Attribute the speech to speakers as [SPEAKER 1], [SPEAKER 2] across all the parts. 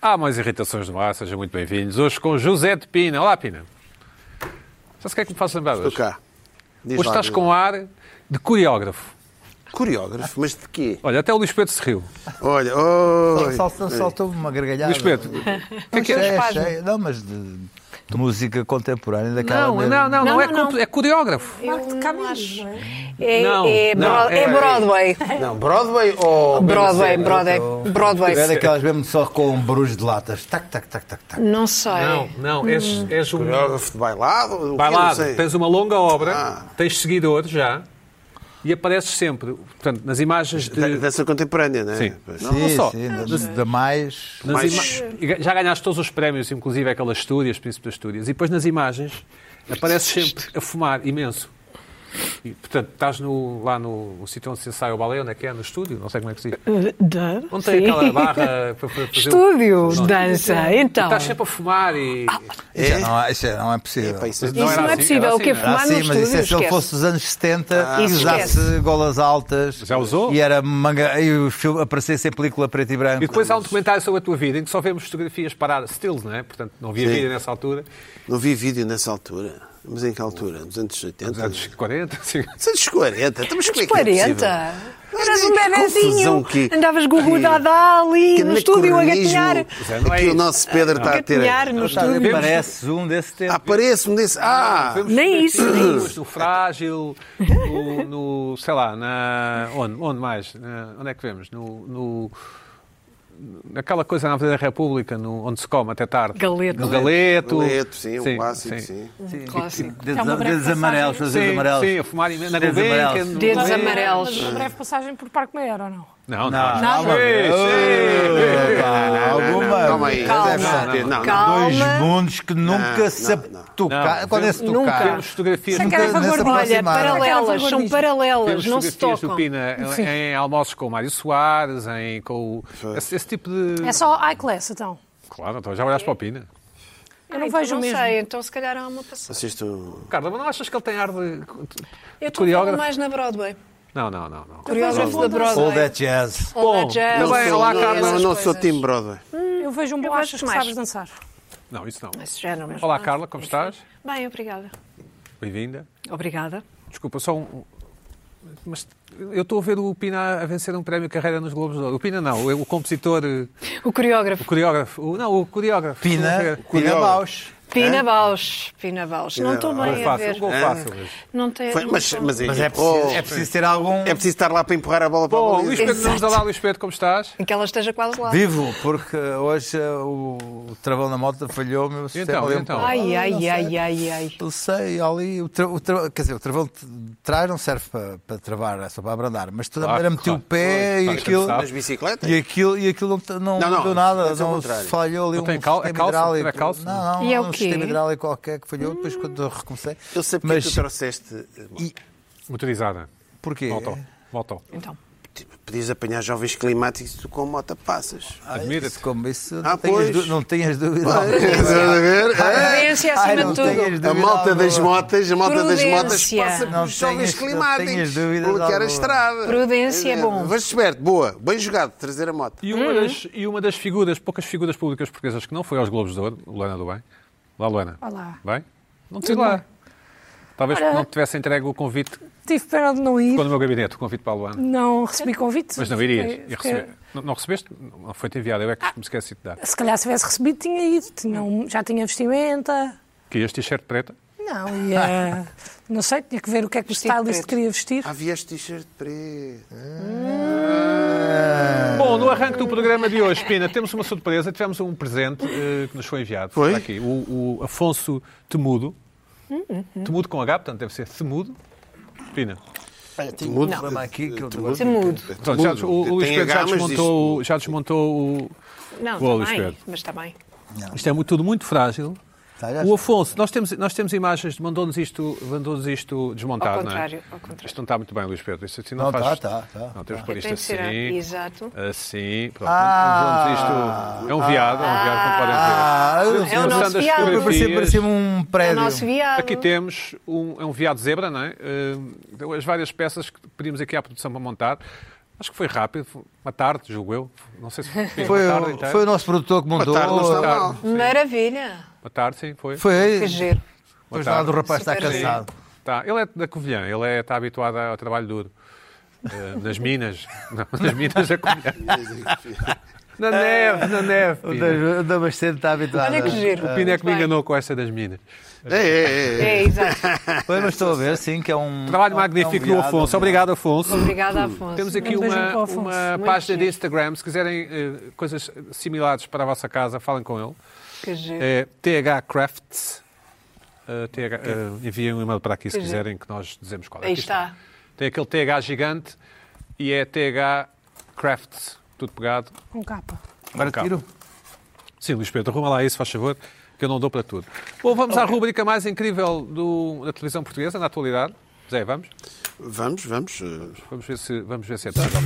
[SPEAKER 1] Há mais irritações no ar, sejam muito bem-vindos. Hoje com José de Pina. Olá, Pina. Já se quer que me faça lembrar
[SPEAKER 2] Estou
[SPEAKER 1] hoje?
[SPEAKER 2] cá. Diz
[SPEAKER 1] Hoje
[SPEAKER 2] lá,
[SPEAKER 1] estás
[SPEAKER 2] diz
[SPEAKER 1] com ar de coreógrafo.
[SPEAKER 2] lá. Coreógrafo, mas de quê?
[SPEAKER 1] Olha, até o Luís Pedro se riu.
[SPEAKER 2] Olha, oi.
[SPEAKER 3] Saltou- Saltou-me uma gargalhada.
[SPEAKER 1] Luís Pedro,
[SPEAKER 3] Não,
[SPEAKER 1] que é?
[SPEAKER 3] cheia,
[SPEAKER 4] Espasmo.
[SPEAKER 3] cheia. Não, mas de, de música contemporânea daquela.
[SPEAKER 1] não, não,
[SPEAKER 3] mesmo.
[SPEAKER 1] não, não,
[SPEAKER 4] Não,
[SPEAKER 1] é,
[SPEAKER 4] não,
[SPEAKER 1] conto- é coreógrafo.
[SPEAKER 4] Eu
[SPEAKER 5] Parte de
[SPEAKER 4] não
[SPEAKER 5] caminhos,
[SPEAKER 4] acho.
[SPEAKER 5] não é?
[SPEAKER 4] É,
[SPEAKER 1] Não,
[SPEAKER 4] é
[SPEAKER 1] não,
[SPEAKER 4] Bro-
[SPEAKER 1] é-
[SPEAKER 4] é Broadway.
[SPEAKER 2] Não, Broadway ou...
[SPEAKER 4] Broadway, Broadway,
[SPEAKER 3] É
[SPEAKER 4] Broadway.
[SPEAKER 3] daquelas mesmo só com um barulho de latas. Tac, tac, tac, tac, tac.
[SPEAKER 4] Não sei.
[SPEAKER 1] Não, não, és, és um.
[SPEAKER 2] Coreógrafo de bailado? o quê?
[SPEAKER 1] Vai
[SPEAKER 2] Não
[SPEAKER 1] lá,
[SPEAKER 2] sei.
[SPEAKER 1] tens uma longa obra,
[SPEAKER 2] Ah.
[SPEAKER 1] tens seguidores já e apareces sempre. Portanto, nas imagens
[SPEAKER 2] Da-
[SPEAKER 1] de.
[SPEAKER 2] Dança contemporânea, não é?
[SPEAKER 1] Sim.
[SPEAKER 2] Pois.
[SPEAKER 1] Não,
[SPEAKER 3] Sim,
[SPEAKER 1] só.
[SPEAKER 3] sim, da- da mais.
[SPEAKER 1] Nas
[SPEAKER 2] Mas-
[SPEAKER 1] ima- e ga- Já ganhaste todos os prémios, inclusive aquela Astúrias, Príncipe das Astúrias. E depois nas imagens apareces sempre a fumar imenso. E, portanto, estás no- lá no, no sítio onde se ensaia o balé, onde é que é? No estúdio? Não sei como é que se diz.
[SPEAKER 4] Da-
[SPEAKER 1] Onde tem
[SPEAKER 4] sim.
[SPEAKER 1] aquela barra para fazer...
[SPEAKER 4] Estúdio,
[SPEAKER 1] Não.
[SPEAKER 4] dança, então. Ah,
[SPEAKER 1] Estás sempre a fumar e...
[SPEAKER 3] Isso já não é, isso já não é possível.
[SPEAKER 2] Epá, isso
[SPEAKER 1] Mas
[SPEAKER 4] Isso
[SPEAKER 1] era
[SPEAKER 4] não é
[SPEAKER 1] assim,
[SPEAKER 4] possível.
[SPEAKER 1] era
[SPEAKER 4] O que é
[SPEAKER 1] assim,
[SPEAKER 3] Ah,
[SPEAKER 4] fumar no
[SPEAKER 3] sim, mas
[SPEAKER 4] estúdio?
[SPEAKER 3] isso é se ele
[SPEAKER 4] Esquece.
[SPEAKER 3] fosse dos anos 70 e
[SPEAKER 4] Isso
[SPEAKER 3] usasse
[SPEAKER 4] esquece.
[SPEAKER 3] golas altas.
[SPEAKER 1] Já usou?
[SPEAKER 3] E era manga, e o filme aparecesse em película preto e branco.
[SPEAKER 1] E depois há um documentário sobre a tua vida em que só vemos fotografias paradas, stills, não é? Portanto, não havia
[SPEAKER 2] Sim.
[SPEAKER 1] vida nessa altura.
[SPEAKER 2] Não vi vídeo nessa altura. Mas em que altura? Nos anos 80?
[SPEAKER 1] Nos anos 40, assim.
[SPEAKER 2] Nos anos 40. Estamos
[SPEAKER 4] Os 40. Eras um
[SPEAKER 2] Confusão
[SPEAKER 4] bebezinho.
[SPEAKER 2] é que...
[SPEAKER 4] Andavas gugudada ali
[SPEAKER 2] é que
[SPEAKER 4] no estúdio a
[SPEAKER 2] anacronismo
[SPEAKER 4] gatinhar.
[SPEAKER 1] é, não é
[SPEAKER 2] que
[SPEAKER 1] isso.
[SPEAKER 2] o nosso Pedro está a
[SPEAKER 4] Gatinhar
[SPEAKER 2] ter.
[SPEAKER 4] no
[SPEAKER 3] Sabe,
[SPEAKER 4] estúdio.
[SPEAKER 3] Parece um desse tempo.
[SPEAKER 2] Aparece-me desse. Ah!
[SPEAKER 1] Vemos
[SPEAKER 4] Nem isso,
[SPEAKER 1] fotografias
[SPEAKER 4] nem isso.
[SPEAKER 1] No Frágil, no, no- sei lá, na, onde, onde mais? Na- onde é que vemos? No, no- naquela coisa na Avenida da República, no- onde se come até tarde.
[SPEAKER 4] Galeto.
[SPEAKER 1] No Galeto.
[SPEAKER 2] Boleto, sim, um clássico, sim.
[SPEAKER 4] Clássico.
[SPEAKER 3] Dedos,
[SPEAKER 5] É uma breve
[SPEAKER 3] dedos amarelos,
[SPEAKER 5] passagem.
[SPEAKER 3] dedos
[SPEAKER 1] Sim,
[SPEAKER 3] amarelos.
[SPEAKER 1] sim, a fumar imenso. Na
[SPEAKER 3] Dedos
[SPEAKER 1] Gulbenkian,
[SPEAKER 3] amarelos.
[SPEAKER 1] no
[SPEAKER 4] Dedos
[SPEAKER 1] Gulbenkian.
[SPEAKER 4] amarelos.
[SPEAKER 5] é, Uma breve passagem por Parque Meyer, ou não?
[SPEAKER 1] Não, não.
[SPEAKER 3] Nada. Alguma.
[SPEAKER 2] Calma aí.
[SPEAKER 4] Calma.
[SPEAKER 2] deve ser-
[SPEAKER 1] Não, não, não.
[SPEAKER 2] Não,
[SPEAKER 3] Dois
[SPEAKER 4] Calma.
[SPEAKER 3] mundos que nunca
[SPEAKER 2] Não,
[SPEAKER 3] se
[SPEAKER 2] não, não.
[SPEAKER 3] tocaram.
[SPEAKER 1] Não,
[SPEAKER 3] Quando é se
[SPEAKER 4] nunca.
[SPEAKER 3] tocaram?
[SPEAKER 1] Temos fotografias.
[SPEAKER 3] Nunca-
[SPEAKER 4] Aquela
[SPEAKER 3] nessa
[SPEAKER 4] favor, olha,
[SPEAKER 3] aproximada.
[SPEAKER 4] paralelas,
[SPEAKER 5] Aquela
[SPEAKER 4] são
[SPEAKER 5] favor-
[SPEAKER 4] paralelas,
[SPEAKER 1] Temos
[SPEAKER 4] não se
[SPEAKER 1] fotografias do
[SPEAKER 4] tocam.
[SPEAKER 1] Pina em- em almoços com o Mário Soares, em, com o, esse, esse tipo de.
[SPEAKER 5] É só iClass, então.
[SPEAKER 1] Claro, então já olhaste para o Pina.
[SPEAKER 5] Eu Ah, não
[SPEAKER 4] Então
[SPEAKER 5] vejo
[SPEAKER 4] não
[SPEAKER 5] mesmo.
[SPEAKER 4] sei, então se calhar há uma passagem.
[SPEAKER 2] Vocês estão.
[SPEAKER 1] Carla, mas não achas que ele tem ar de.
[SPEAKER 4] Eu estou a falar
[SPEAKER 1] coreógrafo?
[SPEAKER 4] mais na Broadway.
[SPEAKER 1] Não, não, não. não.
[SPEAKER 4] Coreógrafo da Broadway.
[SPEAKER 3] All that jazz.
[SPEAKER 4] All that
[SPEAKER 1] Bom,
[SPEAKER 4] jazz.
[SPEAKER 1] também,
[SPEAKER 4] Essas
[SPEAKER 1] olá,
[SPEAKER 2] não,
[SPEAKER 1] Carla.
[SPEAKER 2] não, não sou
[SPEAKER 4] coisas.
[SPEAKER 2] Tim Brother.
[SPEAKER 5] Eu vejo um bom,
[SPEAKER 4] gosto
[SPEAKER 5] achas que
[SPEAKER 4] mais.
[SPEAKER 5] sabes dançar.
[SPEAKER 1] Não, isso não.
[SPEAKER 4] Esse género mesmo.
[SPEAKER 1] Olá, Carla, como estás?
[SPEAKER 4] Bem, obrigada.
[SPEAKER 1] Bem-vinda.
[SPEAKER 4] Obrigada.
[SPEAKER 1] Desculpa, só um. Mas eu estou a ver o Pina a vencer um prémio carreira nos Globos de Ouro. O Pina não, o compositor, eh,
[SPEAKER 4] O coreógrafo.
[SPEAKER 1] o coreógrafo. o- não, o coreógrafo.
[SPEAKER 3] Pina, Pina
[SPEAKER 2] Curioso.
[SPEAKER 3] Bausch.
[SPEAKER 4] Pina Bausch, Pina Bausch. Não estou
[SPEAKER 1] Um gol
[SPEAKER 4] bem a
[SPEAKER 1] fácil, um
[SPEAKER 4] ver.
[SPEAKER 1] gol fácil.
[SPEAKER 4] Não tem.
[SPEAKER 2] Foi-
[SPEAKER 4] não
[SPEAKER 2] mas,
[SPEAKER 4] tô-
[SPEAKER 2] mas,
[SPEAKER 3] Mas é
[SPEAKER 2] oh,
[SPEAKER 3] preciso, é preciso ter algum
[SPEAKER 2] é preciso estar lá para empurrar a bola para
[SPEAKER 1] Bom,
[SPEAKER 2] o
[SPEAKER 1] Luís
[SPEAKER 2] baliza.
[SPEAKER 1] Pedro, vamos lá, Luís Pedro, como estás?
[SPEAKER 4] Que ela esteja quase lá.
[SPEAKER 3] vivo, porque hoje eh, o o travão da moto falhou, meu sistema
[SPEAKER 1] Então,
[SPEAKER 3] ali um
[SPEAKER 1] então.
[SPEAKER 3] pouco.
[SPEAKER 4] Ai,
[SPEAKER 3] não
[SPEAKER 4] ai,
[SPEAKER 3] sei.
[SPEAKER 4] ai, ai, ai.
[SPEAKER 3] Eu sei, ali, o tra- o tra- quer dizer, o travão de trás não serve para, para travar, é só para abrandar, mas toda a
[SPEAKER 1] Claro,
[SPEAKER 3] maneira meti o
[SPEAKER 1] claro.
[SPEAKER 3] pé
[SPEAKER 1] Claro,
[SPEAKER 3] e, aquilo,
[SPEAKER 1] claro.
[SPEAKER 2] Nas bicicletas?
[SPEAKER 3] e aquilo. E aquilo não, não,
[SPEAKER 2] Não, não,
[SPEAKER 3] deu nada,
[SPEAKER 2] mas é o
[SPEAKER 3] não
[SPEAKER 2] contrário.
[SPEAKER 3] falhou ali
[SPEAKER 1] Não
[SPEAKER 3] um
[SPEAKER 1] tem cal- é a
[SPEAKER 3] sistema
[SPEAKER 1] calça? Não tem a
[SPEAKER 3] hidráulico.
[SPEAKER 1] calça?
[SPEAKER 3] Não, não,
[SPEAKER 4] E é o
[SPEAKER 3] um
[SPEAKER 4] quê?
[SPEAKER 3] sistema hidráulico qualquer que falhou, depois quando eu recomecei.
[SPEAKER 2] Eu sei porque é
[SPEAKER 3] mas
[SPEAKER 2] tu trouxeste. eh,
[SPEAKER 3] e-
[SPEAKER 1] Motorizada.
[SPEAKER 3] porquê?
[SPEAKER 1] Moto. Moto.
[SPEAKER 4] Então.
[SPEAKER 2] Tipo, Podias apanhar jovens climáticos e tu com moto passas.
[SPEAKER 3] Ai,
[SPEAKER 1] Admira-te.
[SPEAKER 3] isso, como isso,
[SPEAKER 2] Ah,
[SPEAKER 3] não, tenhas
[SPEAKER 2] pois.
[SPEAKER 3] du- não tenhas dúvida.
[SPEAKER 2] Ah, Estás a ver?
[SPEAKER 4] Prudência
[SPEAKER 3] Ai,
[SPEAKER 4] é acima
[SPEAKER 3] não
[SPEAKER 4] de tudo.
[SPEAKER 3] é tenhas
[SPEAKER 2] A
[SPEAKER 3] dúvida
[SPEAKER 2] malta das
[SPEAKER 3] alguma.
[SPEAKER 2] motas, a malta das motas
[SPEAKER 4] Prudência.
[SPEAKER 2] passa
[SPEAKER 3] Não
[SPEAKER 2] pelos jovens
[SPEAKER 3] tenhas- não tenhas
[SPEAKER 2] climáticos.
[SPEAKER 3] dúvidas
[SPEAKER 2] Bloquear a
[SPEAKER 3] alguma.
[SPEAKER 2] estrada.
[SPEAKER 4] Prudência é bom.
[SPEAKER 2] Mas esperto, boa. Bem jogado, trazer a moto.
[SPEAKER 1] E
[SPEAKER 5] Uhum.
[SPEAKER 1] uma, das, e uma das figuras, poucas figuras públicas portuguesas que não foi aos Globos de Ouro, Luana do Bem. Olá, Luana.
[SPEAKER 5] Olá.
[SPEAKER 1] Bem? Não te sei lá. Talvez
[SPEAKER 5] Ora.
[SPEAKER 1] não te tivesse entregue o convite,
[SPEAKER 5] Tive pena de não ir.
[SPEAKER 1] ficou no meu gabinete, o convite para a Luana.
[SPEAKER 5] Não recebi convite.
[SPEAKER 1] Mas não irias. E
[SPEAKER 5] Fiquei-
[SPEAKER 1] receber- Não, não recebeste? Não foi-te enviado, eu é que me esqueci de dar.
[SPEAKER 5] Se calhar se tivesse recebido, tinha ido. Tinha um- já tinha vestimenta.
[SPEAKER 1] Que este t-shirt preta?
[SPEAKER 5] Não, ia. não sei, tinha que ver o que é que o
[SPEAKER 4] Vestido
[SPEAKER 5] stylist
[SPEAKER 4] preto.
[SPEAKER 5] queria vestir.
[SPEAKER 1] Ah.
[SPEAKER 2] Havia este Ah, t-shirt preto.
[SPEAKER 1] Bom, no arranque do programa de hoje, Pina, temos uma surpresa. Tivemos um presente eh, que nos foi enviado.
[SPEAKER 2] Foi?
[SPEAKER 1] Está Aqui, o, o Afonso Temudo.
[SPEAKER 5] Hum,
[SPEAKER 1] Temudo com H, portanto deve ser Temudo. Pina.
[SPEAKER 3] Olha, tenho
[SPEAKER 2] Mudo.
[SPEAKER 3] um problema aqui que eu
[SPEAKER 4] Te mudo.
[SPEAKER 1] Pronto, já, o, o Luís
[SPEAKER 2] Tem
[SPEAKER 1] Pedro já
[SPEAKER 2] H, mas
[SPEAKER 1] desmontou, o- já desmontou o.
[SPEAKER 4] Não,
[SPEAKER 1] Boa, Luís
[SPEAKER 4] está bem.
[SPEAKER 1] Pedro.
[SPEAKER 4] Mas está bem.
[SPEAKER 1] Isto é muito- tudo muito frágil.
[SPEAKER 3] Tá, já
[SPEAKER 1] O
[SPEAKER 3] está.
[SPEAKER 1] Afonso, nós temos, nós temos imagens, mandou-nos isto, mandou isto desmontado,
[SPEAKER 4] Ao
[SPEAKER 1] não
[SPEAKER 4] contrário,
[SPEAKER 1] é?
[SPEAKER 4] ao contrário.
[SPEAKER 1] Isto não está muito bem, Luís Pedro. Isto assim não,
[SPEAKER 3] Não,
[SPEAKER 1] faz...
[SPEAKER 3] tá, tá, tá,
[SPEAKER 1] não, temos que pôr isto
[SPEAKER 4] Tem que ser.
[SPEAKER 1] assim.
[SPEAKER 4] Exato.
[SPEAKER 1] Assim, pronto.
[SPEAKER 3] Ah.
[SPEAKER 1] mandou-nos isto. É um viado, é um viado, como podem ver.
[SPEAKER 3] Ah, eu-
[SPEAKER 1] Temos
[SPEAKER 4] É o
[SPEAKER 1] uma
[SPEAKER 4] nosso
[SPEAKER 1] versão das
[SPEAKER 4] viado.
[SPEAKER 3] Eu parecia-
[SPEAKER 1] fotografias.
[SPEAKER 3] Parecia-me um
[SPEAKER 4] É o
[SPEAKER 3] prédio.
[SPEAKER 4] nosso viado.
[SPEAKER 1] Aqui temos um, é um viado zebra, não é? Eh, as várias peças que pedimos aqui à produção para montar. Acho que foi rápido, foi uma tarde, julgo eu. Não sei se foi, uma
[SPEAKER 3] Foi, o-
[SPEAKER 1] tarde então. inteira.
[SPEAKER 3] foi o nosso produtor que montou.
[SPEAKER 2] tarde, não está mal.
[SPEAKER 4] Maravilha.
[SPEAKER 1] Uma tarde, sim, foi.
[SPEAKER 3] Foi.
[SPEAKER 4] Que giro.
[SPEAKER 1] Uma
[SPEAKER 3] Depois lá
[SPEAKER 1] tarde.
[SPEAKER 3] do rapaz está
[SPEAKER 4] Super
[SPEAKER 3] cansado.
[SPEAKER 1] Tá, ele é da Covilhã, ele é- está habituado ao trabalho duro. Eh, nas minas. Não, nas minas da Covilhã. Na neve, na neve.
[SPEAKER 3] O
[SPEAKER 1] Pina.
[SPEAKER 3] da- O Damasceno está habituado.
[SPEAKER 4] Olha que giro.
[SPEAKER 1] O Pina é que me enganou com essa das minas.
[SPEAKER 2] É, é, é.
[SPEAKER 4] É, exato.
[SPEAKER 3] Pois, mas estou a ver, sim, que é um.
[SPEAKER 1] Trabalho
[SPEAKER 3] é um- é um
[SPEAKER 1] magnífico do
[SPEAKER 3] viado,
[SPEAKER 1] Afonso.
[SPEAKER 3] um viado.
[SPEAKER 1] Obrigado, Afonso.
[SPEAKER 4] Obrigada, Afonso.
[SPEAKER 1] Temos aqui
[SPEAKER 5] Um beijinho
[SPEAKER 1] uma,
[SPEAKER 5] para o Afonso.
[SPEAKER 1] uma
[SPEAKER 5] Muito
[SPEAKER 1] página de
[SPEAKER 4] giro.
[SPEAKER 1] Instagram. Se quiserem eh, coisas similares para a vossa casa, falem com ele.
[SPEAKER 4] Que giro.
[SPEAKER 1] É TH Crafts. Eh, TH, eh, enviem um e-mail para aqui se
[SPEAKER 4] Que giro.
[SPEAKER 1] quiserem, que nós dizemos qual é.
[SPEAKER 4] Aí
[SPEAKER 1] Aqui
[SPEAKER 4] está.
[SPEAKER 1] Tem aquele TH gigante e é TH Crafts. Tudo pegado.
[SPEAKER 5] Com capa.
[SPEAKER 3] Agora
[SPEAKER 1] Cá.
[SPEAKER 3] tiro.
[SPEAKER 1] Sim, Luís Pedro, arruma lá isso, faz favor, que eu não dou para tudo. Bom, vamos à rubrica mais incrível do- da televisão portuguesa, na atualidade. Zé, vamos?
[SPEAKER 2] Vamos, vamos. eh,
[SPEAKER 1] Vamos ver se, vamos ver se é possível.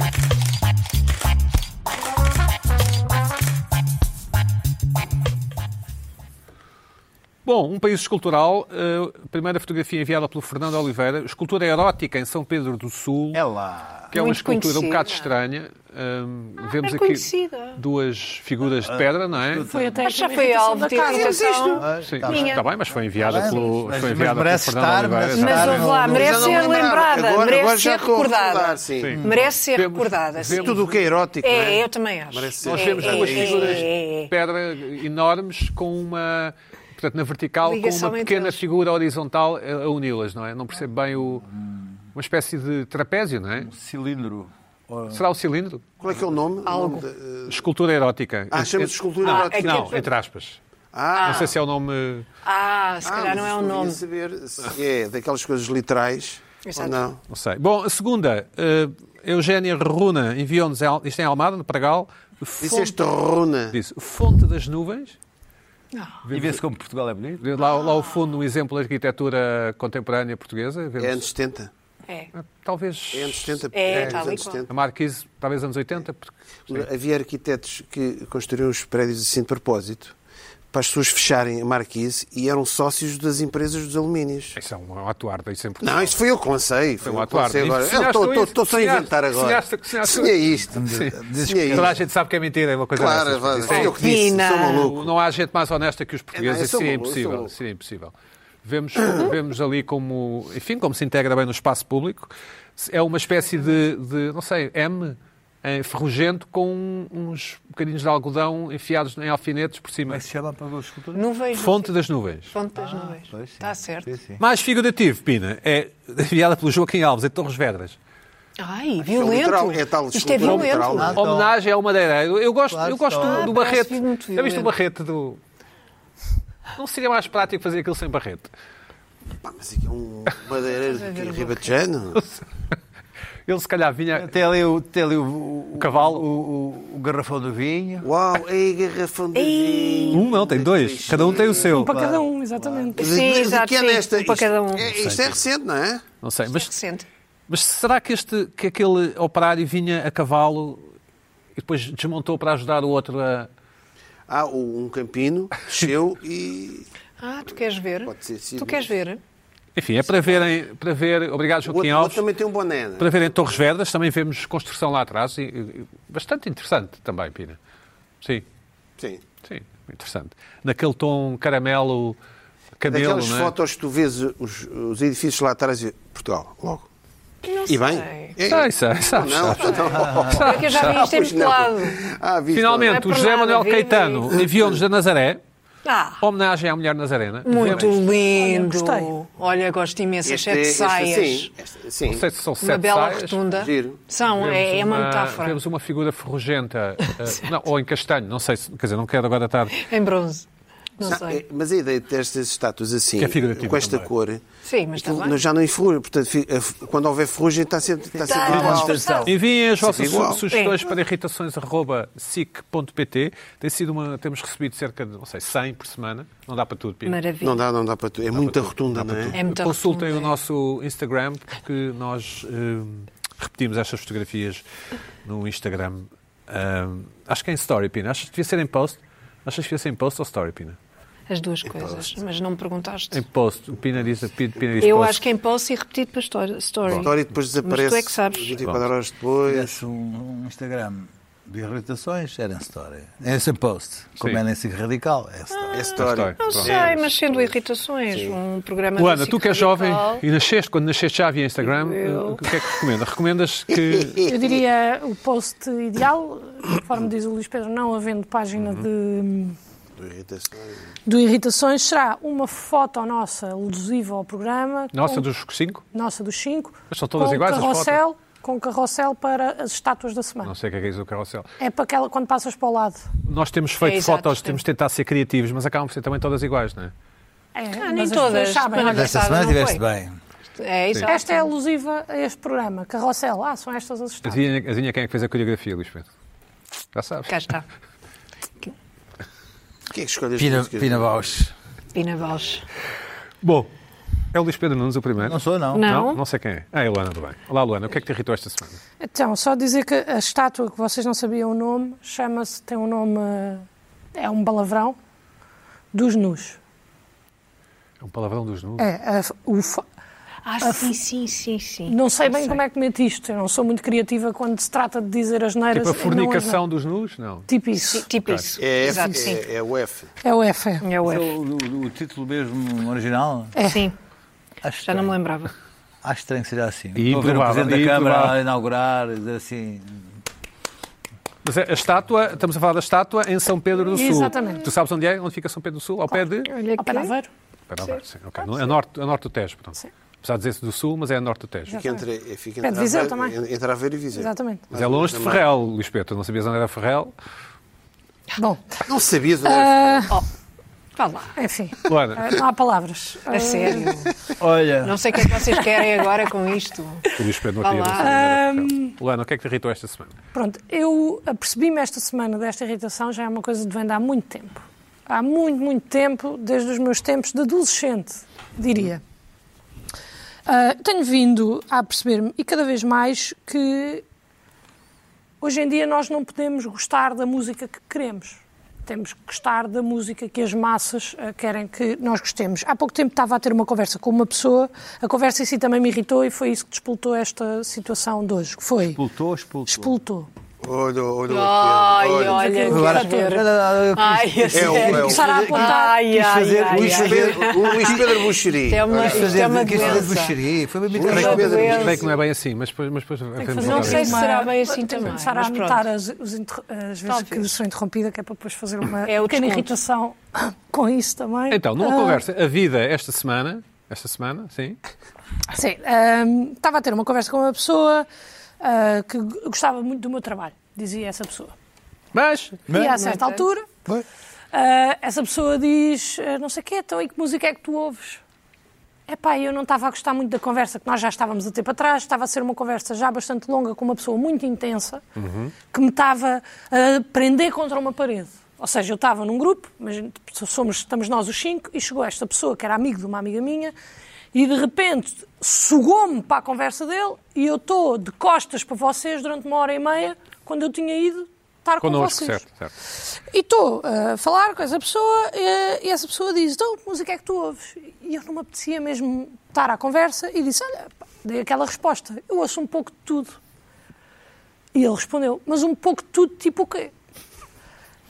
[SPEAKER 1] Bom, um país escultural. eh, primeira fotografia enviada pelo Fernando Oliveira. Escultura erótica em São Pedro do Sul.
[SPEAKER 3] É lá.
[SPEAKER 1] Que é uma
[SPEAKER 4] Muito
[SPEAKER 1] escultura um
[SPEAKER 4] conhecida.
[SPEAKER 1] bocado estranha. Hum, vemos
[SPEAKER 4] bem
[SPEAKER 1] aqui
[SPEAKER 4] conhecida.
[SPEAKER 1] duas figuras de pedra, não é?
[SPEAKER 5] Foi até
[SPEAKER 4] Mas já
[SPEAKER 5] a
[SPEAKER 4] foi
[SPEAKER 5] imitação
[SPEAKER 4] alvo
[SPEAKER 5] da
[SPEAKER 4] de
[SPEAKER 5] Carla.
[SPEAKER 4] educação.
[SPEAKER 3] Ah,
[SPEAKER 1] Sim,
[SPEAKER 3] está
[SPEAKER 1] mas-
[SPEAKER 3] bem.
[SPEAKER 4] Minha.
[SPEAKER 1] está bem, mas foi enviada
[SPEAKER 3] Está bem,
[SPEAKER 1] pelo,
[SPEAKER 3] mas-
[SPEAKER 1] foi
[SPEAKER 3] mas
[SPEAKER 1] enviada pelo
[SPEAKER 3] merece
[SPEAKER 1] Fernando
[SPEAKER 3] estar,
[SPEAKER 1] Oliveira.
[SPEAKER 3] merece
[SPEAKER 4] Mas
[SPEAKER 3] estar.
[SPEAKER 4] ouve lá,
[SPEAKER 3] Não,
[SPEAKER 2] já
[SPEAKER 4] merece
[SPEAKER 2] não
[SPEAKER 4] ser
[SPEAKER 2] me lembrava.
[SPEAKER 4] lembrada,
[SPEAKER 2] Agora-
[SPEAKER 4] merece
[SPEAKER 2] agora já
[SPEAKER 4] ser
[SPEAKER 2] estou a
[SPEAKER 4] recordada.
[SPEAKER 2] recordar, sim. Sim.
[SPEAKER 4] Merece ser
[SPEAKER 1] Temos-
[SPEAKER 4] recordada, sim.
[SPEAKER 1] temos-
[SPEAKER 2] Tudo o que é erótico, não é?
[SPEAKER 4] É, eu também acho.
[SPEAKER 2] Merece ser
[SPEAKER 1] Nós
[SPEAKER 4] É,
[SPEAKER 1] vemos
[SPEAKER 4] é,
[SPEAKER 1] duas
[SPEAKER 4] é,
[SPEAKER 1] figuras
[SPEAKER 4] é, é.
[SPEAKER 1] de pedra enormes com uma. Portanto, na vertical,
[SPEAKER 4] Ligação
[SPEAKER 1] com uma
[SPEAKER 4] entre
[SPEAKER 1] pequena
[SPEAKER 4] eles.
[SPEAKER 1] figura horizontal a a uni-las, não é? Não percebo bem o. Uma espécie de trapézio, não é?
[SPEAKER 3] Cilindro.
[SPEAKER 1] Será o cilindro?
[SPEAKER 2] Qual é que é o nome?
[SPEAKER 4] Algo.
[SPEAKER 2] O nome de-
[SPEAKER 1] Escultura erótica.
[SPEAKER 2] Ah,
[SPEAKER 1] Ent-
[SPEAKER 2] chama-se escultura
[SPEAKER 4] Ah,
[SPEAKER 2] erótica.
[SPEAKER 4] é que-
[SPEAKER 1] Não, entre aspas. Não
[SPEAKER 2] Ah,
[SPEAKER 1] sei se é o nome.
[SPEAKER 4] Ah, se calhar não é
[SPEAKER 2] mas
[SPEAKER 4] um
[SPEAKER 2] eu
[SPEAKER 4] nome.
[SPEAKER 2] queria saber se é daquelas coisas literais
[SPEAKER 4] Exato.
[SPEAKER 2] ou não.
[SPEAKER 1] Não sei. Bom, a segunda, eh, Eugénia Runa enviou-nos, em Al- isto é em Almada, no Pragal, fonte,
[SPEAKER 2] Disseste runa.
[SPEAKER 1] disse, fonte das nuvens.
[SPEAKER 3] E vê-se como Portugal é bonito.
[SPEAKER 1] Lá, lá ao fundo, um exemplo da arquitetura contemporânea portuguesa. vemos- eh,
[SPEAKER 2] É anos 70.
[SPEAKER 4] É.
[SPEAKER 1] Talvez
[SPEAKER 2] É anos 70.
[SPEAKER 4] É,
[SPEAKER 2] dos
[SPEAKER 4] tal e
[SPEAKER 2] anos
[SPEAKER 4] qual.
[SPEAKER 2] 70.
[SPEAKER 1] a Marquise, talvez anos 80. Porque...
[SPEAKER 2] Havia arquitetos que construíam os prédios assim de propósito para as pessoas fecharem a marquise e eram sócios das empresas dos alumínios.
[SPEAKER 1] Isso é um atuar, isso é importante.
[SPEAKER 2] Não, isso foi eu que lancei.
[SPEAKER 1] Foi
[SPEAKER 2] Foi
[SPEAKER 1] um
[SPEAKER 2] eu que
[SPEAKER 1] atuar.
[SPEAKER 2] lancei agora.
[SPEAKER 1] Sonhaste
[SPEAKER 2] Eu estou-
[SPEAKER 1] com
[SPEAKER 2] estou-
[SPEAKER 1] isso?
[SPEAKER 2] estou só a
[SPEAKER 1] Sonhaste-
[SPEAKER 2] inventar agora.
[SPEAKER 1] sonhaste- sonhaste-
[SPEAKER 2] Sonhei isto.
[SPEAKER 3] Dizes que-
[SPEAKER 2] Sonhei isto.
[SPEAKER 1] Toda a gente sabe que é mentira, é uma coisa
[SPEAKER 2] Claro,
[SPEAKER 1] dessas.
[SPEAKER 2] vá,
[SPEAKER 1] Isso
[SPEAKER 2] foi eu que disse. é
[SPEAKER 4] Pina.
[SPEAKER 2] Sou maluco.
[SPEAKER 1] Não há gente mais honesta que os
[SPEAKER 2] É, não, eu
[SPEAKER 1] portugueses,
[SPEAKER 2] sou
[SPEAKER 1] seria
[SPEAKER 2] maluco, eu sou
[SPEAKER 1] impossível.
[SPEAKER 2] maluco.
[SPEAKER 1] Seria impossível. Vemos, vemos ali como, enfim, como se integra bem no espaço público. É uma espécie de, de, não sei, M em ferrugento com uns bocadinhos de algodão enfiados em alfinetes por
[SPEAKER 3] Como
[SPEAKER 1] cima.
[SPEAKER 3] é que se chama para os escultores?
[SPEAKER 4] Nuvens.
[SPEAKER 1] Fonte das nuvens.
[SPEAKER 4] Fonte
[SPEAKER 2] Ah,
[SPEAKER 4] das nuvens. Está Tá certo.
[SPEAKER 1] Mais figurativo, Pina, é enviada pelo Joaquim Alves, em Torres Vedras.
[SPEAKER 4] Ai,
[SPEAKER 2] literal,
[SPEAKER 4] violento.
[SPEAKER 2] Ah, é tal
[SPEAKER 4] Um Isto é
[SPEAKER 2] escultura
[SPEAKER 4] violento.
[SPEAKER 2] literal, não é?
[SPEAKER 3] Então-
[SPEAKER 1] Homenagem ao Madeireiro. Eu gosto,
[SPEAKER 3] Claro
[SPEAKER 1] eu gosto
[SPEAKER 3] está.
[SPEAKER 1] do, do
[SPEAKER 4] Ah,
[SPEAKER 1] barrete.
[SPEAKER 4] parece muito
[SPEAKER 1] Já viste o
[SPEAKER 4] violento.
[SPEAKER 1] barrete do. Não seria mais prático fazer aquilo sem barrete?
[SPEAKER 2] Pá, mas aqui é um madeireiro de quê? ribatejano.
[SPEAKER 1] Ele se calhar vinha.
[SPEAKER 3] Tem ali o, tem ali o, o,
[SPEAKER 1] cavalo.
[SPEAKER 3] o, o- o garrafão do vinho.
[SPEAKER 2] Uau, ei, garrafão de vinho.
[SPEAKER 1] Um não, tem dois. Cada um tem o seu.
[SPEAKER 5] Um para cada um, exatamente.
[SPEAKER 2] Mas- mas de
[SPEAKER 4] exato,
[SPEAKER 2] que ano
[SPEAKER 4] sim,
[SPEAKER 2] é esta?
[SPEAKER 4] um para
[SPEAKER 2] Isto-
[SPEAKER 4] cada um.
[SPEAKER 2] é- Isto é recente, não é?
[SPEAKER 1] Não sei.
[SPEAKER 4] Mas
[SPEAKER 1] Mas,
[SPEAKER 4] recente.
[SPEAKER 1] mas será que, este, que aquele operário vinha a cavalo e depois desmontou para ajudar o outro a.
[SPEAKER 2] Há o- um campino, desceu e.
[SPEAKER 4] Ah, tu queres ver?
[SPEAKER 2] Pode ser, sim.
[SPEAKER 4] Tu queres ver?
[SPEAKER 1] Enfim, é para verem. Para ver... Obrigado,
[SPEAKER 2] O
[SPEAKER 1] Joaquim
[SPEAKER 2] outro, o
[SPEAKER 1] Alves.
[SPEAKER 2] outro também tem um boné, não é?
[SPEAKER 1] Para ver em Torres Vedras também vemos construção lá atrás. e- e- bastante interessante também, Pina. Sim.
[SPEAKER 2] Sim.
[SPEAKER 1] Sim, interessante. Naquele tom caramelo, camelo,
[SPEAKER 2] Daquelas
[SPEAKER 1] não é?
[SPEAKER 2] fotos que tu vês os, os edifícios lá atrás e Portugal, logo.
[SPEAKER 4] Não
[SPEAKER 2] E bem?
[SPEAKER 4] sei.
[SPEAKER 2] É-
[SPEAKER 1] Sai, sai, sai,
[SPEAKER 2] Não,
[SPEAKER 1] sai.
[SPEAKER 2] não.
[SPEAKER 4] É que eu já vi isto em
[SPEAKER 2] Pois não.
[SPEAKER 4] pelado.
[SPEAKER 2] Ah, visto.
[SPEAKER 1] Finalmente,
[SPEAKER 4] Não
[SPEAKER 1] o
[SPEAKER 4] é por
[SPEAKER 1] José
[SPEAKER 4] nada,
[SPEAKER 1] Manuel
[SPEAKER 4] vive.
[SPEAKER 1] Caetano enviou-nos da Nazaré,
[SPEAKER 4] Ah,
[SPEAKER 1] homenagem à mulher nazarena.
[SPEAKER 4] muito
[SPEAKER 1] Vemos-
[SPEAKER 4] lindo.
[SPEAKER 5] Olha,
[SPEAKER 4] Olha, gosto imenso. As
[SPEAKER 2] Este- é,
[SPEAKER 4] sete
[SPEAKER 2] este-
[SPEAKER 4] saias.
[SPEAKER 2] Sim, este- sim.
[SPEAKER 1] Não sei se são
[SPEAKER 4] Uma
[SPEAKER 1] sete
[SPEAKER 4] bela
[SPEAKER 1] saias.
[SPEAKER 4] rotunda.
[SPEAKER 2] Giro.
[SPEAKER 4] São, é, é uma metáfora.
[SPEAKER 1] Temos uma figura ferrugenta, eh, não, ou em castanho, não sei, se- quer dizer, não quero agora estar...
[SPEAKER 4] Em bronze. Não,
[SPEAKER 2] Não,
[SPEAKER 4] sei.
[SPEAKER 2] é- mas a ideia de ter estas estátuas assim,
[SPEAKER 1] Que é figurativo
[SPEAKER 2] com esta
[SPEAKER 1] também.
[SPEAKER 2] cor,
[SPEAKER 4] Sim, mas
[SPEAKER 2] aquilo
[SPEAKER 4] está bem.
[SPEAKER 2] não- já não enferruja. Portanto, fi- a f- quando houver ferrugem, está sempre, está
[SPEAKER 4] Está
[SPEAKER 2] sempre igual.
[SPEAKER 4] disfarçado.
[SPEAKER 1] Enviem as vossas
[SPEAKER 2] igual.
[SPEAKER 1] su-
[SPEAKER 4] É.
[SPEAKER 1] sugestões para irritações.sic.pt. Tem sido uma, temos recebido cerca de, não sei, 100 por semana. Não dá para tudo, Pina.
[SPEAKER 4] Maravilha.
[SPEAKER 2] Não dá, não dá para tu. É muita rotunda, não é?
[SPEAKER 4] É muito
[SPEAKER 1] Consultem
[SPEAKER 4] rotunda,
[SPEAKER 1] o nosso Instagram, porque nós hum, repetimos estas fotografias no Instagram. Ehm, Hum, acho que é em Story, Pina. Achas que devia ser em post? Achas que devia ser em post ou Story, Pina?
[SPEAKER 4] é. as duas coisas, mas não me perguntaste.
[SPEAKER 1] Em post, o Pina diz, o Pina diz
[SPEAKER 4] Eu
[SPEAKER 1] post.
[SPEAKER 4] acho que é em posse e repetido para story. story.
[SPEAKER 2] História e depois desaparece.
[SPEAKER 4] Mas tu é que sabes.
[SPEAKER 2] 24 horas depois.
[SPEAKER 3] Tivesse um, um Instagram de irritações, era em story. Era sem post. Como
[SPEAKER 1] Sim.
[SPEAKER 3] era em SIC radical, é
[SPEAKER 4] Ah,
[SPEAKER 3] story.
[SPEAKER 2] É história.
[SPEAKER 1] História.
[SPEAKER 4] Não
[SPEAKER 1] Pronto.
[SPEAKER 4] sei, mas sendo irritações, um programa
[SPEAKER 1] Luana,
[SPEAKER 4] do
[SPEAKER 1] tu que és
[SPEAKER 4] Ciclo
[SPEAKER 1] jovem
[SPEAKER 4] Radical,
[SPEAKER 1] e nasceste, quando nasceste já havia Instagram,
[SPEAKER 4] Eu.
[SPEAKER 1] eh, o que é que recomendas? Recomendas que
[SPEAKER 5] Eu diria eh, o post ideal, conforme diz o Luís Pedro, não havendo página
[SPEAKER 1] Uhum.
[SPEAKER 5] de, hum,
[SPEAKER 2] Do irritações.
[SPEAKER 5] de irritações, será uma foto nossa alusiva ao programa.
[SPEAKER 1] Nossa
[SPEAKER 5] com-
[SPEAKER 1] dos cinco?
[SPEAKER 5] nossa dos cinco.
[SPEAKER 1] Mas são todas
[SPEAKER 5] com
[SPEAKER 1] iguais as
[SPEAKER 5] carrossel, Com carrossel para as estátuas da
[SPEAKER 1] Não
[SPEAKER 5] semana.
[SPEAKER 1] sei o que é que é isso do carrossel.
[SPEAKER 5] É para aquela quando passas para o lado.
[SPEAKER 1] Nós temos feito
[SPEAKER 4] É, exato,
[SPEAKER 1] fotos,
[SPEAKER 4] sim.
[SPEAKER 1] temos tentado ser criativos, mas acabam por ser também todas iguais, não é?
[SPEAKER 4] Ah,
[SPEAKER 5] É,
[SPEAKER 4] nem
[SPEAKER 5] mas as
[SPEAKER 4] todas.
[SPEAKER 5] pessoas Sabem,
[SPEAKER 4] Mas-
[SPEAKER 5] olha,
[SPEAKER 3] Desta
[SPEAKER 4] Sabe,
[SPEAKER 3] semana
[SPEAKER 4] não
[SPEAKER 3] estiveste
[SPEAKER 4] foi.
[SPEAKER 3] bem.
[SPEAKER 4] É, exato.
[SPEAKER 5] esta é alusiva a este programa. Carrossel. Ah, são estas as estátuas.
[SPEAKER 1] Adivinha, adivinha quem é que fez a coreografia, Luís Pedro? Já sabes.
[SPEAKER 4] Cá está.
[SPEAKER 2] Quem é que escolhe as
[SPEAKER 3] Pina,
[SPEAKER 2] músicas?
[SPEAKER 3] Pina Bausch.
[SPEAKER 4] Pina Bausch.
[SPEAKER 1] Bom, é o Luís Pedro Nunes o primeiro?
[SPEAKER 3] Não sou, não.
[SPEAKER 4] Não.
[SPEAKER 1] Não, não sei quem é. Ah, é a Luana, tudo bem. Olá, Luana, o que é que te irritou esta semana?
[SPEAKER 5] Então, só dizer que a estátua que vocês não sabiam o nome chama-se, tem um nome, eh, é um palavrão, dos nus.
[SPEAKER 1] É um palavrão dos números.
[SPEAKER 5] É, a, o, fa-
[SPEAKER 4] Ah, sim, sim, sim, sim.
[SPEAKER 5] não sei bem como é que meto isto, eu não sou muito criativa quando se trata de dizer as neiras.
[SPEAKER 1] Tipo a
[SPEAKER 5] não as
[SPEAKER 1] fornicação dos nus? Não.
[SPEAKER 5] neiras. Tipo isso.
[SPEAKER 4] Tipo isso.
[SPEAKER 2] É, F,
[SPEAKER 4] Exato, sim.
[SPEAKER 2] é, é o F.
[SPEAKER 5] É o F. é.
[SPEAKER 4] É o
[SPEAKER 3] Mas
[SPEAKER 4] F.
[SPEAKER 3] O, o- o título mesmo original,
[SPEAKER 4] Sim,
[SPEAKER 3] acho
[SPEAKER 4] já não
[SPEAKER 3] estranho.
[SPEAKER 4] me lembrava.
[SPEAKER 3] Acho estranho que seja assim.
[SPEAKER 1] E
[SPEAKER 3] Estou a ver o
[SPEAKER 1] improvável,
[SPEAKER 3] Presidente
[SPEAKER 1] e
[SPEAKER 3] da Câmara
[SPEAKER 1] improvável.
[SPEAKER 3] a inaugurar, a dizer assim...
[SPEAKER 1] Mas é a estátua, estamos a falar da estátua em São Pedro do Sul.
[SPEAKER 5] Exatamente.
[SPEAKER 1] Tu sabes onde é? Onde fica São Pedro do Sul? Ao pé de.
[SPEAKER 4] Olha
[SPEAKER 5] Ao pé de Aveiro.
[SPEAKER 1] Espera, vai, sim, ok. Não, é norte, é norte do Tejo, portanto.
[SPEAKER 5] Sim.
[SPEAKER 1] Apesar de dizer-se do Sul, mas é a norte do Tejo.
[SPEAKER 2] Fica entre, é, fica
[SPEAKER 5] Pé de
[SPEAKER 2] entre,
[SPEAKER 5] Viseu
[SPEAKER 2] Aveiro-
[SPEAKER 5] também.
[SPEAKER 2] entre Aveiro e Viseu.
[SPEAKER 5] Exatamente.
[SPEAKER 1] Mas é longe de Ferrel, Luís Pedro. Tu Não sabias onde era Ferrel?
[SPEAKER 5] Bom, é
[SPEAKER 2] Não sabias onde
[SPEAKER 4] Ah.
[SPEAKER 2] era Ferrel.
[SPEAKER 4] Vá lá.
[SPEAKER 5] enfim,
[SPEAKER 1] Luana,
[SPEAKER 5] eh, não há palavras.
[SPEAKER 4] A sério.
[SPEAKER 3] Olha...
[SPEAKER 4] Não sei o que é que vocês querem agora com isto.
[SPEAKER 1] o Luís Pedro não queria
[SPEAKER 4] Ah. Olá.
[SPEAKER 1] não saber onde era Ferrel. Luana, o que é que te irritou esta semana?
[SPEAKER 5] Pronto, eu apercebi-me esta semana desta irritação, já é uma coisa de vem de há muito tempo. Há muito, muito tempo, desde os meus tempos de adolescente, diria. Ah, tenho vindo a perceber-me, e cada vez mais, que hoje em dia nós não podemos gostar da música que queremos. Temos que gostar da música que as massas ah, querem que nós gostemos. Há pouco tempo estava a ter uma conversa com uma pessoa, a conversa em si também me irritou e foi isso que despoltou esta situação de hoje, que foi...
[SPEAKER 3] Expultou, expultou.
[SPEAKER 5] Expultou.
[SPEAKER 2] Olha, olha,
[SPEAKER 4] Ai,
[SPEAKER 2] olha. olha.
[SPEAKER 4] olha, que é Ah,
[SPEAKER 3] Agora,
[SPEAKER 4] fator. Ai, a sério.
[SPEAKER 2] é o-
[SPEAKER 5] Começar a apontar.
[SPEAKER 4] Ai,
[SPEAKER 3] Quis
[SPEAKER 4] ai,
[SPEAKER 3] fazer-
[SPEAKER 4] ai,
[SPEAKER 2] Luís
[SPEAKER 4] ai.
[SPEAKER 2] Pedro, o Luís Pedro Buxeri.
[SPEAKER 4] Isto é uma,
[SPEAKER 3] Quis
[SPEAKER 4] isto é uma
[SPEAKER 3] fazer, quis fazer
[SPEAKER 4] doença.
[SPEAKER 3] bucharia. Foi bem
[SPEAKER 2] Luís
[SPEAKER 4] Pedro.
[SPEAKER 3] bem.
[SPEAKER 4] doença.
[SPEAKER 1] Sei que não é bem assim, mas depois. Mas depois vamos
[SPEAKER 4] Não
[SPEAKER 5] um
[SPEAKER 1] voltar a
[SPEAKER 4] sei
[SPEAKER 1] isso.
[SPEAKER 4] se será bem assim
[SPEAKER 5] Tem que
[SPEAKER 4] também,
[SPEAKER 5] Começar a
[SPEAKER 4] mas pronto.
[SPEAKER 5] anotar as, os inter- as vezes que
[SPEAKER 4] Talvez.
[SPEAKER 5] sou interrompida, que é para depois fazer uma
[SPEAKER 4] É o
[SPEAKER 5] pequena
[SPEAKER 4] desconto.
[SPEAKER 5] irritação com isso também.
[SPEAKER 1] Então, numa
[SPEAKER 5] Ah,
[SPEAKER 1] conversa, a vida esta semana, esta semana, sim,
[SPEAKER 5] Sim, ahm, estava a ter uma conversa com uma pessoa ah, que g- gostava muito do meu trabalho, dizia essa pessoa.
[SPEAKER 1] mas
[SPEAKER 5] e é a certa altura, ah, essa pessoa diz: ah, Não sei o quê, então e que música é que tu ouves? Epá, eu não estava a gostar muito da conversa que nós já estávamos a ter para trás, estava a ser uma conversa já bastante longa com uma pessoa muito intensa que me estava a prender contra uma parede. Ou seja, eu estava num grupo, mas somos, estamos nós os cinco, e chegou esta pessoa que era amigo de uma amiga minha, e de repente sugou-me para a conversa dele, e eu estou de costas para vocês durante uma hora e meia, quando eu tinha ido estar com
[SPEAKER 1] connosco,
[SPEAKER 5] vocês.
[SPEAKER 1] certo, certo.
[SPEAKER 5] E estou a falar com essa pessoa eh, e essa pessoa diz: Então, que música é que tu ouves? E eu não me apetecia mesmo estar à conversa e disse: Olha, pá, dei aquela resposta, eu ouço um pouco de tudo. E ele respondeu: Mas um pouco de tudo, tipo o quê?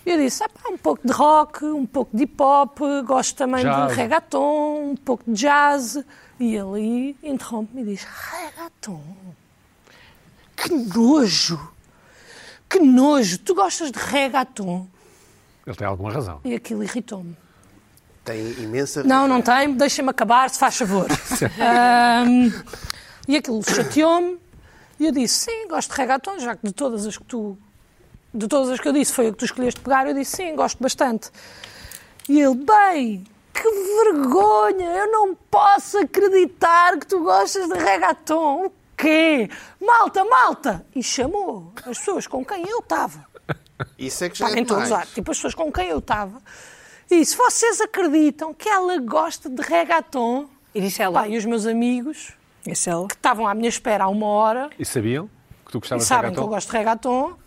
[SPEAKER 5] E eu disse: ah, pá, um pouco de rock, um pouco de hip hop, gosto também
[SPEAKER 1] Jazz.
[SPEAKER 5] de reggaeton, um pouco de jazz. E ele aí interrompe-me e diz: Reggaeton? Que nojo! Que nojo! Tu gostas de reggaeton?
[SPEAKER 1] Ele tem alguma razão.
[SPEAKER 5] E aquilo irritou-me.
[SPEAKER 2] Tem imensa.
[SPEAKER 5] Não, não tem, deixem-me acabar, se faz favor. Ahm, e aquilo chateou-me. E eu disse, sim, gosto de reggaeton, já que de todas as que tu... De todas as que eu disse, foi a que tu escolheste pegar. Eu disse, sim, gosto bastante. E ele, bem, que vergonha, eu não posso acreditar que tu gostas de reggaeton. O quê? Malta, malta! E chamou as pessoas com quem eu estava.
[SPEAKER 2] Isso é que já
[SPEAKER 5] Para
[SPEAKER 2] é
[SPEAKER 5] quem estou a usar.
[SPEAKER 2] demais.
[SPEAKER 5] Tipo, as pessoas com quem eu estava. E se vocês acreditam que ela gosta de reggaeton,
[SPEAKER 4] E disse ela.
[SPEAKER 5] pá, e os meus amigos
[SPEAKER 4] Disse ela.
[SPEAKER 5] que estavam à minha espera há uma hora
[SPEAKER 1] E sabiam que tu
[SPEAKER 5] e
[SPEAKER 1] gostavas de
[SPEAKER 5] sabem que eu
[SPEAKER 1] reggaeton?
[SPEAKER 5] gosto de reggaeton,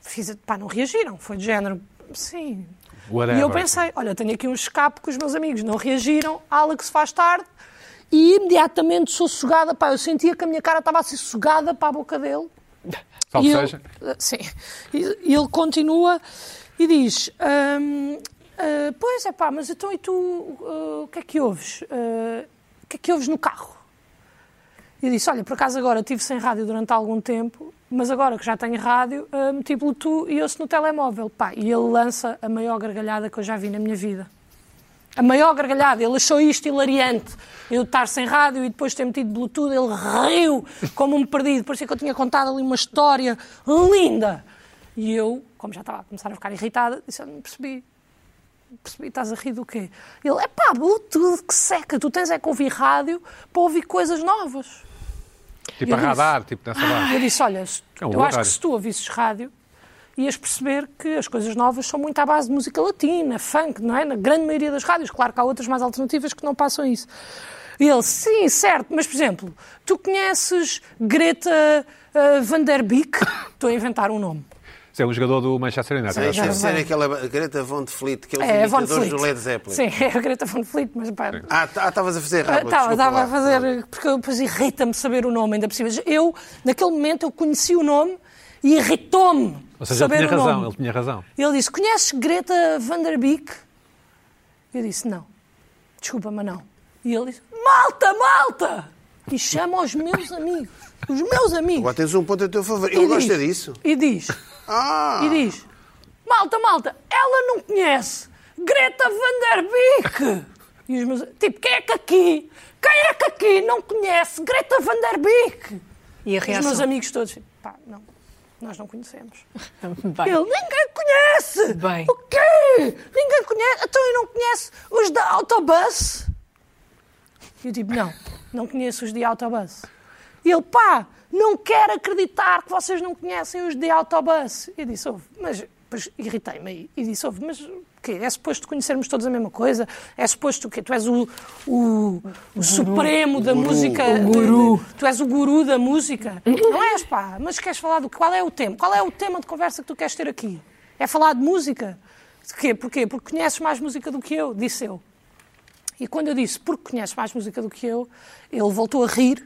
[SPEAKER 5] fiz, pá, não reagiram. Foi de género, sim,
[SPEAKER 1] Whatever.
[SPEAKER 5] E eu pensei, olha, tenho aqui um escape que os meus amigos não reagiram, Alex faz tarde, e imediatamente sou sugada, pá, eu sentia que a minha cara estava a ser sugada para a boca dele.
[SPEAKER 1] Salve
[SPEAKER 5] E ele- eh,
[SPEAKER 1] seja.
[SPEAKER 5] Sim. E ele continua e diz: "Hum, ah, Pois é, pá, mas então e tu ah, o que é que ouves? Ah, o que é que ouves no carro? E eu disse: Olha, por acaso agora estive sem rádio durante algum tempo, mas agora que já tenho rádio, ah, meti Bluetooth e ouço no telemóvel. Pá, e ele lança a maior gargalhada que eu já vi na minha vida. A maior gargalhada, ele achou isto hilariante. Eu estar sem rádio e depois ter metido Bluetooth, ele riu como um perdido. Parecia que eu tinha contado ali uma história linda. E eu, como já estava a começar a ficar irritada, disse: "Eu Não percebi. Não Percebi, estás a rir do quê? Ele: É pá, Bluetooth, que seca. Tu tens é que ouvir rádio para ouvir coisas novas.
[SPEAKER 1] Tipo a
[SPEAKER 5] disse-
[SPEAKER 1] radar, tipo nessa base.
[SPEAKER 5] Ah, Eu disse: Olha, se-
[SPEAKER 1] É um
[SPEAKER 5] eu acho
[SPEAKER 1] horário.
[SPEAKER 5] que se tu ouvisses rádio, ias perceber que as coisas novas são muito à base de música latina, funk, não é? Na grande maioria das rádios. Claro que há outras mais alternativas que não passam isso. E ele, sim, certo, mas por exemplo, tu conheces Greta eh, Van Der Beek? Estou a inventar um nome.
[SPEAKER 1] Isso é um jogador do Manchester United.
[SPEAKER 2] Mas
[SPEAKER 5] já
[SPEAKER 2] deve ser
[SPEAKER 5] vai.
[SPEAKER 2] aquela Greta Von Fleet, aqueles
[SPEAKER 5] É, Von
[SPEAKER 2] imitadores
[SPEAKER 5] Fleet.
[SPEAKER 2] do Led Zeppelin.
[SPEAKER 5] Sim, é a Greta Van Fleet, mas pá,
[SPEAKER 2] Ah, tá- ah, estavas a fazer rápido.
[SPEAKER 5] Estava,
[SPEAKER 2] desculpa
[SPEAKER 5] estava
[SPEAKER 2] lá.
[SPEAKER 5] a fazer, porque eu- depois irrita-me saber o nome, ainda por cima. Eu, naquele momento, eu conheci o nome e irritou-me
[SPEAKER 1] Ou seja, ele
[SPEAKER 5] saber
[SPEAKER 1] tinha
[SPEAKER 5] o nome.
[SPEAKER 1] razão, ele tinha razão.
[SPEAKER 5] Ele disse: Conheces Greta Van Der Beek? Eu disse: Não. Desculpa, mas não. E ele disse: Malta, malta! E chama os meus amigos. Os meus amigos.
[SPEAKER 2] Agora tens um ponto a teu favor.
[SPEAKER 5] E
[SPEAKER 2] Ele gosta
[SPEAKER 5] diz-
[SPEAKER 2] disso.
[SPEAKER 5] E diz:
[SPEAKER 2] Ah!
[SPEAKER 5] E diz: Malta, malta, ela não conhece Greta Van Der Beek! E os meus. Tipo, quem é que aqui? Quem é que aqui não conhece Greta Van Der Beek?
[SPEAKER 4] E a
[SPEAKER 5] E os
[SPEAKER 4] reação?
[SPEAKER 5] meus amigos todos: Pá, não. Nós não conhecemos.
[SPEAKER 4] Bem,
[SPEAKER 5] Ele, ninguém conhece!
[SPEAKER 4] Bem.
[SPEAKER 5] O quê? Ninguém conhece? Então eu não conheço os da Autobus? E eu digo, não, não conheço os de Autobus. E ele, pá, não quero acreditar que vocês não conhecem os de Autobus. E eu disse, ouve, mas... Pois irritei-me aí. e disse, ouve, mas o quê? É suposto conhecermos todos a mesma coisa? É suposto o quê? Tu és o, o, o supremo da música. O guru. Tu és o guru da música. Não és, pá. Mas queres falar do quê? Qual é o tema? Qual é o tema de conversa que tu queres ter aqui? É falar de música? De quê? Porquê? Porque conheces mais música do que eu, disse eu. E quando eu disse, porque conheces mais música do que eu, ele voltou a rir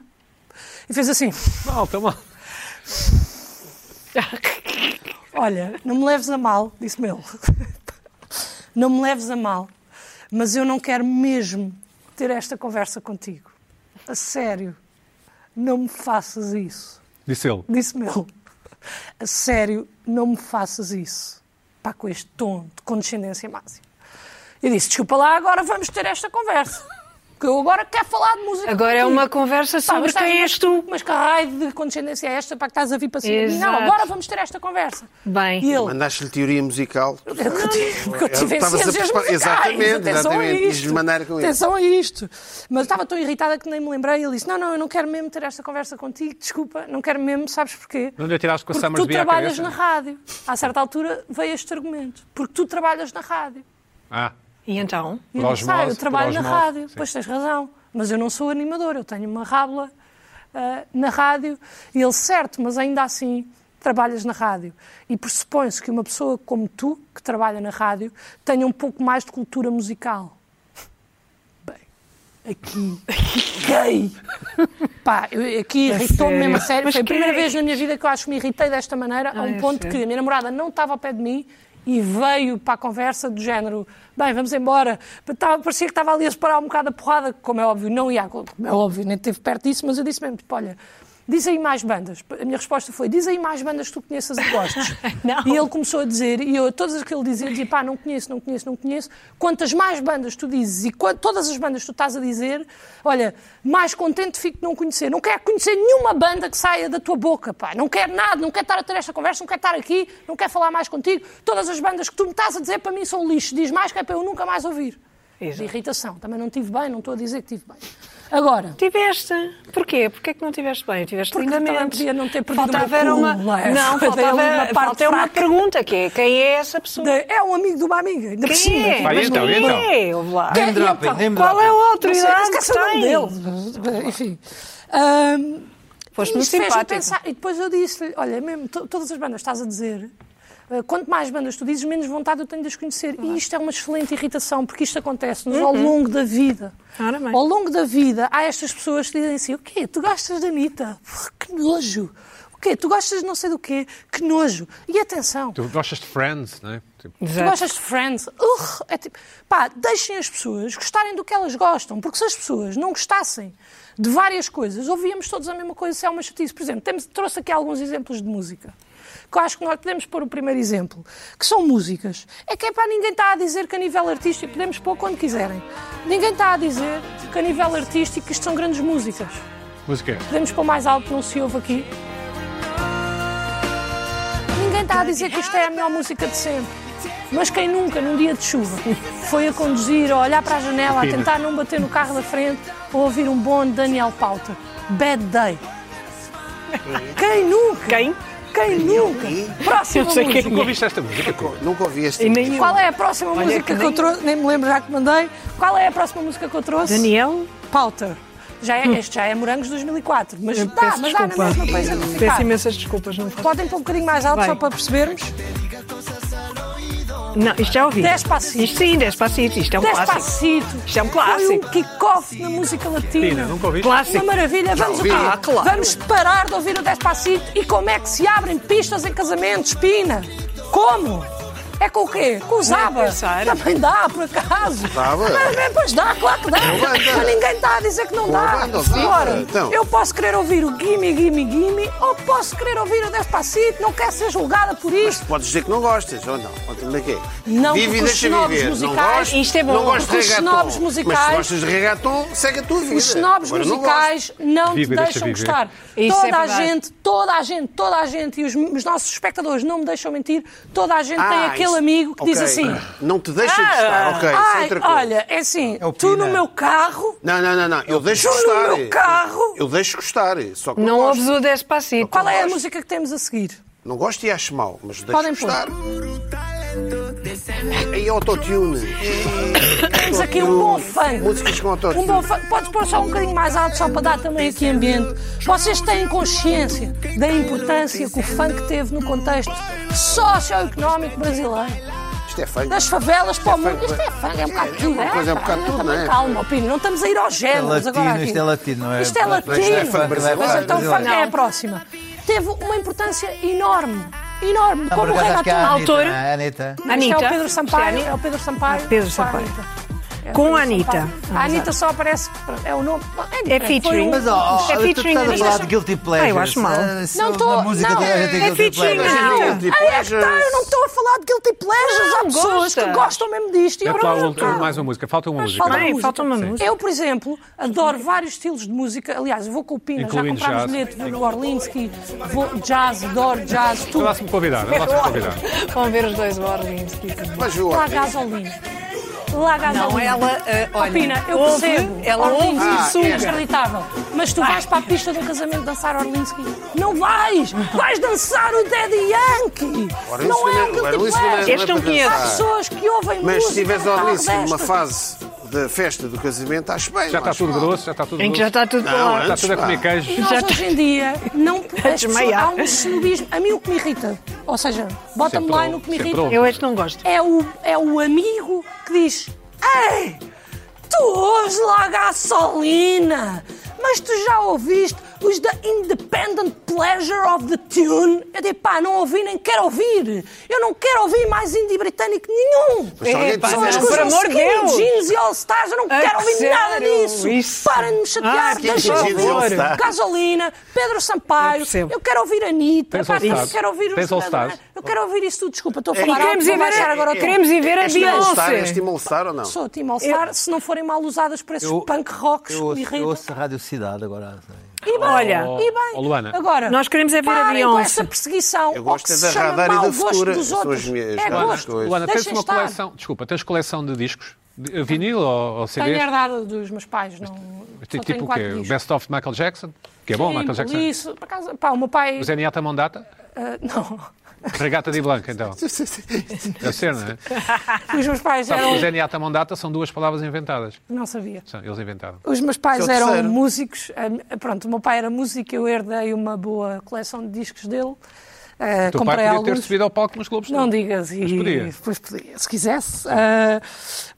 [SPEAKER 5] e fez assim:
[SPEAKER 1] Malta, malta.
[SPEAKER 5] Olha, não me leves a mal, disse-me ele. Não me leves a mal, mas eu não quero mesmo ter esta conversa contigo. A sério, não me faças isso.
[SPEAKER 1] Disse ele.
[SPEAKER 5] Disse-me ele. A sério, não me faças isso. Pá, com este tom de condescendência máxima. Eu disse, desculpa lá, agora vamos ter esta conversa. Que eu agora quero falar de música.
[SPEAKER 4] agora é
[SPEAKER 5] contigo.
[SPEAKER 4] uma conversa
[SPEAKER 5] Pá,
[SPEAKER 4] sobre
[SPEAKER 5] mas estás-
[SPEAKER 4] quem és tu.
[SPEAKER 5] Mas que raio de condescendência é esta para que estás a vir para cima? de mim? Não,
[SPEAKER 4] Exato.
[SPEAKER 5] agora vamos ter esta conversa.
[SPEAKER 4] Bem.
[SPEAKER 5] E ele,
[SPEAKER 2] Mandaste-lhe teoria musical.
[SPEAKER 5] porque eu tive
[SPEAKER 2] Estavas a
[SPEAKER 5] ciências
[SPEAKER 2] preparar-
[SPEAKER 5] musicais.
[SPEAKER 2] Exatamente,
[SPEAKER 5] Atenção a
[SPEAKER 2] exatamente.
[SPEAKER 5] isto.
[SPEAKER 2] Quis mandar com isso.
[SPEAKER 5] Atenção a isto. Mas estava tão irritada que nem me lembrei. Ele disse, não, não, eu não quero mesmo ter esta conversa contigo, desculpa, não quero mesmo, sabes porquê?
[SPEAKER 1] Não lhe atiraste com a
[SPEAKER 5] Porque tu
[SPEAKER 1] Summersby à
[SPEAKER 5] trabalhas
[SPEAKER 1] cabeça?
[SPEAKER 5] na rádio. A certa altura veio este argumento. Porque tu trabalhas na rádio.
[SPEAKER 1] Ah,
[SPEAKER 4] E então?
[SPEAKER 5] E
[SPEAKER 1] Por
[SPEAKER 5] eu disse, ah,
[SPEAKER 1] osmose,
[SPEAKER 5] eu
[SPEAKER 1] por
[SPEAKER 5] trabalho na
[SPEAKER 1] osmose,
[SPEAKER 5] rádio.
[SPEAKER 1] sim.
[SPEAKER 5] Pois tens razão. Mas eu não sou animador, eu tenho uma rábula ah, na rádio. E ele, certo, mas ainda assim trabalhas na rádio. E pressupõe-se que uma pessoa como tu, que trabalha na rádio, tenha um pouco mais de cultura musical. Bem, aqui, gay! Pá, eu- aqui irritou-me mesmo a sério. Foi a primeira vez na minha vida que eu acho que me irritei desta maneira, a
[SPEAKER 4] Ah,
[SPEAKER 5] um
[SPEAKER 4] é
[SPEAKER 5] ponto
[SPEAKER 4] sério?
[SPEAKER 5] que a minha namorada não estava ao pé de mim e veio para a conversa do género: bem, vamos embora. Estava- parecia que estava ali a separar um bocado a porrada, que, como é óbvio, não ia, como é óbvio, nem esteve perto disso, mas eu disse mesmo: tipo, olha. Diz aí mais bandas. A minha resposta foi: diz aí mais bandas que tu conheças e gostes.
[SPEAKER 4] Não.
[SPEAKER 5] E ele começou a dizer, e eu, todas as que ele dizia, eu dizia, pá, não conheço, não conheço, não conheço. Quantas mais bandas tu dizes e quan- todas as bandas tu estás a dizer, olha, mais contente fico de não conhecer. Não quero conhecer nenhuma banda que saia da tua boca, pá. Não quero nada, não quero estar a ter esta conversa, não quero estar aqui, não quero falar mais contigo. Todas as bandas que tu me estás a dizer para mim são lixo. Diz mais que é para eu nunca mais ouvir.
[SPEAKER 4] Exato.
[SPEAKER 5] De irritação. Também não tive bem, não estou a dizer que tive bem. Agora,
[SPEAKER 4] Tiveste. Porquê? Porquê que não tiveste bem? Tiveste
[SPEAKER 5] Porque também
[SPEAKER 4] lindamente.
[SPEAKER 5] podia não ter perdido
[SPEAKER 4] faltava
[SPEAKER 5] uma
[SPEAKER 4] era uma...
[SPEAKER 5] coluna.
[SPEAKER 4] Não,
[SPEAKER 5] Dei
[SPEAKER 4] faltava,
[SPEAKER 5] ali uma parte
[SPEAKER 4] falta uma
[SPEAKER 5] fraca.
[SPEAKER 4] pergunta, que é quem é essa pessoa?
[SPEAKER 5] de- é um amigo de uma amiga, ainda por
[SPEAKER 4] Quem
[SPEAKER 5] cima.
[SPEAKER 4] é?
[SPEAKER 1] Vai,
[SPEAKER 4] Mas
[SPEAKER 1] então,
[SPEAKER 4] quem
[SPEAKER 1] então.
[SPEAKER 4] é? Ouve lá.
[SPEAKER 3] Name dropping,
[SPEAKER 5] Então,
[SPEAKER 3] name
[SPEAKER 4] Qual é
[SPEAKER 3] dropping.
[SPEAKER 4] a
[SPEAKER 5] Não sei,
[SPEAKER 4] autoridade
[SPEAKER 5] esquece o nome
[SPEAKER 4] que
[SPEAKER 5] dele. Enfim. Ahm,
[SPEAKER 4] Foste
[SPEAKER 5] isto
[SPEAKER 4] muito
[SPEAKER 5] fez-me
[SPEAKER 4] simpático.
[SPEAKER 5] pensar- E depois eu disse-lhe: Olha, mesmo, to- todas as bandas que estás a dizer, eh, eh, Quanto mais bandas tu dizes, menos vontade eu tenho de as conhecer. E isto é uma excelente irritação, porque isto acontece-nos ao
[SPEAKER 4] Uhum.
[SPEAKER 5] longo da vida.
[SPEAKER 4] Ora bem.
[SPEAKER 5] Ao longo da vida, há estas pessoas que dizem assim: o quê? Tu gostas da Anitta? Pff, Que nojo! O quê? Tu gostas de não sei do quê? Que nojo! E atenção,
[SPEAKER 1] Tu gostas de Friends, não é? Tipo,
[SPEAKER 5] Tu gostas de Friends? Urgh, é tipo, pá, deixem as pessoas gostarem do que elas gostam, porque se as pessoas não gostassem de várias coisas, ouvíamos todos a mesma coisa, se é uma chatice. Por exemplo, temos, trouxe aqui alguns exemplos de música, que eu acho que nós podemos pôr o primeiro exemplo, que são músicas. É que é para ninguém está a dizer que a nível artístico, podemos pôr quando quiserem, ninguém está a dizer que a nível artístico isto são grandes músicas.
[SPEAKER 1] música.
[SPEAKER 5] Podemos pôr mais alto, não se ouve aqui. Ninguém está a dizer que isto é a melhor música de sempre. Mas quem nunca, num dia de chuva, foi a conduzir, a olhar para a janela, a tentar não bater no carro da frente, ou ouvir um bom Daniel Pauta. Bad Day. Quem nunca?
[SPEAKER 4] Quem?
[SPEAKER 5] Quem nunca? Próxima
[SPEAKER 4] Eu sei é
[SPEAKER 5] música.
[SPEAKER 1] Nunca ouviste esta música? Pedro?
[SPEAKER 2] Nunca ouvi este.
[SPEAKER 4] E nem
[SPEAKER 5] Qual é a próxima música que,
[SPEAKER 4] que
[SPEAKER 5] eu
[SPEAKER 4] nem-
[SPEAKER 5] trouxe? Nem me lembro, já que mandei. Qual é a próxima música que eu trouxe?
[SPEAKER 4] Daniel?
[SPEAKER 5] Pauta. Já é, este já é Morangos 2004, mas dá,
[SPEAKER 4] Peço
[SPEAKER 5] mas dá na
[SPEAKER 4] desculpa.
[SPEAKER 5] mesma coisa.
[SPEAKER 4] Peço imensas desculpas. Não, faço.
[SPEAKER 5] Podem pôr um bocadinho mais alto
[SPEAKER 4] Vai. É
[SPEAKER 5] só para percebermos.
[SPEAKER 4] não isto já ouvi.
[SPEAKER 5] Despacito.
[SPEAKER 4] Isto sim, despacito. Isto é um clássico.
[SPEAKER 5] Despacito.
[SPEAKER 4] Isto é um clássico.
[SPEAKER 5] Foi um kick-off na música latina.
[SPEAKER 1] Pina, nunca ouviste?
[SPEAKER 5] Uma
[SPEAKER 4] Clássico.
[SPEAKER 5] maravilha. Vamos, o quê?
[SPEAKER 4] Ah, claro.
[SPEAKER 5] Vamos parar de ouvir o Despacito. E como é que se abrem pistas em casamentos, Pina? Como? É com o quê? Com os
[SPEAKER 4] é
[SPEAKER 5] ABBA.
[SPEAKER 4] pensar.
[SPEAKER 5] Também dá, por acaso.
[SPEAKER 2] ABBA?
[SPEAKER 5] Mas, mas, pois dá, claro que dá.
[SPEAKER 2] banda.
[SPEAKER 5] Mas ninguém está a dizer que não dá.
[SPEAKER 2] banda, os ABBA,
[SPEAKER 5] Agora,
[SPEAKER 2] então.
[SPEAKER 5] eu posso querer ouvir o Gimme, Gimme, Gimme ou posso querer ouvir o Despacito. Não quero ser julgada por isto.
[SPEAKER 2] Podes dizer que não gostas, ou não? Ou também quê?
[SPEAKER 5] Não,
[SPEAKER 2] Vive
[SPEAKER 5] porque
[SPEAKER 2] e
[SPEAKER 5] os
[SPEAKER 2] deixa
[SPEAKER 5] snobs
[SPEAKER 2] viver. Não
[SPEAKER 5] musicais-
[SPEAKER 2] gostas,
[SPEAKER 4] Isto é bom,
[SPEAKER 2] não gostas de
[SPEAKER 5] porque os
[SPEAKER 2] reggaton.
[SPEAKER 5] snobs
[SPEAKER 2] Mas
[SPEAKER 5] musicais-
[SPEAKER 2] se gostas de reggaton, segue a tua vida.
[SPEAKER 5] Os snobs
[SPEAKER 2] Agora, não
[SPEAKER 5] musicais não, te
[SPEAKER 1] Viva, deixa
[SPEAKER 5] deixam
[SPEAKER 1] viver.
[SPEAKER 5] gostar.
[SPEAKER 4] Isso
[SPEAKER 5] toda
[SPEAKER 4] é
[SPEAKER 5] a
[SPEAKER 4] verdade.
[SPEAKER 5] gente, toda a gente, toda a gente, e os, os nossos espectadores não me deixam mentir, toda a gente
[SPEAKER 2] Ah,
[SPEAKER 5] tem aquele
[SPEAKER 2] isso-
[SPEAKER 5] amigo que diz
[SPEAKER 2] ok.
[SPEAKER 5] assim. "Ah,
[SPEAKER 2] Não te deixa gostar, ok, isso é
[SPEAKER 5] ai,
[SPEAKER 2] outra coisa.
[SPEAKER 5] olha, é assim,
[SPEAKER 3] É o
[SPEAKER 5] tu no
[SPEAKER 3] Pina.
[SPEAKER 5] meu carro,
[SPEAKER 2] Não, não, não, não. Eu deixo
[SPEAKER 5] Juro,
[SPEAKER 2] gostar.
[SPEAKER 5] meu carro.
[SPEAKER 2] Eu deixo gostar. Só que não,
[SPEAKER 4] Não
[SPEAKER 2] gosto.
[SPEAKER 4] ouves o despacito.
[SPEAKER 5] qual é a
[SPEAKER 2] Então gosto.
[SPEAKER 5] música que temos a seguir?
[SPEAKER 2] Não gosto e acho mal, mas deixo
[SPEAKER 5] Podem pôr.
[SPEAKER 2] gostar. E autotune.
[SPEAKER 5] Temos aqui um bom funk.
[SPEAKER 2] Músicas com autotune.
[SPEAKER 5] Um bom funk. Podes pôr só um bocadinho mais alto, só para dar também aqui ambiente. Vocês têm consciência da importância que o funk teve no contexto socioeconómico brasileiro?
[SPEAKER 2] Isto é feio.
[SPEAKER 5] das favelas para o
[SPEAKER 2] funk,
[SPEAKER 5] mundo. Isto é funk, é um bocado
[SPEAKER 2] é
[SPEAKER 5] tudo.
[SPEAKER 2] uma coisa, é um
[SPEAKER 5] pá,
[SPEAKER 2] bocado tudo,
[SPEAKER 5] também
[SPEAKER 2] não é?
[SPEAKER 5] Calma, Pino, não estamos a ir aos géneros
[SPEAKER 3] latino,
[SPEAKER 5] agora. aqui.
[SPEAKER 3] isto é latino, não é?
[SPEAKER 5] Isto é
[SPEAKER 3] Mas
[SPEAKER 5] latino.
[SPEAKER 3] isto é funk brasileiro.
[SPEAKER 5] Mas então
[SPEAKER 3] Brasileiro.
[SPEAKER 5] funk é a próxima. Teve uma importância enorme, enorme,
[SPEAKER 3] Ah, por
[SPEAKER 5] como o
[SPEAKER 3] acaso acho que é a
[SPEAKER 5] reggaeton.
[SPEAKER 3] Anitta,
[SPEAKER 4] autor.
[SPEAKER 3] não é, a Anitta.
[SPEAKER 5] Isto é
[SPEAKER 4] Anitta.
[SPEAKER 5] o Pedro Sampaio. É o Pedro Sampaio.
[SPEAKER 4] Ah, Pedro
[SPEAKER 5] com a
[SPEAKER 4] Sampaio.
[SPEAKER 5] Anitta. É o
[SPEAKER 4] Com
[SPEAKER 5] Pedro
[SPEAKER 4] a Anitta.
[SPEAKER 5] Sampaio. A
[SPEAKER 4] Vamos
[SPEAKER 5] Anitta só aparece. É um- o nome.
[SPEAKER 4] É featuring.
[SPEAKER 3] Mas, ó, ó,
[SPEAKER 4] É
[SPEAKER 3] tu
[SPEAKER 4] featuring
[SPEAKER 3] estás a
[SPEAKER 4] Anitta.
[SPEAKER 3] falar de Guilty Pleasure.
[SPEAKER 4] Ah, eu acho mal.
[SPEAKER 5] Não tô-
[SPEAKER 3] música
[SPEAKER 5] não.
[SPEAKER 3] toda a gente
[SPEAKER 4] É
[SPEAKER 3] tem Guilty
[SPEAKER 4] featuring
[SPEAKER 3] Pleasure.
[SPEAKER 4] Anitta.
[SPEAKER 2] Não, tipo,
[SPEAKER 5] Aí é que tá, eu não estou a falar de guilty pleasures. Há
[SPEAKER 4] Não,
[SPEAKER 5] pessoas
[SPEAKER 4] gosta.
[SPEAKER 5] que gostam mesmo disto. e eu
[SPEAKER 1] Mete lá
[SPEAKER 5] não
[SPEAKER 1] um-
[SPEAKER 5] gosto.
[SPEAKER 1] mais uma música. Falta uma
[SPEAKER 5] Mas
[SPEAKER 1] música.
[SPEAKER 5] falta
[SPEAKER 4] Bem,
[SPEAKER 5] uma
[SPEAKER 4] é?
[SPEAKER 5] música.
[SPEAKER 4] falta uma música.
[SPEAKER 5] Eu, por exemplo, adoro vários estilos de música. Aliás, eu vou com o Pina, já
[SPEAKER 1] Incluindo
[SPEAKER 5] comprámos
[SPEAKER 1] jazz.
[SPEAKER 5] bilhete, vou do Orlinsky, vou jazz, adoro jazz, tudo.
[SPEAKER 1] Não se me convidar, não se me convidar.
[SPEAKER 4] Vão ver os dois ordens.
[SPEAKER 2] Mas eu
[SPEAKER 5] Lá
[SPEAKER 2] acho.
[SPEAKER 5] gasolina. Lá gasolina.
[SPEAKER 4] Não, ela, eh,
[SPEAKER 5] Oh,
[SPEAKER 4] olha,
[SPEAKER 5] Pina, eu
[SPEAKER 4] ouve,
[SPEAKER 5] percebo.
[SPEAKER 4] ela ouve
[SPEAKER 5] Orlinsky,
[SPEAKER 4] e
[SPEAKER 5] isso
[SPEAKER 4] suga.
[SPEAKER 5] é inacreditável. Mas tu vais para a pista do casamento dançar Orlinsky. Não vais! Vais dançar o Daddy Yankee!
[SPEAKER 2] Orlinsky
[SPEAKER 5] não é
[SPEAKER 2] não-
[SPEAKER 5] um guilty
[SPEAKER 2] Orlinsky não é-
[SPEAKER 5] pleasure.
[SPEAKER 1] um
[SPEAKER 4] Este não
[SPEAKER 2] para
[SPEAKER 4] conheço.
[SPEAKER 5] Há
[SPEAKER 2] dançar.
[SPEAKER 5] pessoas que ouvem música.
[SPEAKER 2] Mas se tiveres
[SPEAKER 5] no carro
[SPEAKER 2] Orlice numa
[SPEAKER 5] destas.
[SPEAKER 2] fase da festa do casamento, acho bem.
[SPEAKER 1] Já
[SPEAKER 2] não
[SPEAKER 1] está
[SPEAKER 2] acho
[SPEAKER 1] tudo
[SPEAKER 2] mal.
[SPEAKER 1] grosso, já está tudo
[SPEAKER 4] Em que já
[SPEAKER 1] grosso.
[SPEAKER 4] está tudo
[SPEAKER 2] Não,
[SPEAKER 4] lá. tá.
[SPEAKER 1] Está Tá tudo a
[SPEAKER 2] Antes,
[SPEAKER 1] comer
[SPEAKER 2] pá.
[SPEAKER 5] E
[SPEAKER 1] queijo.
[SPEAKER 5] nós hoje em dia não as pessoas,
[SPEAKER 4] desmaiar.
[SPEAKER 5] há um snobismo. A mim o que me irrita, ou seja, bota-me
[SPEAKER 1] Sempre
[SPEAKER 5] lá
[SPEAKER 1] houve,
[SPEAKER 5] no que me
[SPEAKER 1] sempre
[SPEAKER 5] irrita,
[SPEAKER 1] houve.
[SPEAKER 4] Eu este não gosto.
[SPEAKER 5] é o, é o amigo que diz: Ei, tu ouves lá a gasolina, mas tu já ouviste os da Independent Pleasure of the Tune? Eu digo: pá, não ouvi nem quero ouvir. Eu não quero ouvir mais indie britânico nenhum.
[SPEAKER 2] Mas se alguém
[SPEAKER 4] Epá,
[SPEAKER 2] te
[SPEAKER 5] São as
[SPEAKER 4] não,
[SPEAKER 2] disser-
[SPEAKER 5] coisas
[SPEAKER 4] É, por amor de
[SPEAKER 5] skinny
[SPEAKER 4] Deus.
[SPEAKER 5] jeans e all-stars, eu não
[SPEAKER 4] Ah,
[SPEAKER 5] quero ouvir
[SPEAKER 4] sério,
[SPEAKER 5] nada disso.
[SPEAKER 4] isso.
[SPEAKER 5] Parem de me
[SPEAKER 4] Ah,
[SPEAKER 5] chatear,
[SPEAKER 4] skinny
[SPEAKER 5] deixem-me
[SPEAKER 2] jeans e
[SPEAKER 5] ouvir.
[SPEAKER 2] all-stars.
[SPEAKER 5] Gasolina, Pedro
[SPEAKER 4] Eu
[SPEAKER 5] Sampaio, eu,
[SPEAKER 4] percebo.
[SPEAKER 5] quero ouvir a Anitta,
[SPEAKER 1] Tens
[SPEAKER 5] pá, eu
[SPEAKER 1] all-stars.
[SPEAKER 5] quero ouvir os-
[SPEAKER 1] Tens all-stars.
[SPEAKER 5] Eu quero ouvir isso tudo, desculpa, estou a
[SPEAKER 2] E
[SPEAKER 5] falar
[SPEAKER 4] queremos
[SPEAKER 5] alto,
[SPEAKER 4] ir
[SPEAKER 5] vou
[SPEAKER 4] ver a-
[SPEAKER 5] baixar agora o tom.
[SPEAKER 4] queremos ir ver a
[SPEAKER 2] Este All-Star,
[SPEAKER 4] Beyoncé.
[SPEAKER 2] Este All-Star ou não?
[SPEAKER 5] Sou Tim All-Star, se não forem mal usadas por esses
[SPEAKER 3] Eu-
[SPEAKER 5] punk rocks
[SPEAKER 3] Eu
[SPEAKER 5] que me
[SPEAKER 3] ouço, eu
[SPEAKER 5] irritam.
[SPEAKER 3] ouço a Rádio Cidade agora. sei.
[SPEAKER 5] E bem,
[SPEAKER 4] Olha.
[SPEAKER 5] e bem.
[SPEAKER 1] Oh, Luana.
[SPEAKER 5] agora,
[SPEAKER 4] Nós queremos é ver a
[SPEAKER 5] parem com
[SPEAKER 4] Beyoncé.
[SPEAKER 5] essa perseguição
[SPEAKER 2] Eu gosto
[SPEAKER 5] ao que
[SPEAKER 2] é da
[SPEAKER 5] se chama
[SPEAKER 2] Radar e
[SPEAKER 5] mau
[SPEAKER 2] da
[SPEAKER 5] gosto
[SPEAKER 2] Futura,
[SPEAKER 5] dos
[SPEAKER 2] são as
[SPEAKER 5] outros.
[SPEAKER 2] minhas
[SPEAKER 5] é
[SPEAKER 2] grandes
[SPEAKER 5] gosto.
[SPEAKER 2] coisas.
[SPEAKER 1] Luana, tens
[SPEAKER 5] Deixem
[SPEAKER 1] uma
[SPEAKER 5] estar.
[SPEAKER 1] coleção. Desculpa, tens coleção de discos? De- eh, Vinil ou, ou
[SPEAKER 5] Tenho
[SPEAKER 1] CDs?
[SPEAKER 5] herdado dos meus pais, não.
[SPEAKER 1] Ti-
[SPEAKER 5] só
[SPEAKER 1] Tipo
[SPEAKER 5] tenho
[SPEAKER 1] o quê?
[SPEAKER 5] quatro
[SPEAKER 1] O
[SPEAKER 5] discos.
[SPEAKER 1] Best of de Michael Jackson? Que é bom,
[SPEAKER 5] Sim,
[SPEAKER 1] Michael Jackson.
[SPEAKER 5] Isso, por acaso, pá, o meu pai.
[SPEAKER 1] O Zeniata Mondata?
[SPEAKER 5] ah, não.
[SPEAKER 1] Regata de Blanca, então. Deve ser, não é?
[SPEAKER 5] Os meus pais
[SPEAKER 1] Sabe que o
[SPEAKER 5] eram.
[SPEAKER 1] Zeniata Mondata são duas palavras inventadas.
[SPEAKER 5] Não sabia.
[SPEAKER 1] São- Eles inventaram.
[SPEAKER 5] Os meus pais
[SPEAKER 2] Esse é o
[SPEAKER 5] eram eh,
[SPEAKER 2] terceiro.
[SPEAKER 5] músicos. ah, Pronto, o meu pai era músico, eu herdei uma boa coleção de discos dele. eh,
[SPEAKER 1] O teu pai
[SPEAKER 5] comprei
[SPEAKER 1] podia ter
[SPEAKER 5] alguns.
[SPEAKER 1] subido ao palco nos Globos de
[SPEAKER 5] Não
[SPEAKER 1] Ouro.
[SPEAKER 5] digas. E,
[SPEAKER 1] Mas podia.
[SPEAKER 5] Pois podia, se quisesse. Ah,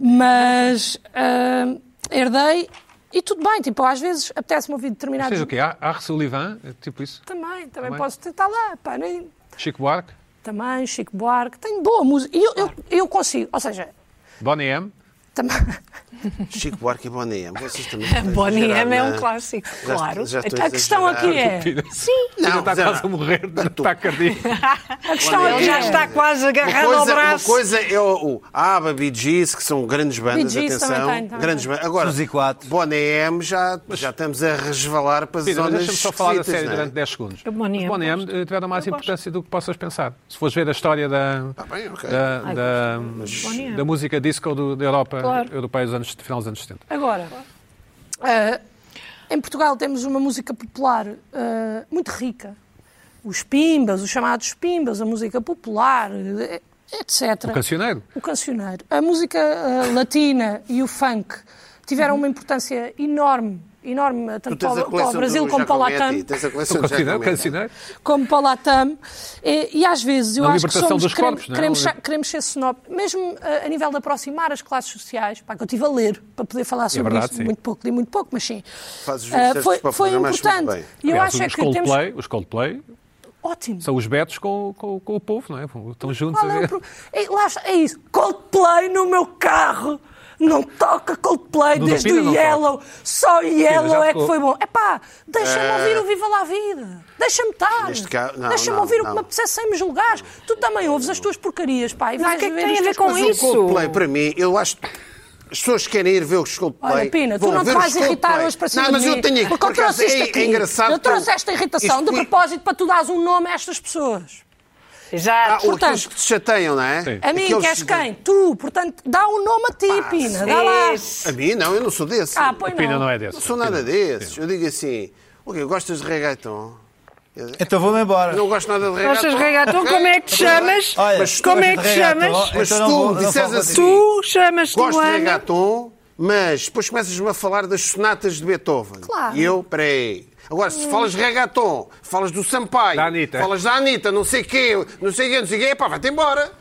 [SPEAKER 5] mas ah, herdei e tudo bem. Tipo, às vezes apetece-me ouvir
[SPEAKER 1] Ou
[SPEAKER 5] determinados...
[SPEAKER 1] seja, o quê? Ar- Ar Sullivan, tipo isso.
[SPEAKER 5] Também, também,
[SPEAKER 1] Também.
[SPEAKER 5] posso tentar lá. Pá, nem...
[SPEAKER 1] Chico Buarque,
[SPEAKER 5] Também, Chico Buarque. Tenho boa música. E eu, eu, eu consigo. Ou seja,
[SPEAKER 1] Bonnie M.
[SPEAKER 5] também...
[SPEAKER 2] Chico Buarque é e Bonnie M. Vocês também.
[SPEAKER 4] Bonnie
[SPEAKER 2] Exagerar,
[SPEAKER 4] M é
[SPEAKER 2] não
[SPEAKER 4] um clássico,
[SPEAKER 2] Já-
[SPEAKER 4] claro.
[SPEAKER 2] já estou
[SPEAKER 5] Então A questão aqui é... Sim,
[SPEAKER 1] Não,
[SPEAKER 2] Não,
[SPEAKER 1] está
[SPEAKER 2] já-
[SPEAKER 1] tá quase a morrer de ataque cardíaco.
[SPEAKER 5] a questão
[SPEAKER 4] Ele
[SPEAKER 5] aqui
[SPEAKER 4] já
[SPEAKER 5] é-
[SPEAKER 4] está quase
[SPEAKER 2] Uma
[SPEAKER 4] agarrado ao
[SPEAKER 2] coisa, uma
[SPEAKER 4] braço.
[SPEAKER 2] coisa é o, o ABBA, Bee Gees, que são grandes bandas,
[SPEAKER 5] Bee Gees
[SPEAKER 2] atenção.
[SPEAKER 5] também tem, também
[SPEAKER 2] grandes
[SPEAKER 5] tem.
[SPEAKER 2] bandas. Agora,
[SPEAKER 3] Suzy 4.
[SPEAKER 2] Bonnie M, já, já estamos a resvalar para as
[SPEAKER 1] Pina, mas
[SPEAKER 2] zonas
[SPEAKER 1] deixa-me só falar da
[SPEAKER 2] esquisitas,
[SPEAKER 1] série
[SPEAKER 2] não é?
[SPEAKER 1] durante 10 segundos.
[SPEAKER 4] Eu Bonnie
[SPEAKER 1] Os
[SPEAKER 4] M
[SPEAKER 1] Bonnie M
[SPEAKER 4] gosto.
[SPEAKER 1] eh, tiveram mais importância do que possas pensar. Se fores ver a história da,
[SPEAKER 2] Tá bem, ok.
[SPEAKER 1] da,
[SPEAKER 4] Ai,
[SPEAKER 1] da,
[SPEAKER 4] Bonnie M.
[SPEAKER 1] da música disco do- da Europa
[SPEAKER 5] Claro.
[SPEAKER 1] europeia dos anos, final dos anos 70.
[SPEAKER 5] Agora, ah, em Portugal temos uma música popular ah, muito rica. Os pimbas, os chamados pimbas, a música popular, eh, etc.
[SPEAKER 1] O cancioneiro.
[SPEAKER 5] O cancioneiro. A música ah, latina e o funk tiveram uma importância enorme, enorme, tanto
[SPEAKER 2] Uhum. Tu tens a
[SPEAKER 5] para, o- para
[SPEAKER 2] coleção
[SPEAKER 5] o Brasil
[SPEAKER 2] do
[SPEAKER 5] como para o
[SPEAKER 2] Giacometti,
[SPEAKER 5] Latam.
[SPEAKER 2] Tens a coleção
[SPEAKER 1] O
[SPEAKER 2] do
[SPEAKER 1] cancioneiro, o
[SPEAKER 2] Giacometti.
[SPEAKER 1] cancioneiro.
[SPEAKER 5] como para o Latam. E, e às vezes eu
[SPEAKER 1] Na
[SPEAKER 5] acho que
[SPEAKER 1] libertação
[SPEAKER 5] somos,
[SPEAKER 1] dos
[SPEAKER 5] queremos,
[SPEAKER 1] corpos, não é?
[SPEAKER 5] queremos, sa- queremos ser snob, mesmo eh, a nível de aproximar as classes sociais, pá, que eu estive a ler para poder falar sobre
[SPEAKER 1] É verdade,
[SPEAKER 5] isso,
[SPEAKER 1] sim.
[SPEAKER 5] muito pouco, li muito pouco, mas sim.
[SPEAKER 2] Fazes
[SPEAKER 5] Eh,
[SPEAKER 2] os
[SPEAKER 5] foi
[SPEAKER 2] testes para o
[SPEAKER 5] foi
[SPEAKER 2] programa, acho muito
[SPEAKER 5] importante.
[SPEAKER 2] bem.
[SPEAKER 5] E eu
[SPEAKER 1] Aliás,
[SPEAKER 5] acho é
[SPEAKER 1] os,
[SPEAKER 5] que temos...
[SPEAKER 1] Coldplay, os Coldplay
[SPEAKER 5] Ótimo.
[SPEAKER 1] são os betos com, com, com o povo, não é? Vão- Estão juntos
[SPEAKER 5] Qual
[SPEAKER 1] a
[SPEAKER 5] é, o
[SPEAKER 1] ver.
[SPEAKER 5] pro... é, lá está- é isso. Coldplay no meu carro. Não toca Coldplay
[SPEAKER 1] No
[SPEAKER 5] desde
[SPEAKER 1] Dupina não
[SPEAKER 5] o Yellow. Só
[SPEAKER 1] já
[SPEAKER 5] Yellow é
[SPEAKER 1] tocou.
[SPEAKER 5] que foi bom. Epá, deixa-me ouvir o Viva lá a Vida. Deixa-me estar.
[SPEAKER 2] É. Neste caso, não,
[SPEAKER 5] Deixa-me
[SPEAKER 2] não,
[SPEAKER 5] ouvir o
[SPEAKER 2] não.
[SPEAKER 5] que me apetece sem me julgares. Tu também ouves as tuas porcarias, pá. E
[SPEAKER 4] Mas
[SPEAKER 5] vais
[SPEAKER 4] o que é que
[SPEAKER 5] ver
[SPEAKER 4] tem
[SPEAKER 5] as
[SPEAKER 4] a ver
[SPEAKER 5] tuas
[SPEAKER 4] com
[SPEAKER 5] coisas.
[SPEAKER 4] isso?
[SPEAKER 2] O Coldplay, para mim, eu acho. As pessoas querem ir ver os Coldplay.
[SPEAKER 5] Olha, Pina, tu
[SPEAKER 2] vão
[SPEAKER 5] não te
[SPEAKER 2] ver os
[SPEAKER 5] vais irritar
[SPEAKER 2] Coldplay.
[SPEAKER 5] hoje para cima
[SPEAKER 2] Não, mas
[SPEAKER 5] de mim,
[SPEAKER 2] eu tenho aqui.
[SPEAKER 5] Porque eu
[SPEAKER 2] por acaso,
[SPEAKER 5] trouxe isto
[SPEAKER 2] é,
[SPEAKER 5] aqui.
[SPEAKER 2] é engraçado.
[SPEAKER 5] eu trouxe esta irritação de
[SPEAKER 2] Isto-
[SPEAKER 5] propósito para tu dares um nome a estas pessoas.
[SPEAKER 2] Ah,
[SPEAKER 4] Exato.
[SPEAKER 2] ou aqueles que te chateiam, não é?
[SPEAKER 1] Sim.
[SPEAKER 5] A mim,
[SPEAKER 2] Aqueles-
[SPEAKER 5] queres quem? Tu. Portanto, dá um nome a ti, Pina. Dá lá.
[SPEAKER 4] É,
[SPEAKER 2] A mim, não, eu não sou desse.
[SPEAKER 5] Ah, pois
[SPEAKER 1] A Pina não é
[SPEAKER 2] Não
[SPEAKER 1] desse.
[SPEAKER 2] sou nada desses. Eu digo assim, ok, gostas de reggaeton?
[SPEAKER 3] Então vou-me embora.
[SPEAKER 2] Não gosto nada de reggaeton.
[SPEAKER 4] Gostas de reggaeton? Como é que te chamas?
[SPEAKER 3] Olha,
[SPEAKER 4] Mas como é que te chamas?
[SPEAKER 2] Mas
[SPEAKER 3] Então não
[SPEAKER 2] tu
[SPEAKER 3] vou- não
[SPEAKER 2] disseres
[SPEAKER 3] falo
[SPEAKER 2] assim,
[SPEAKER 3] contigo.
[SPEAKER 4] Tu chamas-te
[SPEAKER 2] Gosto de
[SPEAKER 4] Luana?
[SPEAKER 2] reggaeton, mas depois começas-me a falar das sonatas de Beethoven.
[SPEAKER 5] Claro.
[SPEAKER 2] E eu, peraí. Agora, se falas de reggaeton, falas do Sampaio,
[SPEAKER 1] Da Anitta.
[SPEAKER 2] falas da Anitta, não sei quê, não sei quê, não sei quê, pá, vai-te embora.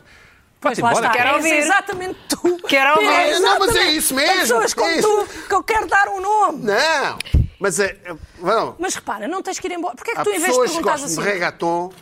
[SPEAKER 5] Pois
[SPEAKER 1] Vai-te
[SPEAKER 5] lá
[SPEAKER 1] embora.
[SPEAKER 5] está.
[SPEAKER 4] Quero
[SPEAKER 5] é
[SPEAKER 4] ouvir.
[SPEAKER 5] exatamente tu.
[SPEAKER 4] Quero ouvir.
[SPEAKER 5] É
[SPEAKER 2] Não, mas é
[SPEAKER 5] exatamente
[SPEAKER 2] isso mesmo,
[SPEAKER 5] as pessoas como
[SPEAKER 2] é isso.
[SPEAKER 5] tu que eu quero dar um nome.
[SPEAKER 2] Não! Mas é. é, Vão.
[SPEAKER 5] Mas repara, não tens que ir embora. Porquê é que
[SPEAKER 2] Há
[SPEAKER 5] tu, em vez de
[SPEAKER 2] pessoas que
[SPEAKER 5] perguntares
[SPEAKER 2] gostam
[SPEAKER 5] assim...
[SPEAKER 2] de reggaeton,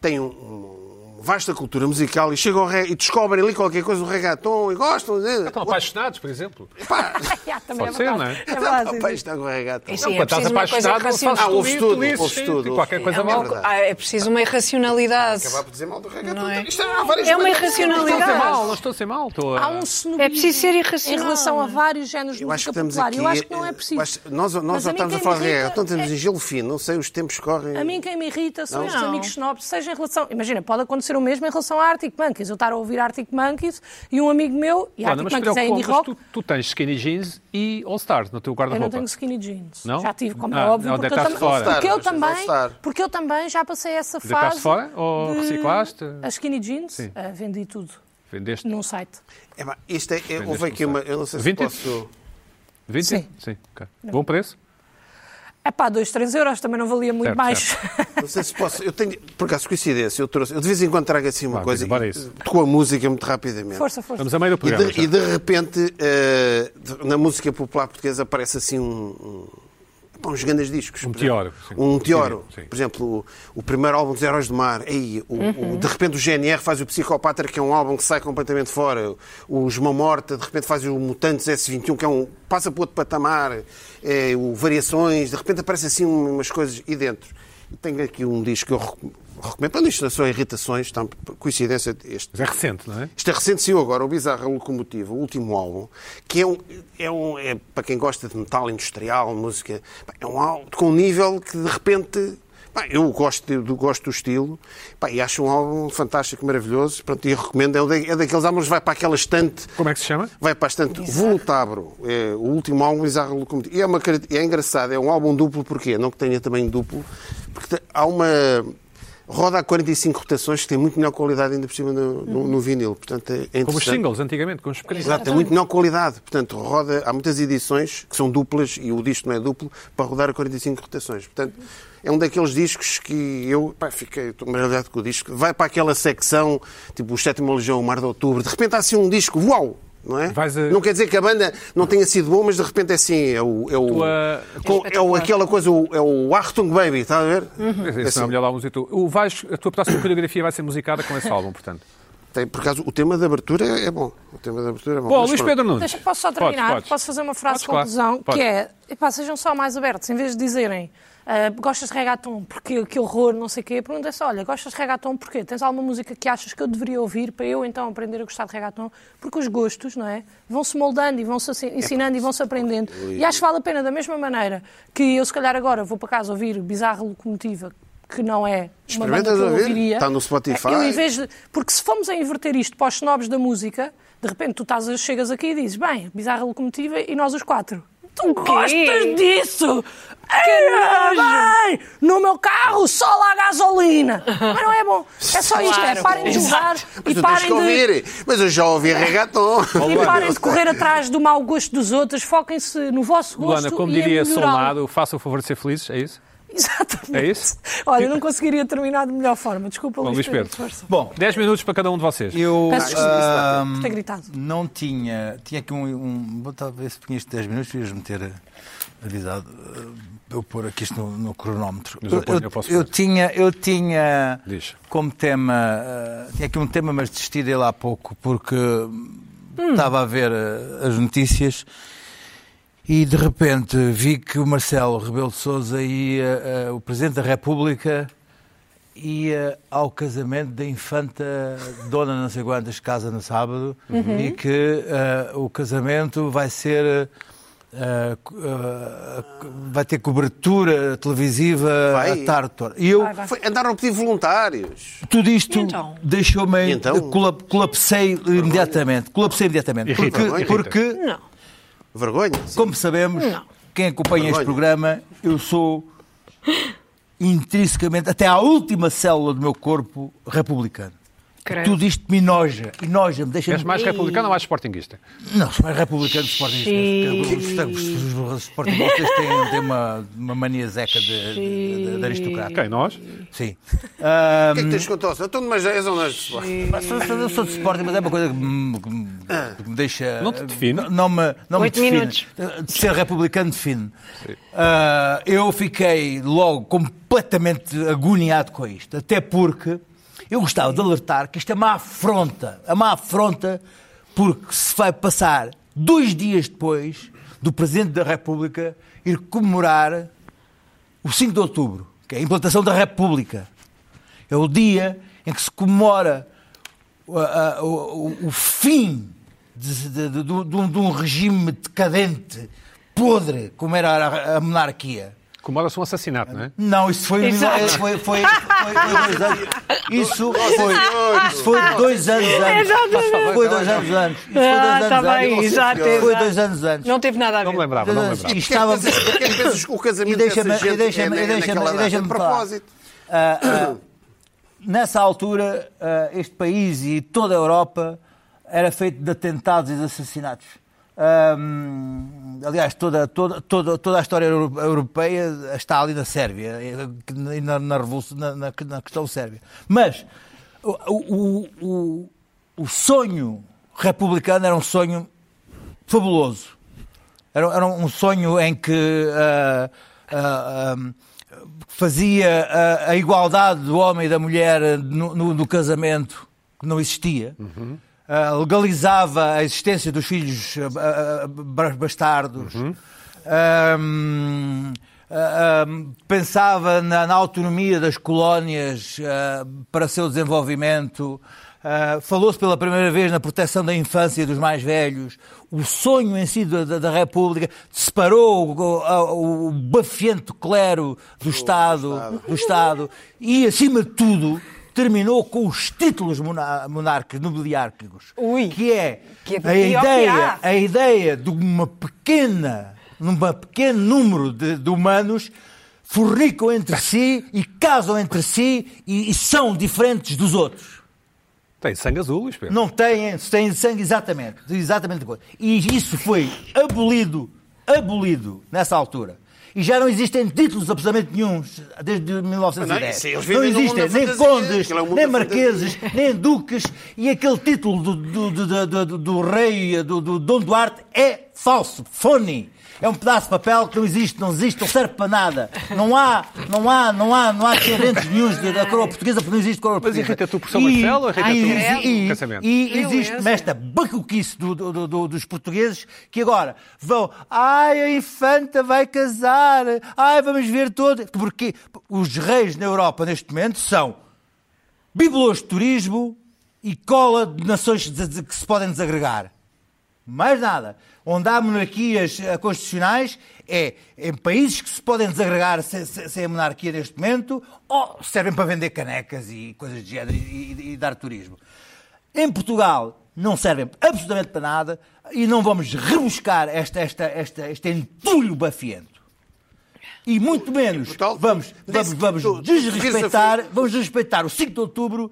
[SPEAKER 2] têm um- um- vasta cultura musical e chegam ao re- e descobrem ali qualquer coisa do reggaeton e gostam. Né?
[SPEAKER 1] Estão apaixonados, por exemplo.
[SPEAKER 2] Pá,
[SPEAKER 5] Ah, também
[SPEAKER 1] Pode
[SPEAKER 5] Então, é
[SPEAKER 1] ser,
[SPEAKER 5] verdade.
[SPEAKER 1] não é?
[SPEAKER 5] É verdade,
[SPEAKER 2] pá, isto é com reggaeton.
[SPEAKER 4] Isso Sim, é
[SPEAKER 1] quando estás
[SPEAKER 4] preciso uma coisa
[SPEAKER 1] apaixonado, fazes
[SPEAKER 4] racional.
[SPEAKER 2] Ah, ouves
[SPEAKER 1] e
[SPEAKER 2] tudo,
[SPEAKER 1] dizes,
[SPEAKER 2] ouves
[SPEAKER 1] sim, tipo,
[SPEAKER 2] tudo,
[SPEAKER 1] Qualquer
[SPEAKER 2] ouves
[SPEAKER 1] coisa
[SPEAKER 2] tudo. É
[SPEAKER 1] mal.
[SPEAKER 2] verdade.
[SPEAKER 4] Ah, é preciso uma irracionalidade.
[SPEAKER 2] Acabar por dizer mal do reggaeton.
[SPEAKER 4] Não é?
[SPEAKER 2] Isto há várias
[SPEAKER 1] Não
[SPEAKER 2] maneiras.
[SPEAKER 4] É uma
[SPEAKER 1] estou a ser
[SPEAKER 4] irracionalidade.
[SPEAKER 1] mal, não estou a ser mal. Estou a...
[SPEAKER 5] Há um snobismo
[SPEAKER 4] É preciso ser
[SPEAKER 5] em
[SPEAKER 4] irracional. é?
[SPEAKER 5] relação a vários géneros de
[SPEAKER 2] Eu acho que
[SPEAKER 5] música
[SPEAKER 2] estamos
[SPEAKER 5] popular.
[SPEAKER 2] aqui.
[SPEAKER 5] eu acho que não é preciso.
[SPEAKER 2] eu acho- Nós, nós
[SPEAKER 5] Mas
[SPEAKER 2] já
[SPEAKER 5] mim
[SPEAKER 2] estamos a
[SPEAKER 5] quem
[SPEAKER 2] falar de reggaeton,
[SPEAKER 5] me irrita é-
[SPEAKER 2] então estamos em gelo fino, não sei, os tempos correm.
[SPEAKER 5] A mim quem me irrita são
[SPEAKER 4] Não.
[SPEAKER 5] estes
[SPEAKER 4] Não.
[SPEAKER 5] amigos snobs, seja em relação... Imagina, pode acontecer o mesmo em relação a Arctic Monkeys. Eu estar a ouvir Arctic Monkeys e um amigo meu, e
[SPEAKER 1] Ana,
[SPEAKER 5] Arctic
[SPEAKER 1] mas
[SPEAKER 5] Monkeys é indie
[SPEAKER 1] preocupa-me,
[SPEAKER 5] rock,
[SPEAKER 1] tu, tu tens skinny jeans e All Stars no teu
[SPEAKER 5] Eu não
[SPEAKER 1] guarda-roupa.
[SPEAKER 5] tenho skinny jeans.
[SPEAKER 1] Não?
[SPEAKER 5] Já tive, como é
[SPEAKER 1] Ah,
[SPEAKER 5] óbvio,
[SPEAKER 1] não,
[SPEAKER 5] porque eu,
[SPEAKER 1] deitaste
[SPEAKER 5] tam-
[SPEAKER 1] fora.
[SPEAKER 5] porque, eu
[SPEAKER 2] Deitaste fora.
[SPEAKER 5] também, porque eu também já passei essa
[SPEAKER 1] Deitaste
[SPEAKER 5] fase.
[SPEAKER 1] fora ou reciclaste?
[SPEAKER 5] As skinny jeans,
[SPEAKER 1] Sim.
[SPEAKER 5] ah, vendi tudo
[SPEAKER 1] Vendeste?
[SPEAKER 5] num site.
[SPEAKER 2] É, pá, isto é, é, houve
[SPEAKER 1] Vendeste
[SPEAKER 2] aqui
[SPEAKER 1] um
[SPEAKER 2] uma.
[SPEAKER 1] saco.
[SPEAKER 2] Eu não sei se
[SPEAKER 1] Vinte?
[SPEAKER 2] posso.
[SPEAKER 1] 20?
[SPEAKER 5] Sim.
[SPEAKER 1] ok. Bom preço?
[SPEAKER 5] É pá, 2, 3 euros também não valia muito
[SPEAKER 1] Certo,
[SPEAKER 5] mais.
[SPEAKER 2] Não sei se posso. Eu tenho, por acaso, coincidência, eu trouxe. Eu de vez em quando trago assim uma
[SPEAKER 1] Vá,
[SPEAKER 2] coisa
[SPEAKER 1] Pina, bora isso.
[SPEAKER 2] e- com a música muito rapidamente.
[SPEAKER 5] força, força.
[SPEAKER 1] Estamos a meio do
[SPEAKER 2] E
[SPEAKER 1] programa.
[SPEAKER 2] de,
[SPEAKER 1] já.
[SPEAKER 2] e de repente, eh, de- na música popular portuguesa aparece assim um. um pá, uns grandes discos.
[SPEAKER 1] Um
[SPEAKER 2] por exemplo.
[SPEAKER 1] meteoro, sim.
[SPEAKER 2] Um meteoro.
[SPEAKER 1] Sim, sim.
[SPEAKER 2] Por exemplo, o, o primeiro álbum dos Heróis do Mar. Aí, o- o- de repente o GNR faz o Psicopatra, que é um álbum que sai completamente fora. Os Mão Morta, de repente faz o Mutantes S21, que é um. passa para outro patamar. Eh, o Variações, de repente aparece assim umas coisas. E dentro. Tenho aqui um disco que eu recom- recomendo. Para isto não são irritações, está por coincidência este.
[SPEAKER 1] Mas é recente, não é?
[SPEAKER 2] Isto é recente, saiu agora, o Bizarra Locomotiva, o último álbum, que é um, é um é, para quem gosta de metal industrial, música, pá, é um álbum com um nível que de repente, pá, eu gosto, de- do- gosto do estilo, pá, e acho um álbum fantástico, maravilhoso, pronto, e eu recomendo, é, um da- é daqueles álbuns que vai para aquela estante
[SPEAKER 1] Como é que se chama?
[SPEAKER 2] Vai para bastante Voltabro, é o último álbum Bizarro Locomotivo. E é, uma, caracter- é engraçado, é um álbum duplo, porquê? Não que tenha também duplo, porque te- há uma. roda a 45 rotações, que tem muito melhor qualidade ainda por cima no, no- no vinil. Portanto, é é
[SPEAKER 1] Como os
[SPEAKER 2] interessante.
[SPEAKER 1] singles, antigamente, com os pequeninos.
[SPEAKER 2] Exato, tem muito melhor qualidade. Portanto, roda, há muitas edições que são duplas e o disco não é duplo para rodar a 45 rotações. Portanto, é um daqueles discos que eu pá, fiquei estou maravilhado com o disco. Vai para aquela secção, tipo o Sétima Legião, o Mar de Outubro, de repente há assim um disco, uau! Não, é?
[SPEAKER 1] Vais a-
[SPEAKER 2] não quer dizer que a banda não tenha sido boa, mas de repente é assim, é o. É, o,
[SPEAKER 1] Tua-
[SPEAKER 2] com- é o- aquela coisa, o- é o Achtung Baby, está a ver? assim,
[SPEAKER 1] Isso não é melhor lá um YouTube. O vais, a tua próxima coreografia vai ser musicada com esse álbum, portanto.
[SPEAKER 2] Tem, por acaso, o tema de abertura é bom. O tema de abertura é bom.
[SPEAKER 1] Bom,
[SPEAKER 2] Mas
[SPEAKER 1] Luís
[SPEAKER 2] pronto.
[SPEAKER 1] Pedro Nunes.
[SPEAKER 5] Deixa, Então, posso só
[SPEAKER 1] Podes,
[SPEAKER 5] terminar?
[SPEAKER 1] podes.
[SPEAKER 5] Posso fazer um uma frase
[SPEAKER 1] Podes,
[SPEAKER 5] de
[SPEAKER 1] claro.
[SPEAKER 5] conclusão?
[SPEAKER 1] Podes.
[SPEAKER 5] Que é, epá, sejam só mais abertos, em vez de dizerem ah, gostas de reggaeton, porque que horror, não sei o quê, a pergunta é só, olha, gostas de reggaeton porquê? Tens alguma música que achas que eu deveria ouvir para eu então aprender a gostar de reggaeton? Porque os gostos, não é? Vão-se moldando e vão-se assim-
[SPEAKER 1] É
[SPEAKER 5] ensinando e vão-se aprendendo. E acho que vale a pena, da mesma maneira que eu se calhar agora vou para casa ouvir Bizarra Locomotiva, que não é uma banda
[SPEAKER 2] Experimentas
[SPEAKER 5] que eu
[SPEAKER 2] ouvir?
[SPEAKER 5] ouviria.
[SPEAKER 2] Está no Spotify.
[SPEAKER 5] Eu, em vez de- porque se formos a inverter isto para os snobs da música, de repente tu estás, a- chegas aqui e dizes, bem, bizarra locomotiva e nós os quatro. Tu gostas disso? Ei, bem, no meu carro só lá a gasolina. Mas não é bom. É só isto, é
[SPEAKER 4] Claro.
[SPEAKER 5] parem de julgar
[SPEAKER 2] Mas
[SPEAKER 5] e
[SPEAKER 2] tu tens que
[SPEAKER 5] parem de,
[SPEAKER 2] ouvir. Mas eu já ouvi reggaeton.
[SPEAKER 5] e parem de correr atrás do mau gosto dos outros. Foquem-se no vosso gosto
[SPEAKER 1] Luana, como
[SPEAKER 5] e em
[SPEAKER 1] diria
[SPEAKER 5] melhorá-lo.
[SPEAKER 1] Solnado, faça o favor de ser felizes, é isso?
[SPEAKER 5] Exatamente.
[SPEAKER 1] É isso?
[SPEAKER 5] Olha, não conseguiria terminar de melhor forma. Desculpa,
[SPEAKER 1] Bom, Luís
[SPEAKER 5] Luís
[SPEAKER 1] Pedro.
[SPEAKER 5] Pedro. força.
[SPEAKER 3] Bom,
[SPEAKER 1] 10 minutos para cada um de vocês.
[SPEAKER 3] eu
[SPEAKER 5] Peço desculpa
[SPEAKER 3] ah,
[SPEAKER 5] por ter gritado.
[SPEAKER 3] não tinha. Tinha aqui um. um bom, talvez se tinhas 10 minutos, devias-me ter eh, avisado. eh, para Eu pôr aqui isto no, no cronómetro.
[SPEAKER 1] Mas eu ponho, eu posso fazer.
[SPEAKER 3] tinha, eu tinha
[SPEAKER 1] Diz.
[SPEAKER 3] como tema. eh, tinha aqui um tema, mas desisti dele há pouco, porque hum, estava a ver eh, as notícias e de repente vi que o Marcelo Rebelo de Souza ia, eh, o Presidente da República, ia ao casamento da infanta Dona não sei quantas casa no sábado
[SPEAKER 4] Uhum.
[SPEAKER 3] e que eh, o casamento vai ser eh, co- eh, co- vai ter cobertura televisiva
[SPEAKER 2] Vai.
[SPEAKER 3] a tartar. E eu,
[SPEAKER 2] Foi- Andaram a pedir voluntários.
[SPEAKER 3] tudo isto
[SPEAKER 4] E então?
[SPEAKER 3] deixou-me.
[SPEAKER 2] E então?
[SPEAKER 3] colap- colapsei imediatamente. Colapsei imediatamente.
[SPEAKER 1] Irrita,
[SPEAKER 3] Porque,
[SPEAKER 2] irrita.
[SPEAKER 3] porque
[SPEAKER 4] Não.
[SPEAKER 2] Vergonha.
[SPEAKER 3] como sabemos, quem acompanha este
[SPEAKER 2] Vergonha.
[SPEAKER 3] programa, eu sou intrinsecamente, até à última célula do meu corpo, republicano.
[SPEAKER 4] Credo.
[SPEAKER 3] Tudo isto me enoja, enoja-me, deixa-me.
[SPEAKER 1] És mais republicano ou mais sportinguista?
[SPEAKER 3] Não, sou mais republicano de Sporting. Os Sportingistas têm, têm uma, uma mania zeca de, de, de- de aristocrata.
[SPEAKER 1] Quem? Nós?
[SPEAKER 3] Sim.
[SPEAKER 2] O que é que
[SPEAKER 3] Hum.
[SPEAKER 2] tens contra isso? Eu estou mais 10 ou 9.
[SPEAKER 3] Pá, Sou, sou, sou de Sporting, mas é uma coisa que me, que me- que me deixa.
[SPEAKER 1] Não te define.
[SPEAKER 3] Não, não me, não
[SPEAKER 4] Oito
[SPEAKER 3] me define.
[SPEAKER 4] minutos.
[SPEAKER 3] De ser republicano define. Ah, eu fiquei logo completamente agoniado com isto. Até porque eu gostava de alertar que isto é uma afronta. É uma afronta porque se vai passar dois dias depois do Presidente da República ir comemorar o 5 de outubro, que é a implantação da República. É o dia em que se comemora o, a- o- o- o fim de, de- de- de um- de um regime decadente, podre, como era a, a monarquia.
[SPEAKER 1] Comemora-se um assassinato, não é?
[SPEAKER 3] Não, isso foi, um
[SPEAKER 4] Exato.
[SPEAKER 3] foi, foi, foi, foi dois anos. Isso foi, isso foi dois anos antes.
[SPEAKER 4] Exatamente.
[SPEAKER 3] Foi dois anos antes. Isso foi dois
[SPEAKER 4] Ah,
[SPEAKER 3] anos
[SPEAKER 4] tá
[SPEAKER 3] antes.
[SPEAKER 4] bem, exato,
[SPEAKER 3] Foi
[SPEAKER 4] exato.
[SPEAKER 3] dois anos antes.
[SPEAKER 4] Não teve nada a ver.
[SPEAKER 1] Não me lembrava, não me lembrava.
[SPEAKER 2] O
[SPEAKER 3] E
[SPEAKER 2] que é que
[SPEAKER 3] estava-
[SPEAKER 2] pensas- o que é que pensas que o
[SPEAKER 3] e
[SPEAKER 2] casamento
[SPEAKER 3] deixa-me
[SPEAKER 2] dessa
[SPEAKER 3] e
[SPEAKER 2] gente é
[SPEAKER 3] deixa-me
[SPEAKER 2] na-
[SPEAKER 3] e
[SPEAKER 2] é
[SPEAKER 3] deixa-me
[SPEAKER 2] naquela
[SPEAKER 3] e
[SPEAKER 2] data?
[SPEAKER 3] deixa-me
[SPEAKER 2] De
[SPEAKER 3] falar.
[SPEAKER 2] propósito.
[SPEAKER 3] Ah, ah, nessa altura ah, este país e toda a Europa era feito de atentados e de assassinatos Ahm, aliás toda toda toda toda a história euro- europeia está ali na Sérvia eh, na na, revolução, na, na- na questão sérvia mas o, o- o- o sonho republicano era um sonho fabuloso era, era um sonho em que ah, ah, ah, fazia ah, a, igualdade do homem e da mulher no, no- no casamento, que não existia. Ah, legalizava a existência dos filhos ah, ah, ah, bra- bastardos. Ahm, ah, ahm, pensava na, na autonomia das colónias ah, para seu desenvolvimento. Uh, Falou-se pela primeira vez na proteção da infância e dos mais velhos, o sonho em si da, da- da República separou o, o, o bafiento clero do Estado, do Estado e, acima de tudo, terminou com os títulos mona- monárquicos, nobiliárquicos,
[SPEAKER 4] Ui.
[SPEAKER 3] que é
[SPEAKER 4] Que é do
[SPEAKER 3] a
[SPEAKER 4] pior que
[SPEAKER 3] ideia,
[SPEAKER 4] há.
[SPEAKER 3] a ideia de uma pequena, num pequeno número de, de humanos fornicam entre si e casam entre si e, e são diferentes dos outros.
[SPEAKER 1] Tem sangue azul, Luís Pedro.
[SPEAKER 3] Não têm, têm sangue exatamente, exatamente igual. E isso foi abolido, abolido nessa altura. E já não existem títulos absolutamente nenhum desde 1910.
[SPEAKER 2] Não, isso, eles
[SPEAKER 3] não
[SPEAKER 2] vivem num mundo
[SPEAKER 3] existem
[SPEAKER 2] da
[SPEAKER 3] nem
[SPEAKER 2] fantasia,
[SPEAKER 3] condes,
[SPEAKER 2] aquilo é um mundo
[SPEAKER 3] nem
[SPEAKER 2] da
[SPEAKER 3] marqueses, nem duques. E aquele título do, do, do, do- do- do rei, do, do Dom Duarte, é falso, phony. É um pedaço de papel que não existe, não existe, não serve para nada. Não há, não há, não há, não há descendentes nenhum da coroa portuguesa, porque não existe coroa
[SPEAKER 1] Mas
[SPEAKER 3] portuguesa.
[SPEAKER 1] irrita-te o professor
[SPEAKER 3] E-
[SPEAKER 1] Marcelo ou irrita-te o
[SPEAKER 3] e- e-
[SPEAKER 1] casamento?
[SPEAKER 3] E
[SPEAKER 4] Eu,
[SPEAKER 3] existe
[SPEAKER 4] essa.
[SPEAKER 3] esta bacuquice do- do- do- do- dos portugueses que agora vão, ai, a infanta vai casar, ai, vamos ver todo. Porque os reis na Europa neste momento são bibelôs de turismo e cola de nações des- des- que se podem desagregar. Mais nada. Onde há monarquias eh, constitucionais é em países que se podem desagregar se- se- sem, a monarquia neste momento ou servem para vender canecas e coisas de género e, e- e dar turismo. Em Portugal não servem absolutamente para nada e não vamos rebuscar esta, esta, esta, este entulho bafiento. E muito menos
[SPEAKER 2] Portugal,
[SPEAKER 3] vamos,
[SPEAKER 2] disse
[SPEAKER 3] vamos,
[SPEAKER 2] que
[SPEAKER 3] vamos
[SPEAKER 2] tu- tu-
[SPEAKER 3] desrespeitar vamos respeitar o 5 de outubro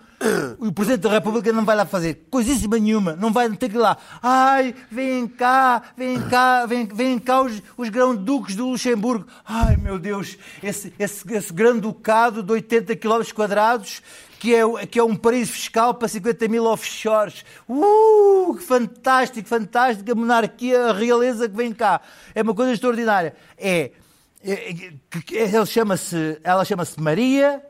[SPEAKER 3] e o Presidente da República não vai lá fazer coisíssima nenhuma, não vai ter que ir lá ai, vêm cá vêm cá, vêm, vêm cá os, os grão-duques do Luxemburgo, ai meu Deus esse, esse, esse grão-ducado de 80 km quadrados que é, o- que é um paraíso fiscal para 50 mil offshores. Uh, que fantástico, fantástico, a monarquia, a realeza que vem cá. É uma coisa extraordinária. É, é- é- que- que- ele chama-se, ela chama-se Maria,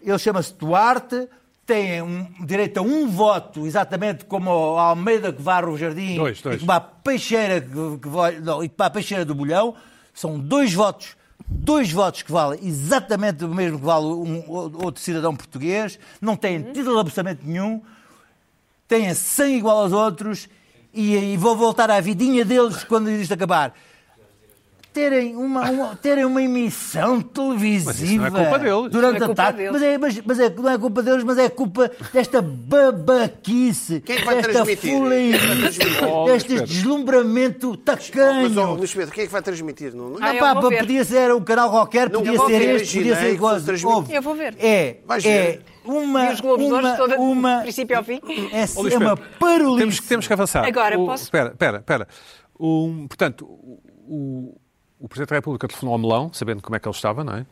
[SPEAKER 3] ele chama-se Duarte, tem um- direito a um voto, exatamente como o Almeida que varre o jardim
[SPEAKER 1] Dois, dois.
[SPEAKER 3] e como a peixeira que, que vai- não, e como a peixeira do bolhão, são dois votos. Dois votos que valem exatamente o mesmo que vale um ou- outro cidadão português, não têm título absolutamente nenhum, têm sangue igual aos outros e, e vou voltar à vidinha deles quando isto acabar. Terem uma, uma- terem uma emissão televisiva
[SPEAKER 1] Mas isso não é culpa deles.
[SPEAKER 4] Não é
[SPEAKER 3] durante a
[SPEAKER 4] culpa
[SPEAKER 3] tarde.
[SPEAKER 4] deles.
[SPEAKER 3] Mas, é, mas, mas é, não é culpa deles, mas é culpa desta babaquice,
[SPEAKER 2] Quem é que vai
[SPEAKER 3] desta
[SPEAKER 2] transmitir?
[SPEAKER 3] folia,
[SPEAKER 2] Quem é que vai transmitir?
[SPEAKER 1] Oh, Luís
[SPEAKER 3] deste
[SPEAKER 1] Pedro.
[SPEAKER 3] deslumbramento
[SPEAKER 2] Mas, ó,
[SPEAKER 3] tacanho.
[SPEAKER 2] Luís Pedro, quem é que vai transmitir? Não, não-
[SPEAKER 4] Ah,
[SPEAKER 3] Ah,
[SPEAKER 4] eu
[SPEAKER 3] pá,
[SPEAKER 4] vou ver.
[SPEAKER 3] podia ser um canal qualquer,
[SPEAKER 2] Não,
[SPEAKER 3] podia
[SPEAKER 2] eu vou
[SPEAKER 3] ser
[SPEAKER 2] ver,
[SPEAKER 3] este, podia
[SPEAKER 2] imaginei
[SPEAKER 3] ser
[SPEAKER 2] que
[SPEAKER 3] igual.
[SPEAKER 2] fosse transmitido.
[SPEAKER 3] Ouve,
[SPEAKER 4] Eu vou ver.
[SPEAKER 3] É,
[SPEAKER 2] Vais
[SPEAKER 3] é
[SPEAKER 2] ver.
[SPEAKER 3] uma,
[SPEAKER 4] E os Globos de
[SPEAKER 3] uma,
[SPEAKER 4] Ouro, toda-
[SPEAKER 3] uma,
[SPEAKER 4] de princípio ao fim?
[SPEAKER 3] É,
[SPEAKER 1] Ó, Luís
[SPEAKER 3] é uma
[SPEAKER 1] Pedro,
[SPEAKER 3] parolice.
[SPEAKER 1] Temos, que- temos que avançar.
[SPEAKER 4] Agora,
[SPEAKER 1] O-
[SPEAKER 4] posso?
[SPEAKER 1] Espera, espera, espera. Um, portanto, o, o- o Presidente da República telefonou ao Melão, sabendo como é que ele estava, não é?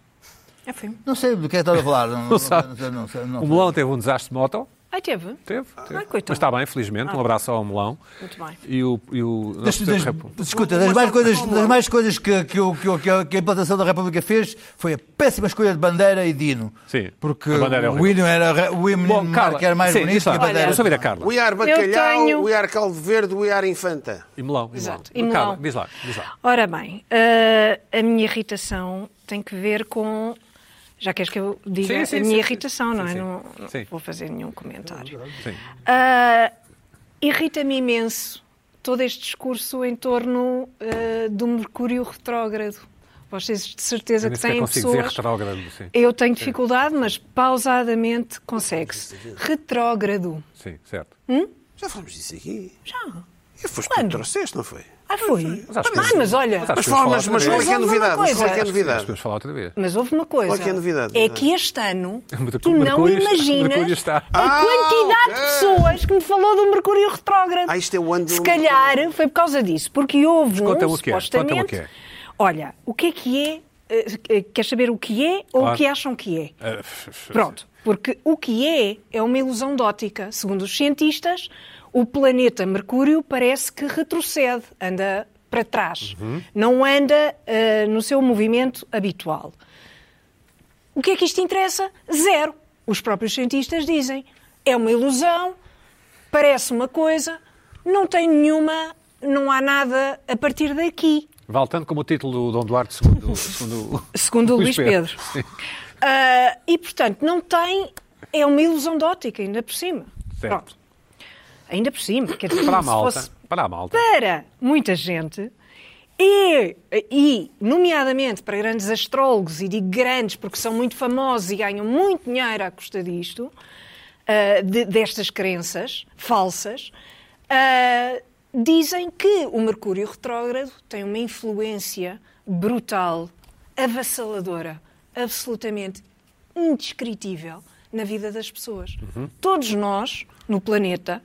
[SPEAKER 4] É, foi.
[SPEAKER 3] Não sei do que é que estás a falar. Não,
[SPEAKER 1] sabe.
[SPEAKER 3] não sei, não sei, não
[SPEAKER 1] O
[SPEAKER 3] sei.
[SPEAKER 1] Melão teve um desastre de moto.
[SPEAKER 4] Ai, teve.
[SPEAKER 1] Teve, teve.
[SPEAKER 4] Ah, coitado. Ah.
[SPEAKER 1] Mas está bem, felizmente. Um abraço ao Melão.
[SPEAKER 4] Muito bem.
[SPEAKER 1] E o, e o nosso
[SPEAKER 3] Das,
[SPEAKER 1] Presidente
[SPEAKER 3] das,
[SPEAKER 1] da República.
[SPEAKER 3] escuta, das mais coisas, das mais coisas que, que, o- que, o- que a- que a implantação da República fez foi a péssima escolha de bandeira e Dino.
[SPEAKER 1] Sim,
[SPEAKER 3] Porque
[SPEAKER 1] a bandeira é
[SPEAKER 3] o
[SPEAKER 1] horrível.
[SPEAKER 3] hino era o hino
[SPEAKER 1] Bom, Carla,
[SPEAKER 3] era mais
[SPEAKER 1] sim, é.
[SPEAKER 3] bonito
[SPEAKER 1] diz
[SPEAKER 3] que
[SPEAKER 1] lá.
[SPEAKER 3] a bandeira.
[SPEAKER 1] Vamos ouvir a Carla.
[SPEAKER 2] O IAR Bacalhau,
[SPEAKER 4] tenho-
[SPEAKER 2] o IAR Calvo Verde, o IAR Infanta.
[SPEAKER 1] E Melão. E
[SPEAKER 4] Exato.
[SPEAKER 1] Melão.
[SPEAKER 4] E
[SPEAKER 1] Carla,
[SPEAKER 4] Melão.
[SPEAKER 1] diz lá, diz lá.
[SPEAKER 4] Ora bem, eh, a minha irritação tem que ver com. Já queres que eu diga
[SPEAKER 1] Sim, sim,
[SPEAKER 4] a
[SPEAKER 1] sim,
[SPEAKER 4] minha
[SPEAKER 1] sim.
[SPEAKER 4] irritação, não
[SPEAKER 1] Sim,
[SPEAKER 4] é?
[SPEAKER 1] sim.
[SPEAKER 4] Não, não
[SPEAKER 1] Sim.
[SPEAKER 4] vou fazer nenhum comentário.
[SPEAKER 1] Sim.
[SPEAKER 4] Ah, Irrita-me imenso todo este discurso em torno ah, do Mercúrio retrógrado. Vocês de certeza
[SPEAKER 1] Eu nem
[SPEAKER 4] que
[SPEAKER 1] sequer
[SPEAKER 4] têm
[SPEAKER 1] consigo
[SPEAKER 4] pessoas.
[SPEAKER 1] dizer retrógrado. Sim,
[SPEAKER 4] Eu tenho dificuldade, mas pausadamente consegue-se. Retrógrado.
[SPEAKER 1] sim certo.
[SPEAKER 2] Já falamos disso aqui.
[SPEAKER 4] Já.
[SPEAKER 2] E foste tu que trouxeste, não foi?
[SPEAKER 4] Ah, foi.
[SPEAKER 1] Mas acho que-
[SPEAKER 4] Ah, mas olha.
[SPEAKER 1] Mas acho
[SPEAKER 2] Mas,
[SPEAKER 1] que vamos
[SPEAKER 2] fala,
[SPEAKER 1] falar
[SPEAKER 2] mas,
[SPEAKER 1] outra
[SPEAKER 2] mas qual é
[SPEAKER 1] vez.
[SPEAKER 2] que é a
[SPEAKER 4] Mas houve uma
[SPEAKER 2] novidade? Mas qual é que é a
[SPEAKER 4] coisa.
[SPEAKER 1] Mas
[SPEAKER 2] novidade?
[SPEAKER 1] podemos falar outra vez.
[SPEAKER 4] Mas houve uma coisa.
[SPEAKER 2] Qual é que é a novidade?
[SPEAKER 4] É que este ano
[SPEAKER 1] Mercúrio-
[SPEAKER 4] tu não
[SPEAKER 1] Mercúrio está- Mercúrio
[SPEAKER 4] imaginas
[SPEAKER 1] está.
[SPEAKER 4] a
[SPEAKER 2] Ah,
[SPEAKER 4] quantidade
[SPEAKER 2] ok.
[SPEAKER 4] de pessoas que me falou do Mercúrio retrógrado.
[SPEAKER 2] Ah, isto é o ano do
[SPEAKER 4] Se calhar foi por causa disso, porque houve um
[SPEAKER 1] conta-me o que é,
[SPEAKER 4] supostamente.
[SPEAKER 1] conta-me o que é.
[SPEAKER 4] Olha, o que é que é? eh, eh, Queres saber o que é ou
[SPEAKER 1] Claro.
[SPEAKER 4] o que acham que é?
[SPEAKER 1] Ah, f- f-
[SPEAKER 4] Pronto, porque o que é é uma ilusão de ótica. Segundo os cientistas, o planeta Mercúrio parece que retrocede, anda para trás, não anda eh, no seu movimento habitual. O que é que isto interessa? Zero. Os próprios cientistas dizem. É uma ilusão, parece uma coisa, não tem nenhuma, não há nada a partir daqui.
[SPEAKER 1] Vale tanto como o título do Dom Duarte segundo, segundo,
[SPEAKER 4] Segundo o Luís Pedro.
[SPEAKER 1] Sim,
[SPEAKER 4] Ah, e, portanto, não tem. É uma ilusão de ótica, ainda por cima.
[SPEAKER 1] Certo.
[SPEAKER 4] Pronto. Ainda por cima. Quer dizer,
[SPEAKER 1] Para a
[SPEAKER 4] se
[SPEAKER 1] malta.
[SPEAKER 4] fosse
[SPEAKER 1] Para a malta.
[SPEAKER 4] para muita gente. E, e, nomeadamente, para grandes astrólogos, e digo grandes porque são muito famosos e ganham muito dinheiro à custa disto, ah, de- destas crenças falsas, ah, dizem que o Mercúrio retrógrado tem uma influência brutal, avassaladora absolutamente indescritível na vida das pessoas. Todos nós, no planeta,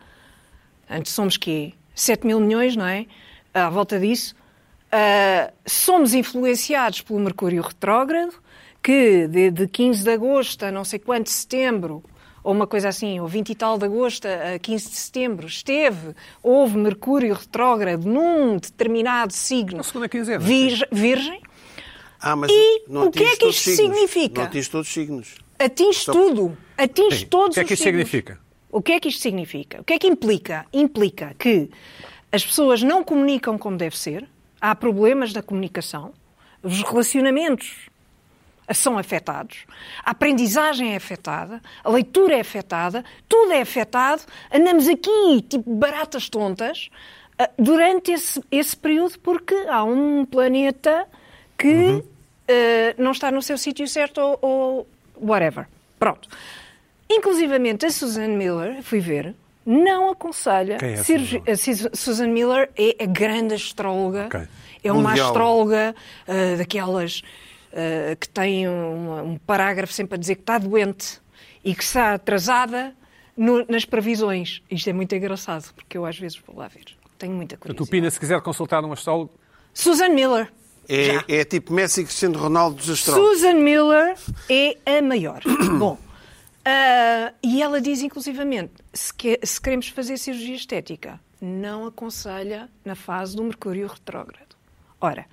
[SPEAKER 4] antes somos quê? 7 mil milhões, não é? À volta disso, ah, somos influenciados pelo Mercúrio retrógrado, que de, de 15 de agosto a não sei quanto de setembro, ou uma coisa assim, ou 20 e tal de agosto a 15 de setembro, esteve, houve Mercúrio retrógrado num determinado signo.
[SPEAKER 1] Na segunda quinzena.
[SPEAKER 4] Vir- virgem,
[SPEAKER 2] Ah, mas
[SPEAKER 4] E
[SPEAKER 2] não
[SPEAKER 4] o que é
[SPEAKER 2] atinges
[SPEAKER 4] que
[SPEAKER 2] todos
[SPEAKER 4] isto
[SPEAKER 2] os signos.
[SPEAKER 4] significa?
[SPEAKER 2] Não atinges todos os signos.
[SPEAKER 4] atinge tudo, atinge
[SPEAKER 1] Sim.
[SPEAKER 4] todos
[SPEAKER 1] O que é que
[SPEAKER 4] os
[SPEAKER 1] isto
[SPEAKER 4] signos.
[SPEAKER 1] significa?
[SPEAKER 4] O que é que isto significa? O que é que implica? Implica que as pessoas não comunicam como deve ser, há problemas na comunicação, os relacionamentos são afetados, a aprendizagem é afetada, a leitura é afetada, tudo é afetado, andamos aqui tipo baratas tontas ah, durante esse, esse período porque há um planeta que
[SPEAKER 1] Uhum.
[SPEAKER 4] ah, não está no seu sítio certo ou, ou whatever. Pronto. Inclusivamente a Susan Miller, fui ver, não aconselha.
[SPEAKER 1] Quem é a
[SPEAKER 4] cirurgi- a Sis- Susan Miller é a grande astróloga.
[SPEAKER 1] Ok.
[SPEAKER 4] É uma
[SPEAKER 2] Mundial.
[SPEAKER 4] astróloga astróloga, ah, daquelas ah, que tem um, um parágrafo sempre a dizer que está doente e que está atrasada no- nas previsões. Isto é muito engraçado, porque eu às vezes vou lá ver. Tenho muita
[SPEAKER 1] A tua
[SPEAKER 4] curiosidade.
[SPEAKER 1] Pina, se quiser consultar um astrólogo,
[SPEAKER 4] Susan Miller. Já.
[SPEAKER 2] É, é tipo Messi e Cristiano Ronaldo dos astrónomos.
[SPEAKER 4] Susan Miller é a maior. Bom, ah, e ela diz inclusivamente, se, que- se queremos fazer cirurgia estética, não aconselha na fase do mercúrio retrógrado. Ora,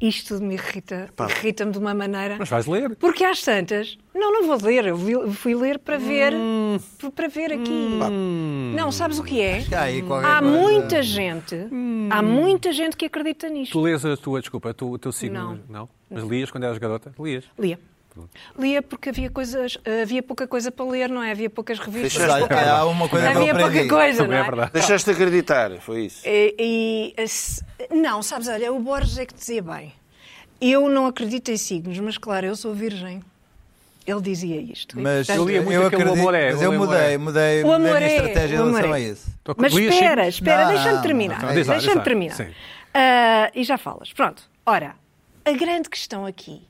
[SPEAKER 4] isto me irrita, irrita-me de uma maneira...
[SPEAKER 1] mas vais ler.
[SPEAKER 4] Porque às tantas, não, não vou ler, eu vi- fui ler para ver, para ver aqui. Não, sabes o que é?
[SPEAKER 3] Hum. que há aí qualquer
[SPEAKER 4] Há
[SPEAKER 3] coisa. Hum.
[SPEAKER 4] muita gente, há muita gente que acredita nisto.
[SPEAKER 1] Tu lês a tua, desculpa, tu- o teu signo.
[SPEAKER 4] Não.
[SPEAKER 1] Mas lias quando eras garota? Lias.
[SPEAKER 4] Lia. Lia porque havia coisas, havia pouca coisa para ler, não é? Havia poucas revistas.
[SPEAKER 2] Deixaste-
[SPEAKER 4] pouca-
[SPEAKER 2] há- há
[SPEAKER 3] uma coisa que eu
[SPEAKER 4] havia pouca
[SPEAKER 3] aprendi.
[SPEAKER 4] coisa, não
[SPEAKER 1] Também é
[SPEAKER 4] é?
[SPEAKER 1] verdade.
[SPEAKER 2] Deixaste de acreditar, foi isso.
[SPEAKER 4] E, e, se- não, sabes, olha, o Borges é que dizia bem. Eu não acredito em signos, mas claro, eu sou virgem. Ele dizia isto. E,
[SPEAKER 3] Mas
[SPEAKER 4] portanto,
[SPEAKER 1] Eu lia muito aquele
[SPEAKER 3] acredito-
[SPEAKER 1] amor é,
[SPEAKER 3] mas
[SPEAKER 1] o
[SPEAKER 3] eu
[SPEAKER 1] amor
[SPEAKER 3] mudei,
[SPEAKER 1] é.
[SPEAKER 3] mudei,
[SPEAKER 4] O
[SPEAKER 3] mudei a
[SPEAKER 4] amor
[SPEAKER 3] minha
[SPEAKER 4] é,
[SPEAKER 3] estratégia em
[SPEAKER 4] o amor
[SPEAKER 3] relação
[SPEAKER 4] é.
[SPEAKER 3] a isso.
[SPEAKER 1] Tô com-
[SPEAKER 4] Mas
[SPEAKER 1] Luís,
[SPEAKER 4] espera,
[SPEAKER 1] sim.
[SPEAKER 4] espera,
[SPEAKER 3] Não,
[SPEAKER 4] deixa-me
[SPEAKER 3] não,
[SPEAKER 4] terminar.
[SPEAKER 3] não,
[SPEAKER 1] diz lá, diz
[SPEAKER 4] deixa-me
[SPEAKER 1] lá.
[SPEAKER 4] terminar.
[SPEAKER 1] Sim.
[SPEAKER 4] Ah, e já falas. Pronto. Ora, a grande questão aqui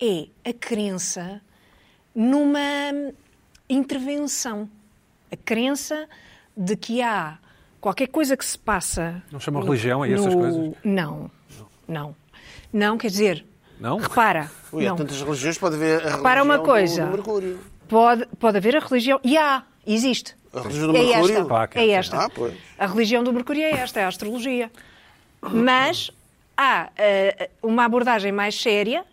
[SPEAKER 4] é a crença numa intervenção. A crença de que há qualquer coisa que se passa.
[SPEAKER 1] Não chamam
[SPEAKER 4] no-
[SPEAKER 1] religião a essas
[SPEAKER 4] no-
[SPEAKER 1] coisas?
[SPEAKER 4] Não. Não. Não, quer dizer.
[SPEAKER 1] Não?
[SPEAKER 4] Repara.
[SPEAKER 2] Ui, há
[SPEAKER 4] não.
[SPEAKER 2] tantas religiões, pode haver a
[SPEAKER 4] Repara
[SPEAKER 2] religião
[SPEAKER 4] uma
[SPEAKER 2] do-
[SPEAKER 4] coisa.
[SPEAKER 2] do Mercúrio. Ah.
[SPEAKER 4] Pode, pode haver a religião. E há, existe.
[SPEAKER 2] A religião do
[SPEAKER 4] é
[SPEAKER 2] Mercúrio?
[SPEAKER 4] esta.
[SPEAKER 1] Placa,
[SPEAKER 4] é
[SPEAKER 1] sim.
[SPEAKER 4] esta.
[SPEAKER 2] Ah, pois.
[SPEAKER 4] A religião do Mercúrio é esta, é a astrologia. Mas há eh, uma abordagem mais séria,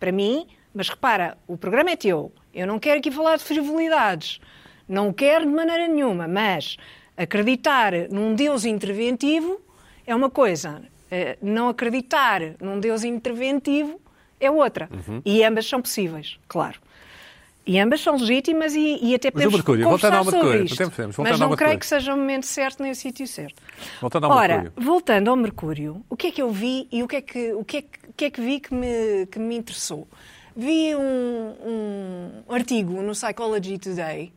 [SPEAKER 4] para mim, mas repara, o programa é teu. Eu não quero aqui falar de frivolidades. Não quero de maneira nenhuma, mas acreditar num Deus interventivo é uma coisa. Eh, Não acreditar num Deus interventivo é outra.
[SPEAKER 1] Uhum.
[SPEAKER 4] E ambas são possíveis, claro. E ambas são legítimas e, e até
[SPEAKER 1] Mas o
[SPEAKER 4] podemos
[SPEAKER 1] Mercúrio,
[SPEAKER 4] conversar
[SPEAKER 1] voltando ao
[SPEAKER 4] sobre
[SPEAKER 1] Mercúrio,
[SPEAKER 4] isto.
[SPEAKER 1] podemos- podemos,
[SPEAKER 4] mas
[SPEAKER 1] voltando ao
[SPEAKER 4] não creio
[SPEAKER 1] Mercúrio.
[SPEAKER 4] que seja o momento certo nem o sítio certo.
[SPEAKER 1] Voltando ao
[SPEAKER 4] Ora,
[SPEAKER 1] Mercúrio.
[SPEAKER 4] voltando ao Mercúrio, o que é que eu vi e o que é que, o que, é que, o que é que vi que me, que me interessou? Vi um, um artigo no Psychology Today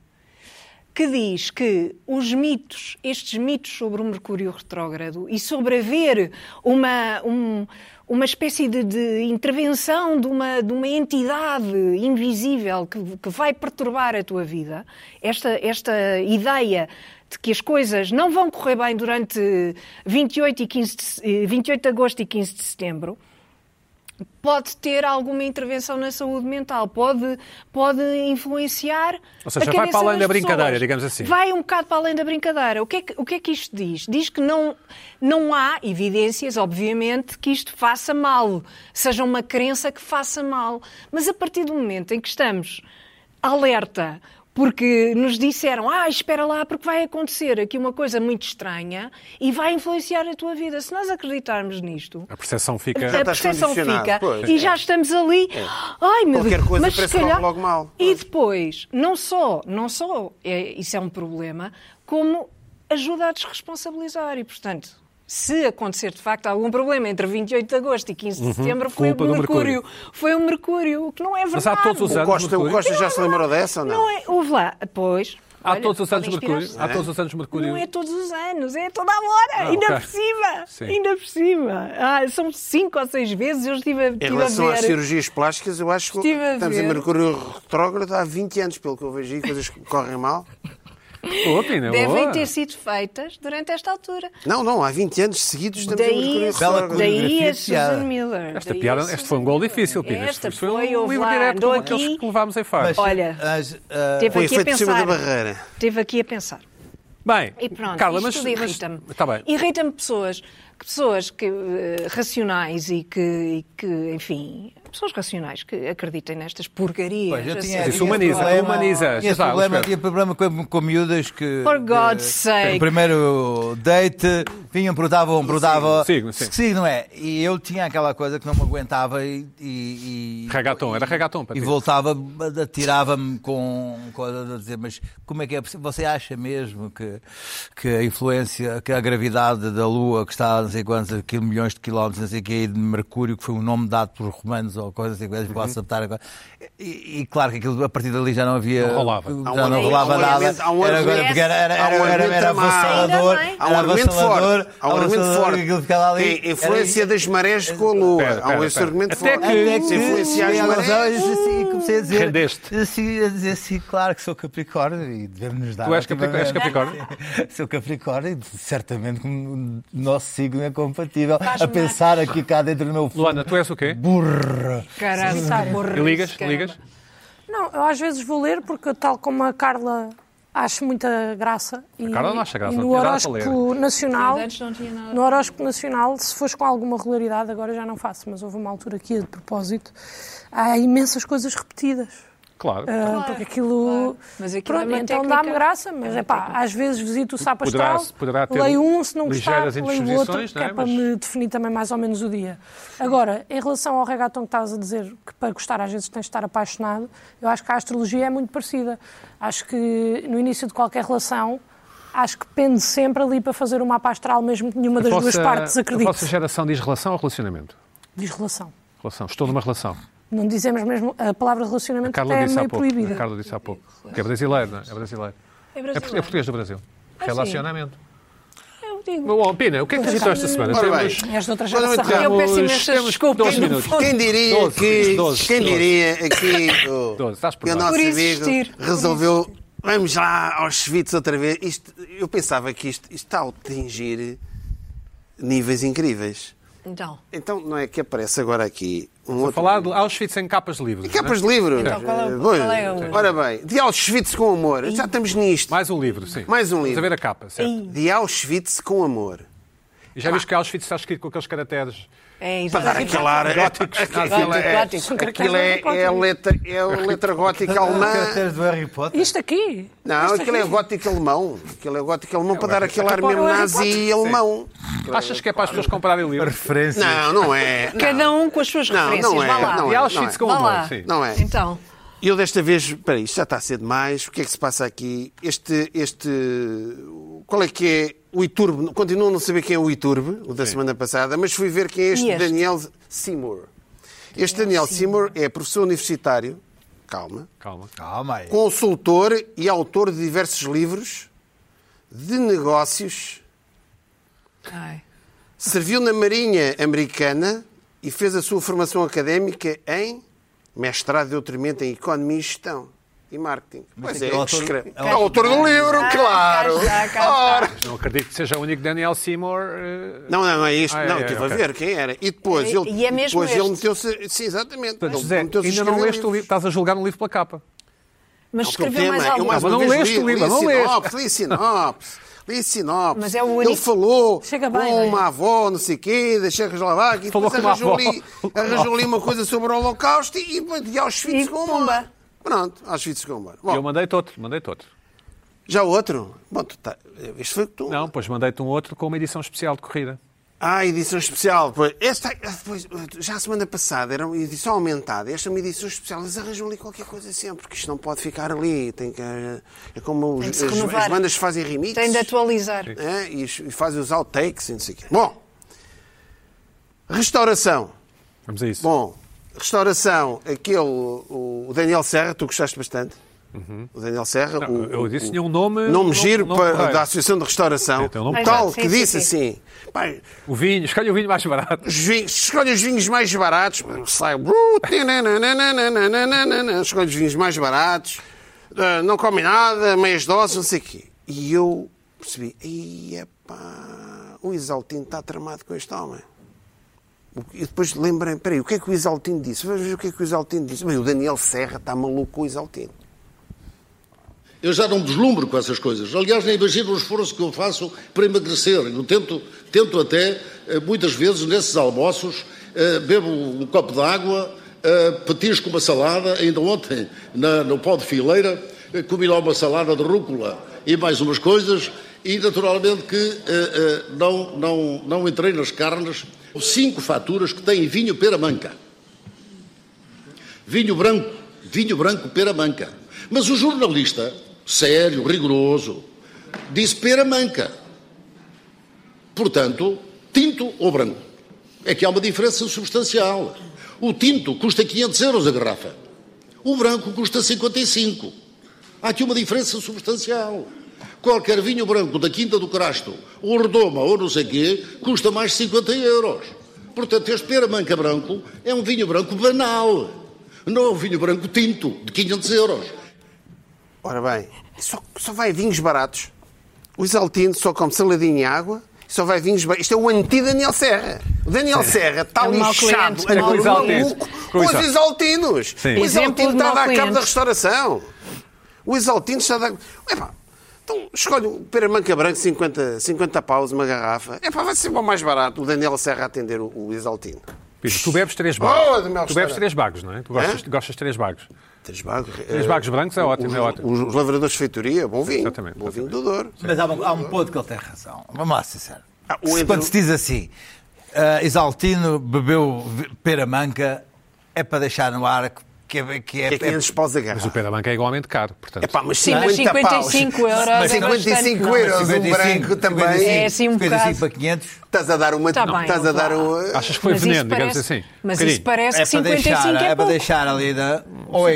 [SPEAKER 4] que diz que os mitos, estes mitos sobre o Mercúrio retrógrado e sobre haver uma, um- uma espécie de, de intervenção de uma, de uma entidade invisível que, que vai perturbar a tua vida, esta, esta ideia de que as coisas não vão correr bem durante 28, e 15 de se- eh, 28 de agosto e 15 de setembro, pode ter alguma intervenção na saúde mental, pode, pode influenciar.
[SPEAKER 1] Ou seja,
[SPEAKER 4] a
[SPEAKER 1] vai
[SPEAKER 4] cabeça
[SPEAKER 1] para além
[SPEAKER 4] das
[SPEAKER 1] da brincadeira,
[SPEAKER 4] pessoas.
[SPEAKER 1] digamos assim.
[SPEAKER 4] Vai um bocado para além da brincadeira. O que é que, o que, é que isto diz? Diz que não, não há evidências, obviamente, que isto faça mal, seja uma crença que faça mal. Mas a partir do momento em que estamos alerta, porque nos disseram, ah, espera lá, porque vai acontecer aqui uma coisa muito estranha e vai influenciar a tua vida. Se nós acreditarmos nisto,
[SPEAKER 1] A percepção
[SPEAKER 2] Já
[SPEAKER 4] a
[SPEAKER 1] fica.
[SPEAKER 2] estás
[SPEAKER 4] percepção
[SPEAKER 2] condicionado,
[SPEAKER 4] fica
[SPEAKER 2] pois. É.
[SPEAKER 4] e já estamos ali. Ai, meu
[SPEAKER 2] Qualquer
[SPEAKER 4] Deus,
[SPEAKER 2] coisa
[SPEAKER 4] mas se
[SPEAKER 2] parece logo-
[SPEAKER 4] calhar...
[SPEAKER 2] logo mal.
[SPEAKER 4] E depois, não só, não só é- isso é um problema, como ajuda a desresponsabilizar. E, portanto, se acontecer de facto algum problema entre 28 de agosto e 15 de setembro, foi
[SPEAKER 1] Uhum. culpa
[SPEAKER 4] o
[SPEAKER 1] do
[SPEAKER 4] Mercúrio.
[SPEAKER 1] Mercúrio.
[SPEAKER 4] Foi o Mercúrio, o que não é verdade.
[SPEAKER 1] Mas há todos os
[SPEAKER 2] O
[SPEAKER 1] anos
[SPEAKER 2] Costa, o
[SPEAKER 1] Mercúrio.
[SPEAKER 2] Costa já se lembrou dessa ou não?
[SPEAKER 4] Não é, ouve lá, pois.
[SPEAKER 1] Há
[SPEAKER 4] olha,
[SPEAKER 1] todos os anos
[SPEAKER 4] pode
[SPEAKER 1] Mercúrio.
[SPEAKER 4] inspirar-se.
[SPEAKER 1] Há todos os anos Mercúrio.
[SPEAKER 4] Não é todos os anos, é toda a hora,
[SPEAKER 1] Ah,
[SPEAKER 4] ainda
[SPEAKER 1] ok.
[SPEAKER 4] por cima. cima!
[SPEAKER 1] Sim.
[SPEAKER 4] Ainda por cima! Ah, são cinco ou seis vezes eu estive a, estive
[SPEAKER 2] Em
[SPEAKER 4] a
[SPEAKER 2] relação
[SPEAKER 4] ver.
[SPEAKER 2] às cirurgias plásticas, eu acho que
[SPEAKER 4] Estive a
[SPEAKER 2] estamos
[SPEAKER 4] ver.
[SPEAKER 2] em Mercúrio retrógrado há 20 anos, pelo que eu vejo aí, coisas que correm mal.
[SPEAKER 1] Opa, ainda
[SPEAKER 4] Devem
[SPEAKER 1] boa.
[SPEAKER 4] ter sido feitas durante esta altura.
[SPEAKER 2] Não, não, há 20 anos seguidos estamos em
[SPEAKER 4] Daí,
[SPEAKER 2] Mercúrio
[SPEAKER 4] a-
[SPEAKER 3] Bela
[SPEAKER 2] retrógrado.
[SPEAKER 3] coreografia
[SPEAKER 4] daí a
[SPEAKER 3] de
[SPEAKER 4] Susan
[SPEAKER 3] piada.
[SPEAKER 4] Miller.
[SPEAKER 1] Esta
[SPEAKER 4] Daí a
[SPEAKER 1] piada,
[SPEAKER 4] Susan
[SPEAKER 1] este foi um gol
[SPEAKER 4] Miller.
[SPEAKER 1] difícil, Pina.
[SPEAKER 4] Esta
[SPEAKER 1] Este foi
[SPEAKER 4] foi,
[SPEAKER 1] um
[SPEAKER 4] houve
[SPEAKER 1] livro
[SPEAKER 4] lá,
[SPEAKER 1] direto
[SPEAKER 4] andou
[SPEAKER 1] como aqueles
[SPEAKER 4] aqui.
[SPEAKER 1] que levámos em
[SPEAKER 3] Mas,
[SPEAKER 1] faixa.
[SPEAKER 4] Olha,
[SPEAKER 3] mas, ah,
[SPEAKER 4] Teve
[SPEAKER 2] Foi
[SPEAKER 4] aqui
[SPEAKER 2] feito
[SPEAKER 4] a
[SPEAKER 2] por
[SPEAKER 4] pensar.
[SPEAKER 2] cima da barreira.
[SPEAKER 4] Teve aqui a pensar.
[SPEAKER 1] Bem,
[SPEAKER 4] E pronto,
[SPEAKER 1] Carla,
[SPEAKER 4] isto
[SPEAKER 1] mas...
[SPEAKER 4] tudo
[SPEAKER 1] mas-
[SPEAKER 4] irrita-me.
[SPEAKER 1] Está bem.
[SPEAKER 4] Irrita-me pessoas, que pessoas que, eh, racionais e que, e que, enfim, pessoas racionais que acreditem nestas porcarias.
[SPEAKER 3] Pois, eu tinha,
[SPEAKER 4] assim.
[SPEAKER 1] Isso humaniza,
[SPEAKER 3] tinha esse
[SPEAKER 1] humaniza.
[SPEAKER 3] Tinha esse
[SPEAKER 1] Já,
[SPEAKER 3] problema,
[SPEAKER 1] Oscar.
[SPEAKER 3] tinha problema com, com miúdas que.
[SPEAKER 4] For God's
[SPEAKER 3] que-
[SPEAKER 4] sake.
[SPEAKER 3] No primeiro date, vinham, perguntavam, perguntavam.
[SPEAKER 1] signo, sim.
[SPEAKER 3] Que signo é? E eu tinha aquela coisa que não me aguentava e. e, e
[SPEAKER 1] Regatão, era regatão para
[SPEAKER 3] E
[SPEAKER 1] ti.
[SPEAKER 3] voltava, atirava-me com coisa a dizer, mas como é que é possível? Você acha mesmo que, que a influência, que a gravidade da Lua, que está a não sei quantos aquilo, milhões de quilómetros, não sei o que, de Mercúrio, que foi um nome dado pelos romanos ou coisa, não sei quantas, posso adaptar agora. E, e claro que aquilo, a partir dali já não havia.
[SPEAKER 1] Não rolava.
[SPEAKER 2] Há
[SPEAKER 3] Já
[SPEAKER 2] um
[SPEAKER 3] não
[SPEAKER 2] argumento-
[SPEAKER 3] rolava
[SPEAKER 2] há um
[SPEAKER 3] nada.
[SPEAKER 2] argumento- há um
[SPEAKER 3] Era agora,
[SPEAKER 2] argumento-
[SPEAKER 3] porque era, era,
[SPEAKER 2] há um
[SPEAKER 3] era, era, era,
[SPEAKER 2] argumento armado.
[SPEAKER 3] avassalador.
[SPEAKER 4] Ainda bem.
[SPEAKER 2] Há um
[SPEAKER 3] Era
[SPEAKER 2] argumento
[SPEAKER 3] avassalador.
[SPEAKER 2] forte. Há um argumento
[SPEAKER 3] avassalador,
[SPEAKER 2] forte.
[SPEAKER 3] aquilo ficava ali.
[SPEAKER 2] Tem influência das marés com a lua.
[SPEAKER 1] Pera,
[SPEAKER 2] Há
[SPEAKER 1] pera,
[SPEAKER 2] um esse
[SPEAKER 1] pera.
[SPEAKER 2] argumento
[SPEAKER 1] Até
[SPEAKER 2] forte.
[SPEAKER 1] que-
[SPEAKER 3] Até É que assim
[SPEAKER 2] Se influencia as
[SPEAKER 3] cheguei à conclusão e
[SPEAKER 2] marés.
[SPEAKER 3] disse assim, e comecei a dizer.
[SPEAKER 1] Rendeste.
[SPEAKER 3] Assim, a dizer assim, claro que sou Capricórnio e devemos nos dar.
[SPEAKER 1] Tu és Capricórnio- és Capricórnio?
[SPEAKER 3] Sim, sou Capricórnio e certamente que o nosso signo é compatível.
[SPEAKER 4] Faz
[SPEAKER 3] A pensar aqui cá dentro do meu
[SPEAKER 1] Luana, tu és o quê?
[SPEAKER 3] burro.
[SPEAKER 4] Caramba,
[SPEAKER 1] E
[SPEAKER 4] morri,
[SPEAKER 1] ligas?
[SPEAKER 4] caramba.
[SPEAKER 1] Ligas?
[SPEAKER 5] Não, eu às vezes vou ler porque, tal como a Carla, acho muita graça. E,
[SPEAKER 1] Carla não acha graça,
[SPEAKER 5] e
[SPEAKER 1] não
[SPEAKER 5] no
[SPEAKER 1] tinha nada para
[SPEAKER 5] horóscopo nacional,
[SPEAKER 4] Antes não tinha nada.
[SPEAKER 5] no horóscopo nacional, se fores com alguma regularidade, agora já não faço, mas houve uma altura aqui de propósito, há imensas coisas repetidas.
[SPEAKER 1] Claro.
[SPEAKER 5] Ah, porque aquilo.
[SPEAKER 4] claro. Mas aquilo é
[SPEAKER 5] Pronto,
[SPEAKER 4] uma
[SPEAKER 5] então
[SPEAKER 4] técnica.
[SPEAKER 5] dá-me graça, mas é pá, às vezes visito o sapo
[SPEAKER 1] Poderá-
[SPEAKER 5] astral,
[SPEAKER 1] poderá ter
[SPEAKER 5] leio um se não gostar,
[SPEAKER 1] ligeiras
[SPEAKER 5] leio o outro,
[SPEAKER 1] indisposições,
[SPEAKER 5] que
[SPEAKER 1] não é?
[SPEAKER 5] é para
[SPEAKER 1] Mas-
[SPEAKER 5] me definir também mais ou menos o dia. Agora, em relação ao regatão que estavas a dizer, que para gostar às vezes tens de estar apaixonado, eu acho que a astrologia é muito parecida. Acho que no início de qualquer relação, acho que pende sempre ali para fazer o mapa astral, mesmo que nenhuma das duas
[SPEAKER 1] Vossa-
[SPEAKER 5] partes
[SPEAKER 1] A vossa
[SPEAKER 5] acredite.
[SPEAKER 1] geração diz relação ou relacionamento?
[SPEAKER 5] Diz relação.
[SPEAKER 1] Relação. Estou numa relação.
[SPEAKER 5] Não dizemos mesmo a palavra relacionamento,
[SPEAKER 1] Carla
[SPEAKER 5] até é
[SPEAKER 1] disse há
[SPEAKER 5] meio
[SPEAKER 1] pouco.
[SPEAKER 5] proibida.
[SPEAKER 1] A Carla disse há pouco. Que é brasileiro, não é? É brasileiro.
[SPEAKER 4] É
[SPEAKER 1] É, por- é
[SPEAKER 4] brasileiro.
[SPEAKER 1] português do Brasil. Relacionamento.
[SPEAKER 4] Eu digo.
[SPEAKER 1] Bom, Pina, o que é que nos irritou esta semana?
[SPEAKER 2] Ora bem.
[SPEAKER 1] Temos-
[SPEAKER 5] E as de outra
[SPEAKER 2] Ora,
[SPEAKER 5] geração.
[SPEAKER 2] muito bem.
[SPEAKER 4] Eu peço
[SPEAKER 1] temos-
[SPEAKER 4] imensas
[SPEAKER 1] temos
[SPEAKER 4] desculpas.
[SPEAKER 1] 12 minutos.
[SPEAKER 2] Quem diria
[SPEAKER 1] Doze,
[SPEAKER 2] que.
[SPEAKER 1] doze,
[SPEAKER 2] quem
[SPEAKER 1] doze.
[SPEAKER 2] diria aqui. o-
[SPEAKER 1] Doze, estás por
[SPEAKER 2] que o
[SPEAKER 1] baixo.
[SPEAKER 2] nosso
[SPEAKER 4] Por
[SPEAKER 2] amigo
[SPEAKER 4] existir, por
[SPEAKER 2] resolveu. Vamos lá aos Schwitz outra vez. Isto, eu pensava que isto, isto está a atingir níveis incríveis.
[SPEAKER 4] Então,
[SPEAKER 2] Então não é que aparece agora aqui um outro.
[SPEAKER 1] Falar de Auschwitz em capas de livros.
[SPEAKER 2] E capas de livros.
[SPEAKER 4] qual é o-
[SPEAKER 2] Eh, pois.
[SPEAKER 4] qual é o-
[SPEAKER 2] Ora bem, de Auschwitz com amor. Já estamos nisto.
[SPEAKER 1] Mais um livro, sim.
[SPEAKER 2] Mais um
[SPEAKER 1] Vamos
[SPEAKER 2] livro.
[SPEAKER 1] a ver a capa, certo?
[SPEAKER 2] De Auschwitz com amor.
[SPEAKER 1] E já viste que Auschwitz está escrito com aqueles caracteres.
[SPEAKER 4] é
[SPEAKER 2] Para dar
[SPEAKER 4] exatamente.
[SPEAKER 2] aquela ar.
[SPEAKER 1] Góticos.
[SPEAKER 2] Aquilo é,
[SPEAKER 4] Góticos.
[SPEAKER 2] aquilo é, é, a letra, é a letra gótica alemã.
[SPEAKER 3] Caracteres do Harry Potter.
[SPEAKER 5] Isto aqui?
[SPEAKER 2] Não,
[SPEAKER 5] Isto
[SPEAKER 2] aquilo é
[SPEAKER 5] aqui?
[SPEAKER 2] gótico alemão. Aquilo é gótico alemão para dar aquele ar
[SPEAKER 1] Aquilo
[SPEAKER 2] mesmo
[SPEAKER 5] é o Harry
[SPEAKER 2] nazi alemão.
[SPEAKER 1] Achas que é para as pessoas comprarem livros?
[SPEAKER 3] Referência.
[SPEAKER 2] Não, não é. Não.
[SPEAKER 4] Cada um com as suas
[SPEAKER 2] Não,
[SPEAKER 4] referências.
[SPEAKER 2] não é,
[SPEAKER 4] Vá lá.
[SPEAKER 2] não
[SPEAKER 1] E
[SPEAKER 2] é.
[SPEAKER 1] Auschwitz com
[SPEAKER 4] Vá
[SPEAKER 1] amor,
[SPEAKER 4] lá.
[SPEAKER 1] sim.
[SPEAKER 2] Não é.
[SPEAKER 4] Então,
[SPEAKER 2] Eu desta vez, peraí, isto já está a ser demais. O que é que se passa aqui? Este, este, qual é que é o Iturbe? Continuo a não saber quem é o Iturbe, o da semana passada, mas fui ver quem é este,
[SPEAKER 4] E este?
[SPEAKER 2] Daniel Seymour. Este Daniel Seymour é professor universitário, calma,
[SPEAKER 1] Calma.
[SPEAKER 3] Calma aí.
[SPEAKER 2] consultor e autor de diversos livros de negócios.
[SPEAKER 4] ai,
[SPEAKER 2] Serviu na Marinha Americana e fez a sua formação académica em mestrado doutoramento em Economia e Gestão e Marketing. Pois
[SPEAKER 3] é
[SPEAKER 2] é,
[SPEAKER 3] que é o autor-
[SPEAKER 2] escreve.
[SPEAKER 3] é o
[SPEAKER 2] É o autor do livro, claro.
[SPEAKER 4] cá está, cá
[SPEAKER 2] Ora.
[SPEAKER 1] Não acredito que seja o único Daniel Seymour. eh,
[SPEAKER 2] Não, não, é isto.
[SPEAKER 1] Ah, é,
[SPEAKER 2] não,
[SPEAKER 1] é,
[SPEAKER 2] estive
[SPEAKER 1] ok.
[SPEAKER 2] a ver quem era. E depois
[SPEAKER 4] E-
[SPEAKER 2] ele,
[SPEAKER 4] e é mesmo
[SPEAKER 2] depois ele
[SPEAKER 4] este?
[SPEAKER 2] meteu-se. Sim, exatamente. Ele
[SPEAKER 1] José,
[SPEAKER 2] meteu-se a
[SPEAKER 1] ainda não
[SPEAKER 2] escrever
[SPEAKER 1] leste o livro.
[SPEAKER 2] livros.
[SPEAKER 1] Estás a julgar um livro pela capa.
[SPEAKER 4] mas
[SPEAKER 2] Porque o
[SPEAKER 4] escreveu mais
[SPEAKER 2] tema- é, eu
[SPEAKER 4] alguma
[SPEAKER 2] mais uma
[SPEAKER 1] Mas não
[SPEAKER 2] vez
[SPEAKER 1] leste o livro, não
[SPEAKER 2] li
[SPEAKER 1] leste.
[SPEAKER 2] sinopse, li sinopse, li sinopse.
[SPEAKER 4] Mas é o único-
[SPEAKER 2] Ele falou
[SPEAKER 5] Chega
[SPEAKER 2] com
[SPEAKER 5] bem, não é?
[SPEAKER 2] uma avó, não sei o quê, da Checoslováquia, e
[SPEAKER 1] Falou
[SPEAKER 2] depois
[SPEAKER 1] com uma
[SPEAKER 2] arranjou
[SPEAKER 1] avó.
[SPEAKER 2] ali, arranjou ali uma coisa sobre o Holocausto e, e, e Auschwitz
[SPEAKER 4] E
[SPEAKER 2] com
[SPEAKER 4] pumba.
[SPEAKER 2] bomba. Pronto, Auschwitz com bomba.
[SPEAKER 1] Eu
[SPEAKER 2] Bom,
[SPEAKER 1] mandei-te outro, mandei-te outro.
[SPEAKER 2] já outro? Bom, tu tá, este foi o que tu...
[SPEAKER 1] Não, pois mandei-te um outro com uma edição especial de corrida.
[SPEAKER 2] Ah, edição especial. Pois, Esta, ah, pois, já a semana passada era uma edição aumentada. Esta é uma edição especial. Eles arranjam ali qualquer coisa sempre, porque isto não pode ficar ali. Tem que, ah, é como os-
[SPEAKER 4] Tem de se
[SPEAKER 2] as,
[SPEAKER 4] renovar.
[SPEAKER 2] as bandas fazem remixes.
[SPEAKER 4] Tem de atualizar.
[SPEAKER 2] né? e, os- e fazem os outtakes e não sei o quê. Bom, restauração.
[SPEAKER 1] Vamos a isso.
[SPEAKER 2] Bom, restauração, aquele, o o Daniel Serra, tu gostaste bastante. O Daniel Serra.
[SPEAKER 1] Uhum. Não,
[SPEAKER 2] o-
[SPEAKER 1] eu disse
[SPEAKER 2] o-
[SPEAKER 1] tinha um nome-
[SPEAKER 2] Nome giro
[SPEAKER 1] nome- nome
[SPEAKER 2] para-
[SPEAKER 1] porreiro.
[SPEAKER 2] da Associação de Restauração.
[SPEAKER 1] É, tem um nome
[SPEAKER 2] tal
[SPEAKER 4] porreiro.
[SPEAKER 2] que
[SPEAKER 4] Sim, sim,
[SPEAKER 2] disse assim. "Pai,
[SPEAKER 1] O vinho, escolhe o vinho mais barato.
[SPEAKER 2] os vinhos- escolhe os vinhos mais baratos. Sai. um bru, tinananananananananana, Escolhe os vinhos mais baratos. eh, Não come nada, meias doses, não sei o quê. E eu percebi. Ia pá, o Isaltino está tramado com este homem. O que- E depois lembrei, peraí, o que é que o Isaltino disse? Vamos ver o que é que o Isaltino disse. Bem, o Daniel Serra está maluco com o Isaltino.
[SPEAKER 6] Eu já não me deslumbro com essas coisas. Aliás, nem imagino o esforço que eu faço para emagrecer. Eu tento, tento até, eh, muitas vezes, nesses almoços, eh, bebo um copo de água, eh, petisco uma salada. Ainda ontem, na, no pó de fileira, eh, comi lá uma salada de rúcula e mais umas coisas. E, naturalmente, que eh, eh, não, não, não entrei nas carnes. Cinco faturas que têm vinho peramanca. Vinho branco, vinho branco, pera manca. Mas o jornalista, sério, rigoroso, disse pera manca. Portanto, tinto ou branco. É que há uma diferença substancial. O tinto custa 500 euros a garrafa. O branco custa 55. Há aqui uma diferença substancial. Qualquer vinho branco da Quinta do Crasto, ou Redoma, ou não sei quê, custa mais de 50 euros. Portanto, este Peramanca branco é um vinho branco banal. Não é um vinho branco tinto, de 500 euros.
[SPEAKER 2] Ora bem, só, só vai vinhos baratos. O Isaltino só come saladinha e água. Só vai vinhos baratos. Isto é o anti-Daniel Serra. O Daniel Serra está
[SPEAKER 4] É um mau
[SPEAKER 2] lixado,
[SPEAKER 4] cliente, é
[SPEAKER 1] com
[SPEAKER 2] andou
[SPEAKER 1] os Isaltinos.
[SPEAKER 2] maluco
[SPEAKER 1] Com
[SPEAKER 2] com
[SPEAKER 1] os
[SPEAKER 2] os
[SPEAKER 1] Isaltinos.
[SPEAKER 2] Isaltinos.
[SPEAKER 1] Sim.
[SPEAKER 2] O
[SPEAKER 4] Exemplo
[SPEAKER 2] Isaltino
[SPEAKER 4] de
[SPEAKER 2] está a
[SPEAKER 4] mau
[SPEAKER 2] dar cabo
[SPEAKER 4] cliente.
[SPEAKER 2] da restauração. O Isaltino está a dar... Epá, então escolhe o Peramanca Branco, 50, 50 paus, uma garrafa. Epá, vai ser bom mais barato o Daniel Serra a atender o, o Isaltino.
[SPEAKER 1] Pedro, tu bebes
[SPEAKER 4] Oh,
[SPEAKER 1] três
[SPEAKER 2] Boa,
[SPEAKER 1] bagos.
[SPEAKER 2] de mel
[SPEAKER 1] tu bebes
[SPEAKER 2] estourado.
[SPEAKER 1] três bagos, não é? Tu gostas, gostas de três bagos.
[SPEAKER 2] Três bagos... eh,
[SPEAKER 1] Três bagos brancos é ótimo,
[SPEAKER 2] os,
[SPEAKER 1] é ótimo.
[SPEAKER 2] Os lavradores de feitoria, bom vinho.
[SPEAKER 1] Exatamente,
[SPEAKER 2] bom vinho do Douro.
[SPEAKER 3] Mas há um, há um ponto que ele tem razão. Vamos lá, sincero.
[SPEAKER 2] Ah, o
[SPEAKER 3] Se-
[SPEAKER 2] entre-
[SPEAKER 3] Quando se diz assim, ah, Isaltino bebeu vi- pera manca, é para deixar no ar que, que, é- que é.
[SPEAKER 2] Que é 500 paus a
[SPEAKER 1] Mas o
[SPEAKER 2] garrafa.
[SPEAKER 1] pé da banca é igualmente caro, portanto.
[SPEAKER 2] É pá, mas
[SPEAKER 4] Sim,
[SPEAKER 2] 50
[SPEAKER 4] mas 55
[SPEAKER 2] paus.
[SPEAKER 4] euros
[SPEAKER 2] Mas
[SPEAKER 4] é
[SPEAKER 2] 55
[SPEAKER 4] bastante, não é?
[SPEAKER 2] euros um
[SPEAKER 3] 55,
[SPEAKER 2] branco também.
[SPEAKER 3] 55,
[SPEAKER 4] É assim um
[SPEAKER 3] 55
[SPEAKER 4] bocado.
[SPEAKER 3] para 500.
[SPEAKER 2] Estás a dar uma.
[SPEAKER 4] Tá bem,
[SPEAKER 2] estás a
[SPEAKER 4] vá.
[SPEAKER 2] dar um.
[SPEAKER 1] Achas que foi
[SPEAKER 4] Mas isso
[SPEAKER 1] veneno, digamos
[SPEAKER 4] parece-
[SPEAKER 1] assim?
[SPEAKER 4] Mas
[SPEAKER 1] Bocadinho.
[SPEAKER 4] isso parece
[SPEAKER 3] É
[SPEAKER 4] que
[SPEAKER 3] para,
[SPEAKER 4] 55
[SPEAKER 3] deixar,
[SPEAKER 4] é,
[SPEAKER 3] é, para
[SPEAKER 4] pouco.
[SPEAKER 3] deixar ali da. Ou é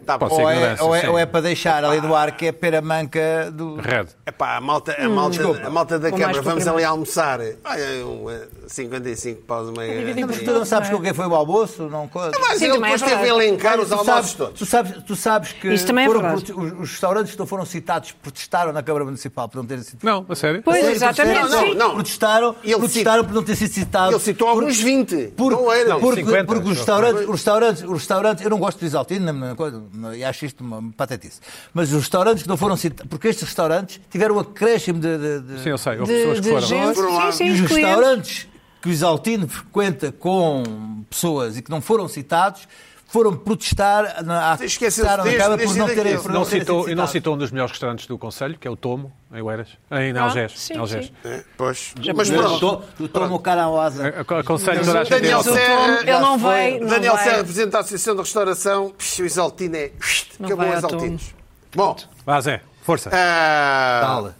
[SPEAKER 2] Tá, pode
[SPEAKER 1] ser
[SPEAKER 3] ou, é,
[SPEAKER 1] ignorância,
[SPEAKER 3] ou,
[SPEAKER 1] sim.
[SPEAKER 3] é, ou é para deixar ali do ar que é pera manca do.
[SPEAKER 1] Red.
[SPEAKER 2] Epá, a malta, a malta, a malta da
[SPEAKER 4] Vou Hum.
[SPEAKER 2] Câmara,
[SPEAKER 4] mais para o
[SPEAKER 2] vamos
[SPEAKER 4] primeiro.
[SPEAKER 2] ali almoçar. Olha, um, eh, 55 paus uma
[SPEAKER 4] É
[SPEAKER 3] Mas tu não
[SPEAKER 2] garrafa.
[SPEAKER 3] sabes com quem foi o almoço? Não coisa.
[SPEAKER 2] Mas
[SPEAKER 4] Sim,
[SPEAKER 2] ele
[SPEAKER 4] também é
[SPEAKER 2] depois teve a
[SPEAKER 4] verdade.
[SPEAKER 2] elencar os
[SPEAKER 3] tu sabes,
[SPEAKER 2] almoços todos.
[SPEAKER 3] tu sabes, tu sabes que
[SPEAKER 4] Isso também é
[SPEAKER 3] foram
[SPEAKER 4] verdade.
[SPEAKER 3] prote- os, os restaurantes que não foram citados protestaram na Câmara Municipal por não terem sido
[SPEAKER 1] Não, a sério?
[SPEAKER 4] Pois,
[SPEAKER 3] Sério,
[SPEAKER 4] exatamente,
[SPEAKER 3] protestaram?
[SPEAKER 2] sim. Não, não.
[SPEAKER 3] Protestaram,
[SPEAKER 2] Ele
[SPEAKER 3] protestaram por não ter sido citado.
[SPEAKER 2] Ele citou
[SPEAKER 3] Por-
[SPEAKER 2] alguns 20.
[SPEAKER 3] Por,
[SPEAKER 2] não era.
[SPEAKER 1] não,
[SPEAKER 3] porque,
[SPEAKER 1] 50,
[SPEAKER 3] porque os
[SPEAKER 1] só.
[SPEAKER 3] restaurantes, os restaurantes, os restaurantes, eu não gosto de exaltino, nem- nem coisa, e acho isto uma patetice. Mas os restaurantes que não foram citados, porque estes restaurantes tiveram um acréscimo de. de- de-
[SPEAKER 1] Sim, eu sei. Houve pessoas que
[SPEAKER 4] De, de
[SPEAKER 1] foram.
[SPEAKER 4] gente,
[SPEAKER 2] Foram lá.
[SPEAKER 4] sim, sim,
[SPEAKER 3] e os
[SPEAKER 4] clientes.
[SPEAKER 3] restaurantes que o Isaltino frequenta com pessoas e que não foram citados foram protestar na, à-
[SPEAKER 2] Esqueceu-se
[SPEAKER 3] protestaram na
[SPEAKER 2] deste,
[SPEAKER 3] Câmara
[SPEAKER 2] deste
[SPEAKER 3] por não
[SPEAKER 2] e
[SPEAKER 3] terem
[SPEAKER 2] daquele.
[SPEAKER 3] por
[SPEAKER 1] Não
[SPEAKER 3] terem
[SPEAKER 1] citou,
[SPEAKER 3] sido
[SPEAKER 1] e não
[SPEAKER 3] citados.
[SPEAKER 1] citou um dos melhores restaurantes do Conselho, que é o Tomo, em Oeiras. Ah, Em Algés.
[SPEAKER 4] Ah, sim,
[SPEAKER 1] em Algés.
[SPEAKER 4] sim.
[SPEAKER 2] É, Pois.
[SPEAKER 4] Já
[SPEAKER 2] Mas
[SPEAKER 4] percebi.
[SPEAKER 2] pronto.
[SPEAKER 3] Estou- Estou no Carauasa.
[SPEAKER 1] Ac- Aconselho toda a gente.
[SPEAKER 2] Daniel
[SPEAKER 4] Mas o Tom,
[SPEAKER 2] Serra.
[SPEAKER 4] ele não vai. não
[SPEAKER 2] Daniel
[SPEAKER 4] vai.
[SPEAKER 2] Serra, presidente da Associação de Restauração. Psh, O Isaltino é. psh,
[SPEAKER 4] Não
[SPEAKER 2] Acabou
[SPEAKER 4] vai
[SPEAKER 2] os
[SPEAKER 4] ao tom.
[SPEAKER 2] Isaltinos. Bom.
[SPEAKER 1] Vá, Zé. Força.
[SPEAKER 4] É.
[SPEAKER 2] ah,
[SPEAKER 3] Fala.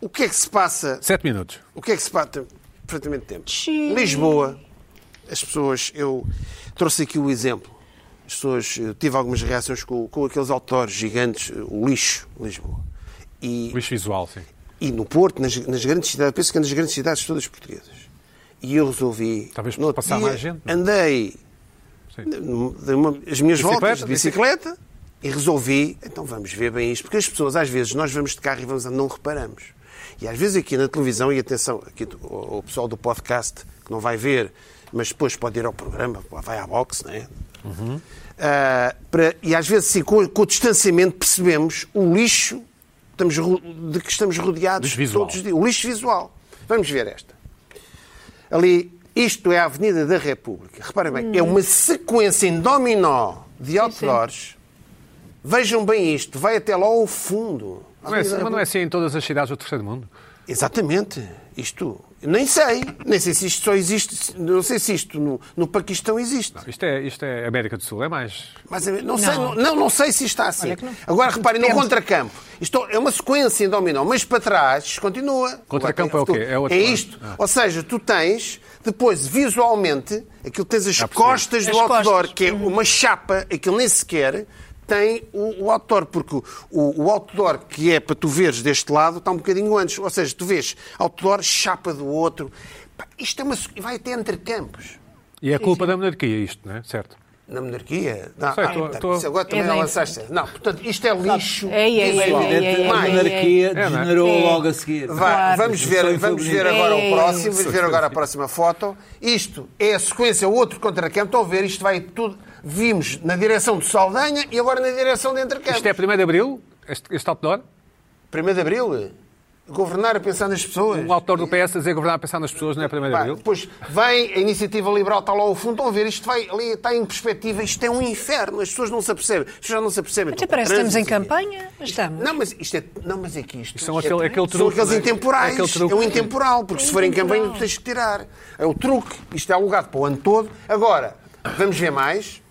[SPEAKER 2] O que é que se passa
[SPEAKER 1] Sete minutos.
[SPEAKER 2] O que é que se passa? Tem Perfeitamente tempo.
[SPEAKER 4] Xiii.
[SPEAKER 2] Lisboa, as pessoas, eu trouxe aqui o exemplo. As pessoas, eu tive algumas reações com, com aqueles autores gigantes, o lixo, Lisboa. E,
[SPEAKER 1] Luís Visual, sim.
[SPEAKER 2] e no Porto, nas, nas grandes cidades, penso que é nas grandes cidades todas portuguesas. E eu resolvi.
[SPEAKER 1] Talvez
[SPEAKER 2] no outro
[SPEAKER 1] passar
[SPEAKER 2] dia,
[SPEAKER 1] mais gente, não é?
[SPEAKER 2] Andei
[SPEAKER 1] Sim.
[SPEAKER 2] dei uma- as minhas
[SPEAKER 1] Bicicleta,
[SPEAKER 2] voltas de bicicleta e resolvi, então vamos ver bem isto, porque as pessoas às vezes nós vamos de carro e vamos, não reparamos. E às vezes aqui na televisão, e atenção, aqui do- o o pessoal do podcast que não vai ver, mas depois pode ir ao programa, vai à box, não é? Ah, para- e às vezes, sim, com, com o distanciamento, percebemos o lixo estamos ro- de que estamos rodeados
[SPEAKER 1] Lixo visual.
[SPEAKER 2] todos os dias. O lixo visual. Vamos ver esta. Ali, isto é a Avenida da República. Reparem bem,
[SPEAKER 1] Hum.
[SPEAKER 2] é uma sequência em dominó de outdoors. Vejam bem isto, vai até lá ao fundo. A
[SPEAKER 1] Não é,
[SPEAKER 2] Avenida da
[SPEAKER 1] mas não é
[SPEAKER 2] República.
[SPEAKER 1] assim em todas as cidades do terceiro mundo?
[SPEAKER 2] Exatamente. Isto, eu nem sei. Nem sei se isto só existe, não sei se isto no, no Paquistão existe.
[SPEAKER 1] Isto é, isto é América do Sul, é mais.
[SPEAKER 2] Mas eh, não, Sei, não, não, não sei se está assim. Agora reparem, no contracampo. Isto é uma sequência em dominó, mas para trás continua.
[SPEAKER 1] Contracampo é o quê? É outro
[SPEAKER 2] É
[SPEAKER 1] lado.
[SPEAKER 2] isto. Ou seja, tu tens, depois, visualmente, aquilo que tens as
[SPEAKER 1] Já percebi.
[SPEAKER 2] costas Uhum. do
[SPEAKER 4] As
[SPEAKER 2] outdoor,
[SPEAKER 4] costas.
[SPEAKER 2] que é uma chapa, aquilo nem sequer. tem o, o outdoor, porque o, o outdoor que é para tu veres deste lado está um bocadinho antes. Ou seja, tu vês outdoor, chapa do outro. Pá, Isto é uma. su- vai até entre campos.
[SPEAKER 1] E é culpa da monarquia isto, não é? Certo.
[SPEAKER 2] Na monarquia? Não,
[SPEAKER 1] Sei,
[SPEAKER 2] ah,
[SPEAKER 1] tô-
[SPEAKER 2] portanto,
[SPEAKER 1] tô-
[SPEAKER 2] isso agora também
[SPEAKER 4] É
[SPEAKER 2] não
[SPEAKER 4] bem-
[SPEAKER 2] lançaste. Não, portanto, isto é lixo.
[SPEAKER 4] Ei, ei,
[SPEAKER 2] visual.
[SPEAKER 4] ei, ei, ei,
[SPEAKER 3] a
[SPEAKER 2] Mais.
[SPEAKER 3] monarquia
[SPEAKER 1] não é?
[SPEAKER 3] degenerou
[SPEAKER 4] É.
[SPEAKER 3] logo a seguir.
[SPEAKER 2] Vá,
[SPEAKER 4] Claro. É.
[SPEAKER 2] vamos ver,
[SPEAKER 3] Sou
[SPEAKER 2] vamos ver
[SPEAKER 3] infelizmente.
[SPEAKER 2] agora o
[SPEAKER 4] Ei,
[SPEAKER 2] próximo, vamos ver agora a próxima foto. Isto é a sequência, o outro contracampo. Estão a ver, isto vai tudo. Vimos na direção de Saldanha e agora na direção de Entrecampo.
[SPEAKER 1] Isto é 1 de Abril, este, este outdoor,
[SPEAKER 2] 1 de Abril, governar a pensar nas pessoas.
[SPEAKER 1] um outdoor do PS a dizer governar a pensar nas pessoas, não é 1 de
[SPEAKER 2] Pá,
[SPEAKER 1] Abril?
[SPEAKER 2] depois vem a iniciativa liberal, está lá ao fundo, estão a ver, isto vai ali, está em perspectiva, isto é um inferno, as pessoas não se apercebem, as pessoas já não se apercebem.
[SPEAKER 4] Até
[SPEAKER 2] Então,
[SPEAKER 4] parece que estamos em
[SPEAKER 2] trânsito, não sei o quê.
[SPEAKER 4] campanha. Estamos.
[SPEAKER 2] Não, mas isto é. Não, mas é que isto.
[SPEAKER 1] São
[SPEAKER 2] é-
[SPEAKER 1] um aquele- aquele
[SPEAKER 2] São
[SPEAKER 1] truque,
[SPEAKER 2] aqueles
[SPEAKER 1] não é?
[SPEAKER 2] intemporais.
[SPEAKER 1] Aquele truque.
[SPEAKER 2] É um intemporal, porque se forem em campanha,
[SPEAKER 4] intemporal.
[SPEAKER 2] tu tens que tirar. É o truque. Isto é alugado para o ano todo. Agora, vamos ver mais.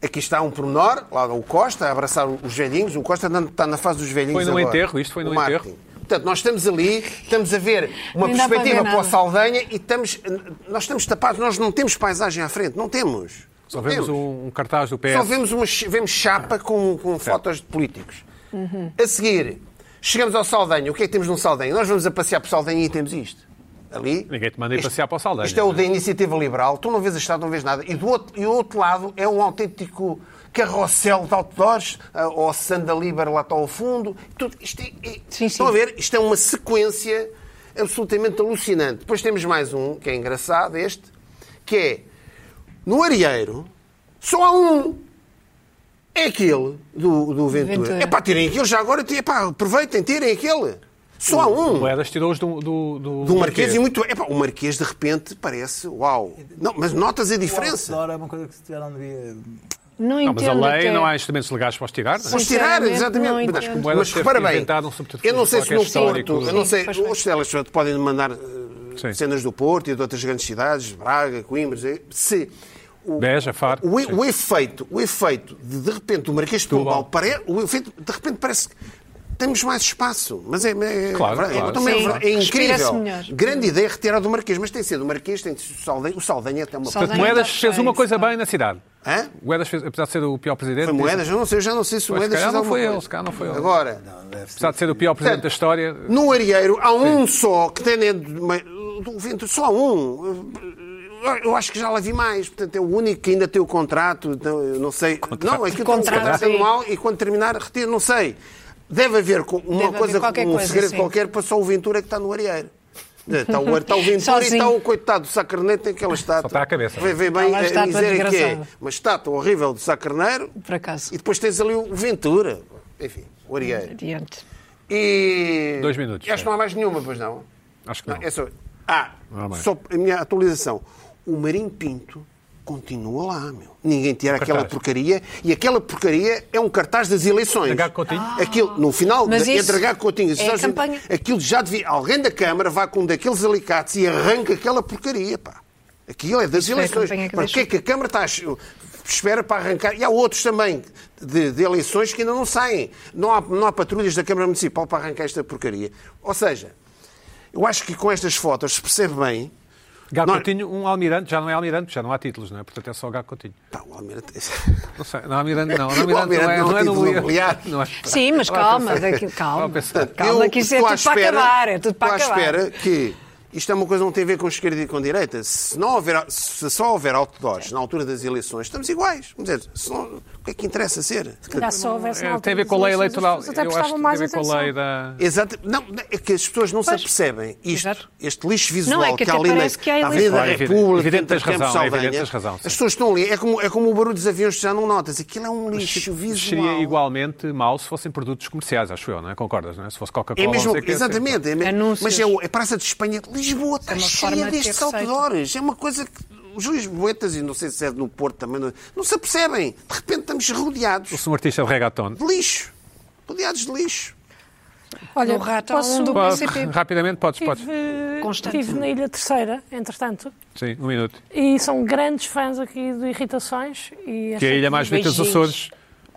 [SPEAKER 2] Aqui está um pormenor, lá o Costa, a abraçar os velhinhos. O Costa não- está na fase dos
[SPEAKER 1] Foi
[SPEAKER 2] velhinhos
[SPEAKER 1] num
[SPEAKER 2] agora.
[SPEAKER 1] enterro, isto foi num
[SPEAKER 2] O marketing.
[SPEAKER 1] enterro.
[SPEAKER 2] Portanto, nós estamos ali, estamos a ver uma
[SPEAKER 4] Nem dá para
[SPEAKER 2] perspectiva
[SPEAKER 4] ver
[SPEAKER 2] para,
[SPEAKER 4] nada.
[SPEAKER 2] o Saldanha e estamos, nós estamos tapados, nós não temos paisagem à frente, não temos.
[SPEAKER 1] Só
[SPEAKER 2] Não
[SPEAKER 1] vemos
[SPEAKER 2] temos.
[SPEAKER 1] um, um cartaz do PS.
[SPEAKER 2] Só vemos, uma, ch- vemos chapa com, com fotos de políticos. A seguir, chegamos ao Saldanha. O que é que temos no Saldanha? Nós vamos a passear para o Saldanha e temos isto. Ali.
[SPEAKER 1] Ninguém te manda ir
[SPEAKER 2] Este-
[SPEAKER 1] passear para o Saldanha,
[SPEAKER 2] Isto é o
[SPEAKER 1] não é?
[SPEAKER 2] da Iniciativa Liberal. Tu não vês a estrada, não vês nada. E do outro, e o outro lado é um autêntico carrossel de outdoors, ah, ou a Sanda Liber lá está ao fundo. Tudo, isto é, é-
[SPEAKER 4] Sim,
[SPEAKER 2] Estão a
[SPEAKER 4] sim.
[SPEAKER 2] ver? Isto é uma sequência absolutamente alucinante. Depois temos mais um, que é engraçado, este, que é no Arieiro, só há um. É aquele do, do Ventura.
[SPEAKER 4] Ventura.
[SPEAKER 2] É pá, tirem aquele já agora. É pá, aproveitem, tirem aquele. Só há um.
[SPEAKER 1] Moedas tirou-os do, do, do,
[SPEAKER 2] Do Marquês e muito. É pá, o Marquês de repente parece. Uau. Não, mas notas a
[SPEAKER 3] O
[SPEAKER 2] diferença.
[SPEAKER 3] outdoor é uma coisa que se calhar não devia.
[SPEAKER 4] Não
[SPEAKER 1] Não,
[SPEAKER 4] entendo
[SPEAKER 1] mas a lei
[SPEAKER 4] até.
[SPEAKER 1] não há instrumentos legais para os tirar, não é?
[SPEAKER 2] Vamos tirar,
[SPEAKER 4] Sinceramente, não
[SPEAKER 2] exatamente.
[SPEAKER 4] entendo.
[SPEAKER 2] Mas,
[SPEAKER 1] Moedas
[SPEAKER 2] mas
[SPEAKER 1] teve
[SPEAKER 2] repara
[SPEAKER 1] que
[SPEAKER 2] bem.
[SPEAKER 1] inventar um subterfúgio
[SPEAKER 2] Eu não sei se no
[SPEAKER 1] qualquer histórico.
[SPEAKER 2] Porto. Eu não
[SPEAKER 4] Sim,
[SPEAKER 2] sei.
[SPEAKER 4] faz bem.
[SPEAKER 2] Os telas podem mandar eh,
[SPEAKER 1] Sim.
[SPEAKER 2] cenas do Porto e de outras grandes cidades, Braga, Coimbra. eh, Se. o-
[SPEAKER 1] Beja, Faro.
[SPEAKER 2] O, e-
[SPEAKER 1] Sim.
[SPEAKER 2] o efeito, o efeito de de repente o Marquês de
[SPEAKER 1] Setúbal.
[SPEAKER 2] Pombal, pare, o efeito de repente parece que temos mais espaço, mas é, é, é
[SPEAKER 1] Claro,
[SPEAKER 2] verdade.
[SPEAKER 1] claro.
[SPEAKER 2] Eu também-
[SPEAKER 4] Sim,
[SPEAKER 2] é
[SPEAKER 4] respira-se
[SPEAKER 2] incrível.
[SPEAKER 4] melhor.
[SPEAKER 2] Grande ideia retirar do Marquês, mas tem sido o Marquês, tem sido o Saldanha, o Saldanha é até uma
[SPEAKER 4] Saldanha.
[SPEAKER 1] Portanto, Moedas
[SPEAKER 4] Sim,
[SPEAKER 1] fez uma
[SPEAKER 4] sim,
[SPEAKER 1] coisa
[SPEAKER 4] sim.
[SPEAKER 1] bem na cidade.
[SPEAKER 2] Hã?
[SPEAKER 1] Moedas fez, apesar de ser o pior presidente...
[SPEAKER 2] Foi moedas, eu não sei, eu já não sei se
[SPEAKER 1] Pois,
[SPEAKER 2] moedas
[SPEAKER 1] se calhar
[SPEAKER 2] fez
[SPEAKER 1] não
[SPEAKER 2] alguma
[SPEAKER 1] foi
[SPEAKER 2] coisa.
[SPEAKER 1] ele, se calhar não foi ele.
[SPEAKER 2] Agora,
[SPEAKER 1] Apesar de ser o pior presidente da história...
[SPEAKER 2] no Arieiro há um só que tem dentro de uma- do vento, só há um. Eu acho que já lá vi mais, portanto é o único que ainda tem o contrato, então, eu não sei. Não, é que tem um
[SPEAKER 4] Contrato,
[SPEAKER 2] contrato
[SPEAKER 4] sim.
[SPEAKER 2] anual e quando terminar retira, não sei. Deve haver co- uma
[SPEAKER 4] Deve haver
[SPEAKER 2] coisa,
[SPEAKER 4] qualquer
[SPEAKER 2] um
[SPEAKER 4] coisa,
[SPEAKER 2] segredo
[SPEAKER 4] sim.
[SPEAKER 2] qualquer para só o Ventura que está no Arieiro. Está o, está o Ventura e
[SPEAKER 4] Sozinho.
[SPEAKER 2] está o coitado do Sacarneiro, tem aquela estátua.
[SPEAKER 1] está a cabeça.
[SPEAKER 2] Vê, vê bem
[SPEAKER 4] assim. Está lá a
[SPEAKER 2] a
[SPEAKER 4] estátua
[SPEAKER 2] miséria que é.
[SPEAKER 4] desgraçada.
[SPEAKER 2] Uma estátua horrível do Sacarneiro,
[SPEAKER 4] Por acaso.
[SPEAKER 2] e depois tens ali o Ventura. Enfim, o Arieiro.
[SPEAKER 4] Adiante.
[SPEAKER 2] E.
[SPEAKER 1] Dois minutos,
[SPEAKER 2] Acho que
[SPEAKER 1] é.
[SPEAKER 2] não há mais nenhuma, pois não.
[SPEAKER 1] Acho que não.
[SPEAKER 2] é só... Ah,
[SPEAKER 1] Não há mais.
[SPEAKER 2] só a minha atualização. O Marinho Pinto continua lá, meu. Ninguém tira aquela
[SPEAKER 1] cartaz.
[SPEAKER 2] porcaria. E aquela porcaria é um cartaz das eleições.
[SPEAKER 1] Da Gago Coutinho.
[SPEAKER 2] Aquilo, no final,
[SPEAKER 4] Mas
[SPEAKER 2] da,
[SPEAKER 4] isso
[SPEAKER 2] entre Gago Coutinho e
[SPEAKER 4] é
[SPEAKER 2] Sérgio-
[SPEAKER 4] campanha.
[SPEAKER 2] Aquilo já devia. Alguém da Câmara vá com um daqueles alicates e arranca aquela porcaria, pá. Aquilo é das
[SPEAKER 4] foi a
[SPEAKER 2] eleições.
[SPEAKER 4] campanha que
[SPEAKER 2] Para que
[SPEAKER 4] deixou.
[SPEAKER 2] é que a Câmara está. Espera para arrancar. E há outros também de, de eleições que ainda não saem. Não há, não há patrulhas da Câmara Municipal para arrancar esta porcaria. Ou seja, eu acho que com estas fotos se percebe bem.
[SPEAKER 1] Gago
[SPEAKER 2] Não-
[SPEAKER 1] Coutinho, um almirante, já não é almirante, já não há títulos, não é? Portanto, é só Gago Coutinho.
[SPEAKER 2] Pá, o Almirante.
[SPEAKER 1] Não sei, não, almirante não.
[SPEAKER 2] O
[SPEAKER 1] Almirante não é,
[SPEAKER 2] almirante não
[SPEAKER 1] não é
[SPEAKER 2] tem título
[SPEAKER 1] no
[SPEAKER 2] nobiliário.
[SPEAKER 1] Não é.
[SPEAKER 4] Sim, mas
[SPEAKER 1] Estava a
[SPEAKER 4] calma,
[SPEAKER 1] pensar.
[SPEAKER 4] daqui- calma.
[SPEAKER 1] Estava a pensar.
[SPEAKER 4] Calma, que isso é
[SPEAKER 2] estou à
[SPEAKER 4] tudo para acabar, é tudo para
[SPEAKER 2] estou à
[SPEAKER 4] acabar.
[SPEAKER 2] espera que isto é uma coisa que não tem a ver com esquerda e com direita. Se, não houver, se só houver outdoors na altura das eleições, estamos iguais. Vamos dizer, se não- o que é que interessa ser?
[SPEAKER 5] Já só houvesse
[SPEAKER 1] É,
[SPEAKER 5] na
[SPEAKER 1] Tem a
[SPEAKER 5] altura
[SPEAKER 1] ver com a
[SPEAKER 5] das
[SPEAKER 1] lei
[SPEAKER 5] eleições,
[SPEAKER 1] eleitoral.
[SPEAKER 5] as
[SPEAKER 1] Eu
[SPEAKER 5] pessoas até
[SPEAKER 1] acho
[SPEAKER 5] prestavam
[SPEAKER 1] que tem a
[SPEAKER 5] mais
[SPEAKER 1] ver com a lei
[SPEAKER 5] atenção.
[SPEAKER 1] da...
[SPEAKER 2] Exato. Não, é que as pessoas não
[SPEAKER 4] Pois.
[SPEAKER 2] se apercebem. Isto,
[SPEAKER 4] Exato.
[SPEAKER 2] este lixo visual
[SPEAKER 4] Não, é que
[SPEAKER 2] há
[SPEAKER 4] até
[SPEAKER 2] ali na,
[SPEAKER 4] parece que há
[SPEAKER 2] na Avenida
[SPEAKER 4] eleições.
[SPEAKER 2] da
[SPEAKER 1] Ah, é evidente.
[SPEAKER 2] República,
[SPEAKER 1] Evidente,
[SPEAKER 2] entre
[SPEAKER 1] tens
[SPEAKER 2] Campos
[SPEAKER 1] razão, é evidente,
[SPEAKER 2] Saldanha,
[SPEAKER 1] tens razão, sim.
[SPEAKER 2] As pessoas estão ali. É como, é como o barulho dos aviões que já não notas. Aquilo é um lixo visual.
[SPEAKER 1] Seria igualmente mau se fossem produtos comerciais, acho eu, não é? Concordas, não é? Se fosse Coca-Cola,
[SPEAKER 2] É mesmo,
[SPEAKER 1] não sei o quê,
[SPEAKER 2] exatamente. É, mesmo.
[SPEAKER 4] Anúncios. É
[SPEAKER 2] mas é, o- é Praça de Espanha de Lisboa, está
[SPEAKER 4] uma
[SPEAKER 2] cheia
[SPEAKER 4] forma de ter
[SPEAKER 2] destes
[SPEAKER 4] receita.
[SPEAKER 2] outdoors. É uma coisa que os lisboetas, e não sei se é no Porto também, não, não se apercebem. De repente estamos rodeados
[SPEAKER 1] Se um artista de reggaeton.
[SPEAKER 2] de lixo. Rodeados de lixo.
[SPEAKER 5] Olha,
[SPEAKER 4] No rato há um
[SPEAKER 5] posso...
[SPEAKER 4] do
[SPEAKER 1] Pá,
[SPEAKER 4] PCP.
[SPEAKER 1] Ah, Rapidamente, podes, podes.
[SPEAKER 5] Estive,
[SPEAKER 4] Constante.
[SPEAKER 5] estive na Ilha Terceira, entretanto,
[SPEAKER 1] Sim, um minuto.
[SPEAKER 5] e são grandes fãs aqui do Irritações. E
[SPEAKER 1] Que é a ilha mais bonita dos
[SPEAKER 4] Beijinhos.
[SPEAKER 1] Açores.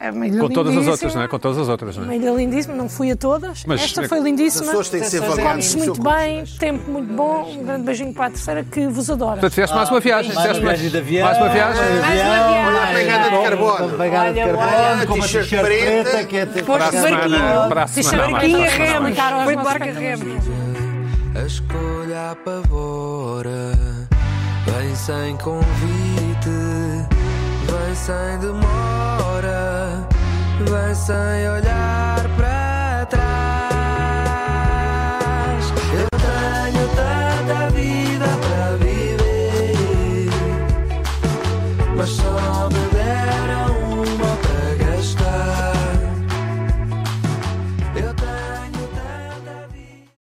[SPEAKER 5] É uma ilha
[SPEAKER 1] Com todas as
[SPEAKER 5] lindíssima.
[SPEAKER 1] outras, não é? Com todas as outras, não
[SPEAKER 5] Uma
[SPEAKER 1] é?
[SPEAKER 5] ilha lindíssima, não fui a todas.
[SPEAKER 1] Mas- é
[SPEAKER 5] Esta foi lindíssima.
[SPEAKER 2] Açores têm que ser
[SPEAKER 4] Açores é
[SPEAKER 2] avaliados
[SPEAKER 5] Comes
[SPEAKER 2] no seu
[SPEAKER 5] muito bem, tempo muito bom. Um grande beijinho para a terceira que vos adora.
[SPEAKER 1] Portanto, fizeste mais uma viagem.
[SPEAKER 7] Mais
[SPEAKER 1] fizeste
[SPEAKER 7] uma viagem de avião.
[SPEAKER 1] mais uma viagem.
[SPEAKER 4] Mais uma viagem.
[SPEAKER 7] mais
[SPEAKER 2] Pegada de
[SPEAKER 7] com-
[SPEAKER 2] carbono.
[SPEAKER 7] com Pegada de
[SPEAKER 4] Olha,
[SPEAKER 7] carbono,
[SPEAKER 2] olha,
[SPEAKER 7] com uma
[SPEAKER 2] t-shirt
[SPEAKER 7] t-shirt preta,
[SPEAKER 2] preta,
[SPEAKER 7] que é
[SPEAKER 1] Para a
[SPEAKER 5] de
[SPEAKER 1] semana.
[SPEAKER 5] barquinho.
[SPEAKER 1] Para a
[SPEAKER 5] Deixa
[SPEAKER 1] semana. não, é?
[SPEAKER 5] barquinho
[SPEAKER 1] mais, para a semana,
[SPEAKER 5] remo,
[SPEAKER 1] mais.
[SPEAKER 5] caro, aos
[SPEAKER 4] Foi de
[SPEAKER 5] nossos
[SPEAKER 4] barca
[SPEAKER 1] é?
[SPEAKER 4] remo.
[SPEAKER 3] A escolha apavora, vem sem convite, vem sem demora, vem sem olhar para